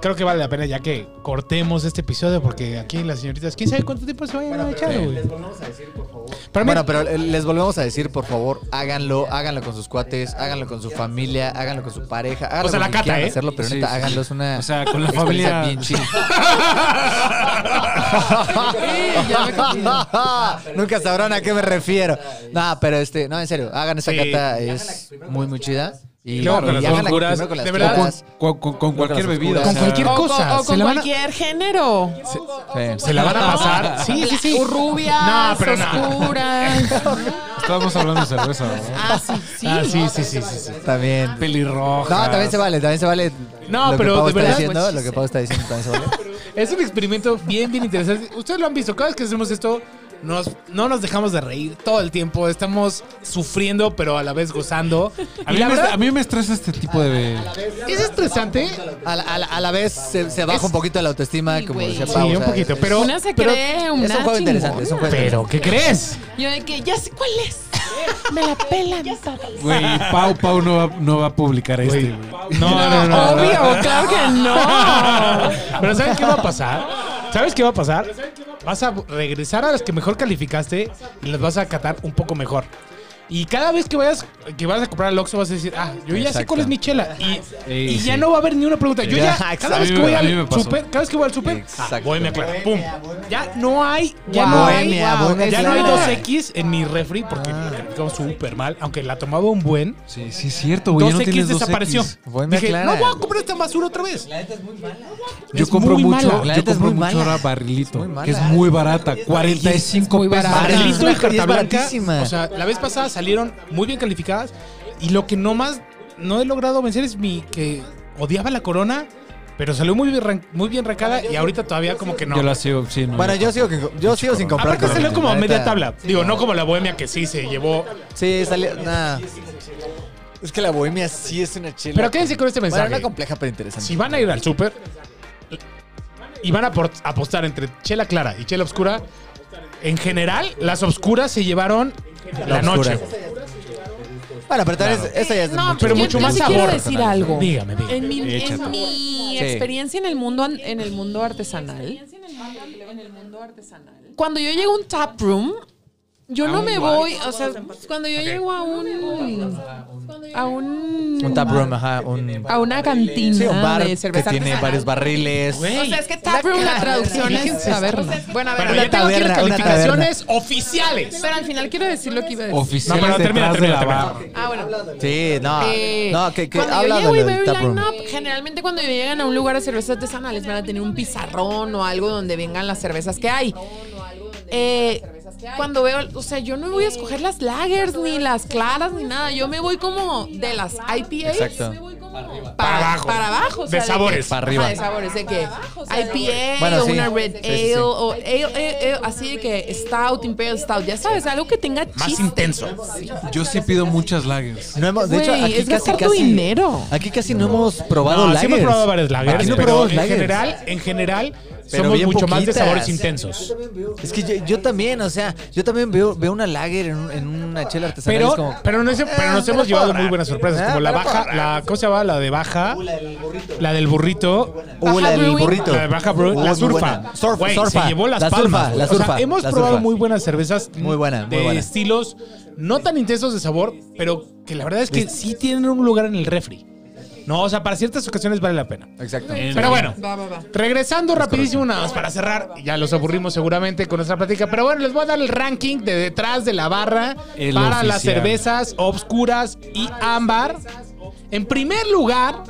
S4: Creo que vale la pena ya que cortemos este episodio porque aquí las señoritas, quién sabe cuánto tiempo se vayan a echar, güey. Para mí-
S5: Bueno, pero eh, les volvemos a decir, por favor, háganlo, háganlo con sus cuates, háganlo con su familia, háganlo con su pareja, háganlo
S4: sea, la
S5: con quien
S4: cata,
S5: quieran
S4: ¿eh?
S5: hacerlo, pero
S2: Sí,
S5: neta,
S2: sí.
S5: háganlo, es una
S2: O sea, con la
S5: experiencia
S2: familia.
S5: bien chida.
S3: ya me
S5: Nunca sabrán a qué me refiero. No, pero este, no, en serio, hagan esa
S4: Sí.
S5: cata, es muy, muy chida. Y,
S2: luego con
S5: y
S2: las
S5: háganla
S2: oscuras,
S5: primero con las
S4: de verdad.
S5: claras.
S2: Con, con- con cualquier
S5: las
S2: bebida.
S5: oscuras.
S2: o
S4: con
S2: sea,
S4: cualquier
S3: O,
S4: cosa,
S3: con- o
S4: se
S3: con
S4: la van a-
S3: cualquier género.
S5: Sí.
S4: se la van a pasar. Sí, sí, sí.
S3: O rubias,
S4: No, pero no.
S3: oscuras.
S2: Estábamos hablando de cerveza, ¿no?
S3: Ah, sí, sí.
S4: Ah, sí, sí, sí, sí, sí.
S5: También.
S4: Pelirroja.
S5: No, también se vale, también se vale.
S4: No,
S5: lo
S4: pero
S5: que Pau
S4: de
S5: está
S4: verdad- pues,
S5: diciendo, lo que Pau está diciendo también se vale.
S4: Es un experimento bien, bien interesante. Ustedes lo han visto, cada vez que hacemos esto, nos, no nos dejamos de reír todo el tiempo. Estamos sufriendo, pero a la vez gozando.
S2: A
S4: y
S2: mí,
S4: la
S2: me,
S4: verdad,
S2: a mí me estresa este tipo de.
S4: es estresante.
S5: A la, a la- a la vez se, se baja un poquito la autoestima,
S3: Sí,
S5: como
S3: güey.
S5: decía
S4: Sí,
S5: Pau. o
S4: un
S5: sea,
S4: poquito,
S5: es-
S4: pero...
S3: Una se
S4: pero-
S3: cree una
S5: Es un juego interesante, es un juego
S4: Pero, ¿qué crees?
S3: Yo de que ya sé cuál es. Me la pelan.
S2: Güey, Pau Pau no va, no va a publicar este,
S4: Güey,
S2: güey.
S4: No, no, no. no, no.
S3: Obvio, claro que no.
S4: Pero ¿sabes qué va a pasar? ¿Sabes qué va a pasar? Vas a regresar a las que mejor calificaste y las vas a catar un poco mejor. Y cada vez que vayas que vas a comprar al Oxxo vas a decir, ah, yo ya sé
S5: Exacto.
S4: cuál es mi chela. Y, y
S2: sí.
S4: ya no va a haber ni una pregunta. Yo ya,
S5: Ya,
S4: cada
S5: exacto.
S4: vez
S2: A
S4: que
S2: mí me-
S4: voy
S2: a mí me
S4: al
S2: pasó.
S4: super, cada vez que voy al super, ah,
S5: Exacto.
S4: voy me aclaro. Pum. Ya no hay, ya no hay,
S5: Bohemia, bohemia
S4: ya no hay
S5: clara.
S4: 2X en mi refri
S2: Ah.
S4: porque me calificó súper mal, aunque la tomaba un buen.
S2: Sí, sí, es cierto, güey. ya no
S4: 2X
S2: tienes 2X.
S4: desapareció.
S5: Bohemia
S4: Dije,
S5: clara.
S4: no voy a comprar esta basura otra vez.
S2: Yo
S4: Es
S2: compro
S4: muy mala.
S2: mucho,
S5: La
S2: yo
S5: neta es
S2: compro
S5: muy
S2: mucho
S5: mala.
S2: ahora
S5: Es
S2: barrilito,
S5: muy
S2: que es
S5: mala.
S2: muy barata, 45
S3: muy
S2: pesos.
S3: barata.
S4: Barrilito
S5: Ah,
S4: y
S5: es
S4: carta blanca.
S5: baratísima.
S4: O sea, la vez pasada salieron muy bien calificadas. Y lo que no más no he logrado vencer es mi que odiaba la corona, pero salió muy bien, ran- muy bien rancada. Y ahorita todavía como que no.
S2: Yo la sigo, sí, no.
S5: Bueno, yo sigo, que- yo sigo sin comprar.
S4: Aparte salió
S5: Corona,
S4: como a
S5: la
S4: media
S5: neta.
S4: tabla. Digo, no como la bohemia que sí se llevó.
S5: Sí, salió. Nah. Es que la bohemia sí es una chela.
S4: Pero quédense con este
S5: Bueno,
S4: mensaje.
S5: una compleja pero interesante.
S4: Si van a ir al súper y van a por- apostar entre chela clara y chela oscura, en general las oscuras se llevaron la,
S5: oscura.
S4: noche.
S5: Bueno, pero tal vez esa ya es de
S3: No,
S5: mucho.
S4: pero
S3: yo-
S4: mucho
S3: yo
S4: más
S3: sí
S4: sabor.
S3: quiero decir algo.
S4: Dígame, dígame.
S3: En mi, en mi experiencia en el mundo an- en el mundo artesanal. Cuando yo llego a un tap room, yo
S5: Ah,
S3: no me voy, o sea, cuando yo llego a un a un
S5: Un tap room, ajá. Un,
S3: a una cantina
S5: sí, un bar
S3: de
S5: que
S3: cerveza
S5: tiene
S3: artesanal.
S5: varios barriles.
S3: O sea, es que tap room la traducción es taberna. Bueno, a ver,
S4: Pero
S5: Una
S4: ya tengo aquí las
S5: taberna, una
S4: calificaciones oficiales.
S3: pero al final quiero decir lo que iba a decir.
S2: Oficiales
S4: No, pero termina,
S2: detrás
S4: termina,
S2: de la
S4: termina.
S2: barra.
S3: Ah, bueno.
S5: Sí, no.
S4: Ah,
S3: Eh,
S5: no, que, que
S3: cuando
S5: habla
S3: yo
S5: de
S3: llego
S5: lo
S3: y
S5: del
S3: veo
S5: tap
S3: el
S5: room.
S3: line-up, generalmente cuando llegan a un lugar de cervezas artesanales van a tener un pizarrón o algo donde vengan las cervezas que hay. Eh, cuando veo, o sea, yo no voy a escoger las lagers, ni las claras, ni nada. Yo me voy como de las IPAs.
S1: Exacto.
S3: Para,
S4: Para abajo.
S3: Para abajo. o
S4: De
S3: sea,
S4: sabores.
S1: Para
S3: Ajá,
S1: arriba.
S3: de sabores, de que IPA
S1: Bueno,
S3: o
S1: sí.
S3: una Red
S1: Sí, sí,
S3: Ale
S1: sí.
S3: o ale, ale, ale, así de que Stout, Imperial Stout, ya sabes, algo que tenga chiste.
S4: Más intenso.
S2: Yo sí pido muchas lagers.
S5: No hemos, de hecho,
S3: Güey,
S5: aquí
S3: es
S5: casi,
S3: gastar tu
S5: casi-
S3: dinero.
S5: Aquí casi no hemos probado
S4: No,
S5: lagers.
S4: sí hemos probado varias lagers,
S5: Aquí no
S4: pero
S5: probamos
S4: en
S5: lagers.
S4: general, en general,
S5: Pero
S4: somos
S5: bien
S4: mucho más de
S5: poquitas.
S4: sabores intensos.
S5: Es que yo, yo también, o sea, yo también veo, veo una lager en, un- en una chela artesanal.
S4: Pero,
S5: es como, Eh,
S4: pero, no es- pero nos
S5: pero
S4: hemos llevado
S5: podrá.
S4: muy buenas sorpresas,
S5: Ah,
S4: como la
S5: pero
S4: baja, la, ¿cómo se llama? La de baja, la del burrito,
S5: Uh, la del
S3: Brewing.
S5: burrito.
S4: la de baja, bro,
S5: Uh,
S4: la
S5: muy
S4: surfa.
S5: buena. Surf-
S4: Güey,
S5: surfa.
S4: Se llevó las
S5: La surfa,
S4: palmas. güey.
S5: la
S4: O sea,
S5: surfa,
S4: hemos
S5: la
S4: probado
S5: surfa.
S4: muy buenas cervezas.
S5: Muy buena, muy
S4: de
S5: buena.
S4: estilos no tan intensos de sabor, pero que la verdad es que sí tienen un lugar en el refri. No, o sea, para ciertas ocasiones vale la pena.
S1: Exacto.
S2: Eh,
S4: Pero bueno,
S3: Va, va, va.
S4: Regresando rapidísimo, nada más para cerrar, ya los aburrimos seguramente con nuestra plática, pero bueno, les voy a dar el ranking de detrás de la barra
S2: El
S4: para las
S2: oficial.
S4: cervezas obscuras y ámbar. En primer lugar,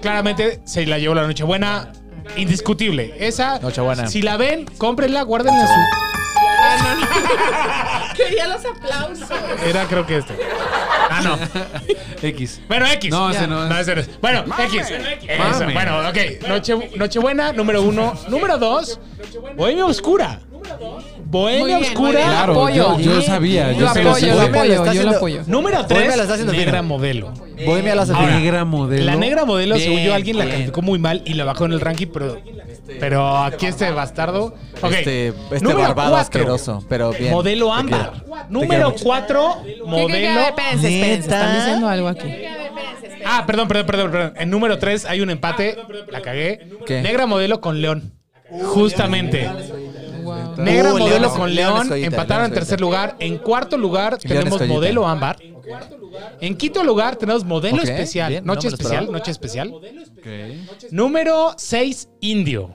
S4: claramente se la llevó la Nochebuena, indiscutible. Esa,
S1: Nochebuena.
S4: si la ven, cómprenla, guárdenla en su...
S3: Quería los aplausos.
S4: Era creo que este. Ah, no.
S2: X.
S4: Bueno, X.
S2: No, ese no es.
S4: ese no es. Bueno, X. Eso,
S2: Mame.
S4: Bueno, ok. Noche- Nochebuena, número uno. Número dos, Bohemia Oscura. Bohemia
S3: Muy bien, muy
S4: Oscura.
S3: bien.
S2: Claro,
S3: Apoyo.
S2: yo, yo sabía.
S3: Lo
S2: Yo sabía.
S3: apoyo,
S2: Bohemia-
S3: lo
S5: Bohemia
S3: apoyo,
S5: está
S3: yo lo
S5: haciendo-
S3: apoyo.
S4: Número
S5: Bohemia la está
S4: tres,
S5: haciendo
S4: negra
S5: bien.
S4: modelo.
S5: Bohemia la hace
S4: Ahora,
S5: bien.
S2: Negra modelo.
S4: La negra modelo,
S5: Bien,
S4: según yo, alguien la
S5: bien.
S4: calificó muy mal y la bajó en el ranking, pero, pero aquí este bastardo. Ok.
S5: Este, este
S4: Número
S5: barbado
S4: cuatro,
S5: asqueroso, pero bien.
S4: Modelo
S5: Te quiero.
S4: ámbar. Número cuatro,
S3: ¿Qué, qué, qué? A
S4: modelo
S3: ver, Espérense, espérense.
S5: Neta.
S3: Están diciendo algo aquí.
S4: Ah, perdón, perdón, perdón, perdón. En número 3 hay un empate. La cagué.
S5: ¿Qué?
S4: Negra modelo con León. Justamente.
S3: Wow.
S4: Negra
S5: Uh,
S4: modelo
S5: León,
S4: con
S5: León
S4: León.
S5: es joyita,
S4: empataron en
S5: León es
S4: tercer
S5: joyita.
S4: lugar. En cuarto lugar tenemos
S5: joyita.
S4: modelo ámbar. En quinto lugar tenemos modelo
S5: Ok,
S4: especial.
S5: bien, no
S4: noche
S5: me lo
S4: especial.
S5: esperaba.
S4: Noche especial.
S2: Ok.
S4: Número 6, indio.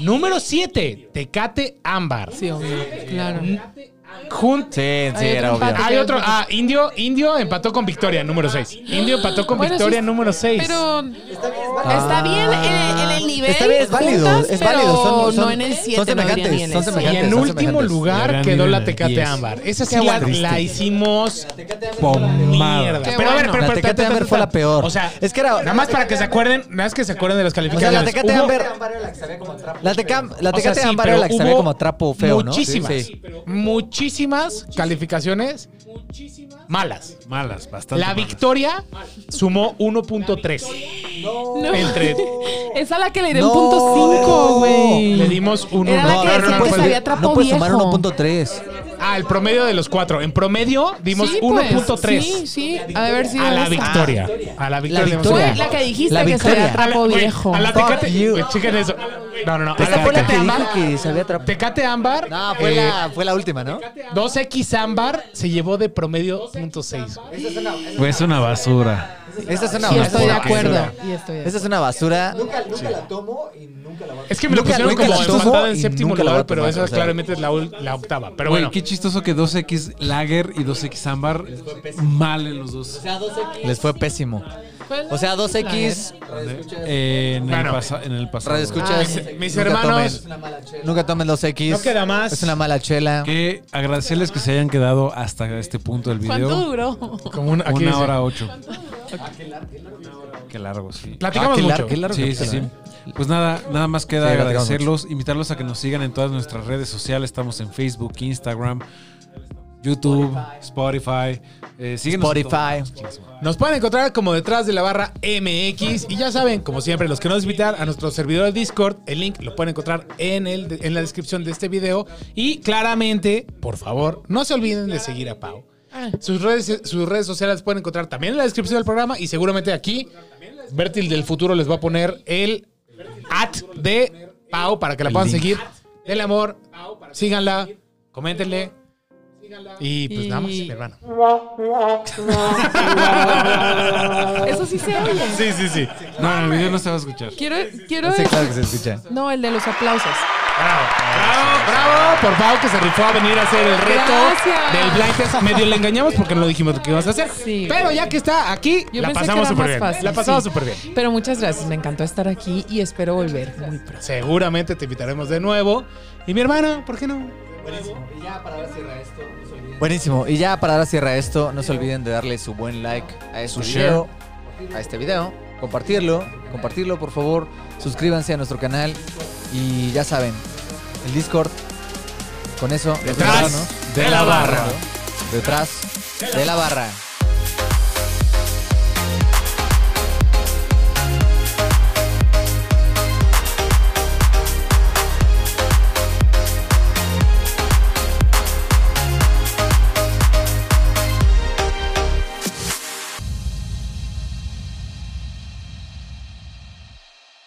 S4: Número 7, tecate ámbar.
S3: Sí, obvio. Claro.
S4: Jun-
S5: Sí, sí,
S3: Hay
S5: era
S3: otro
S5: obvio.
S3: empate.
S4: Hay otro. Ah, indio, indio empató con Victoria, número 6. Indio empató con
S3: Bueno, sí,
S4: Victoria, número 6.
S3: Pero está bien en el, en
S4: Ah.
S3: el nivel.
S5: Está bien, es válido,
S3: juntas,
S5: es válido, son-
S3: pero
S5: son-
S3: no en el
S5: son
S3: 7.
S5: semejantes, son semejantes.
S4: Y en
S5: son
S4: último
S5: semejantes.
S4: lugar
S2: Gran
S4: quedó
S2: nivel,
S4: la Tecate
S2: 10.
S4: Ámbar. Esa sí la,
S2: triste.
S4: la hicimos
S2: Pomada.
S4: mierda.
S3: Qué
S4: Pero a
S3: bueno.
S4: ver, pero, pero,
S5: La Tecate
S4: pero,
S5: Amber
S4: pero,
S5: fue la peor.
S4: O sea,
S5: Es que era-
S4: nada más para que se acuerden, nada más que se acuerden de los
S5: O sea,
S4: calificaciones.
S5: la Tecate
S4: Hubo-
S5: Amber. La, tecam, la
S4: o sea,
S5: Tecate
S4: sí,
S5: Ámbar
S4: pero
S5: era la que sabía
S4: hubo
S5: como a trapo feo, ¿no?
S4: Muchísimas,
S5: Sí, sí.
S4: muchísimas calificaciones malas.
S2: Malas, bastante.
S4: La
S2: malas.
S4: victoria sumó 1.3. Entre
S3: Es a la que le dieron
S5: No.
S3: punto cinco, güey.
S4: le dimos un
S3: Era la
S4: uno.
S3: que
S4: No, no, no,
S3: decía
S4: no,
S3: que
S4: pues,
S3: sabía trapo
S5: No puedes
S3: viejo.
S5: sumar 1.3.
S4: Ah, el promedio de los cuatro. En promedio dimos
S3: Sí, pues,
S4: 1.3.
S3: Sí, sí. Ha de haber sido
S4: A la
S3: esa.
S4: victoria. A la victoria.
S5: Ah. La
S3: Fue
S5: victoria.
S3: la que dijiste
S5: La
S3: que
S5: victoria.
S3: sabía
S4: A la,
S3: trapo
S4: güey,
S3: viejo.
S4: a la
S5: Fuck
S4: Tecate.
S5: you.
S4: güey, Chequen eso. No, no, no. A
S5: Esa
S4: la
S5: fue la que
S4: Tecate
S5: dije
S4: ámbar.
S5: que sabía trapo.
S4: Tecate eh, ámbar.
S5: No, fue,
S4: eh,
S5: la, fue la última, ¿no?
S4: 2X ámbar se llevó de promedio 0.6. güey.
S2: Pues es una basura.
S5: Esa es una
S3: Y
S5: basura.
S3: estoy de acuerdo.
S4: basura.
S3: Y estoy de
S5: Esa es una basura.
S4: Es que me lo
S5: Nunca-
S4: pusieron
S5: nunca
S4: como
S5: la tomo
S4: empatada en
S5: y
S4: séptimo
S5: nunca la voy
S4: lugar,
S5: a
S4: pero
S5: tomar,
S4: esa
S5: o sea.
S4: claramente es la, ul- la octava. Pero
S2: Güey,
S4: bueno.
S2: qué chistoso que 2X Lager y 2X Ámbar mal en los dos.
S5: Les fue pésimo.
S3: acuerdo.
S5: O sea, 2X,
S2: Eh, en,
S4: Bueno.
S2: el pasa- en el pasado.
S5: radio escuchas.
S4: Mis- mis
S5: nunca
S4: hermanos.
S5: tomen- nunca tomen 2X.
S4: No queda más.
S5: Es una mala chela.
S2: Que agradecerles que se hayan quedado hasta este punto del video.
S3: ¿Cuánto duró?
S4: Como una, aquí
S2: Una
S4: dice,
S2: hora ocho. Qué largo, sí.
S4: Platicamos
S5: Ah, qué
S4: mucho.
S5: largo, qué largo.
S2: Sí,
S5: ¿eh?
S2: sí, sí. Pues nada, nada más queda
S5: Sí, platicamos
S2: agradecerlos, invitarlos a que nos sigan en todas nuestras redes sociales. Estamos en Facebook, Instagram, YouTube, Spotify. Eh, síguenos en
S5: Spotify.
S2: todas.
S4: Nos pueden encontrar como detrás de la barra MX y ya saben, como siempre, los que nos invitar a nuestro servidor de Discord, el link lo pueden encontrar en, el, en la descripción de este video y claramente, por favor, no se olviden de seguir a Pau. Sus redes, sus redes sociales las pueden encontrar también en la descripción del programa y seguramente aquí Bertil del futuro les va a poner el at de Pau para que la puedan seguir. Del amor, síganla, coméntenle y pues nada más,
S3: Y-
S4: mi hermano.
S3: Eso sí se oye.
S4: Sí, sí, sí.
S2: No, el video no se va a escuchar.
S3: Quiero, quiero
S5: Sí, claro que se escucha.
S3: No, el de los aplausos.
S4: Bravo, Ah, bravo, bravo por Pau que se rifó a venir a hacer el reto
S3: Gracias.
S4: del blind test. Medio le engañamos porque no dijimos lo que ibas a hacer.
S3: Sí.
S4: Pero ya que está aquí,
S3: Yo
S4: la
S3: pensé que
S4: pasamos
S3: era
S4: súper
S3: más
S4: bien.
S3: fácil,
S4: la pasamos
S3: sí.
S4: súper bien.
S3: Pero muchas gracias, me encantó estar aquí y espero volver muy pronto.
S4: Seguramente te invitaremos de nuevo. Y mi hermano, ¿por qué no?
S6: Buenísimo. Y ya para dar cierre a esto, no se olviden.
S5: Buenísimo. Y ya para dar cierre a esto, no se olviden de darle su buen like a este video. A este video. Compartirlo. Compartirlo, por favor. Suscríbanse a nuestro canal. Y ya saben, el Discord. Con eso, nos
S4: Detrás
S5: vemos,
S4: de la barra.
S5: ¿no? Detrás de la barra.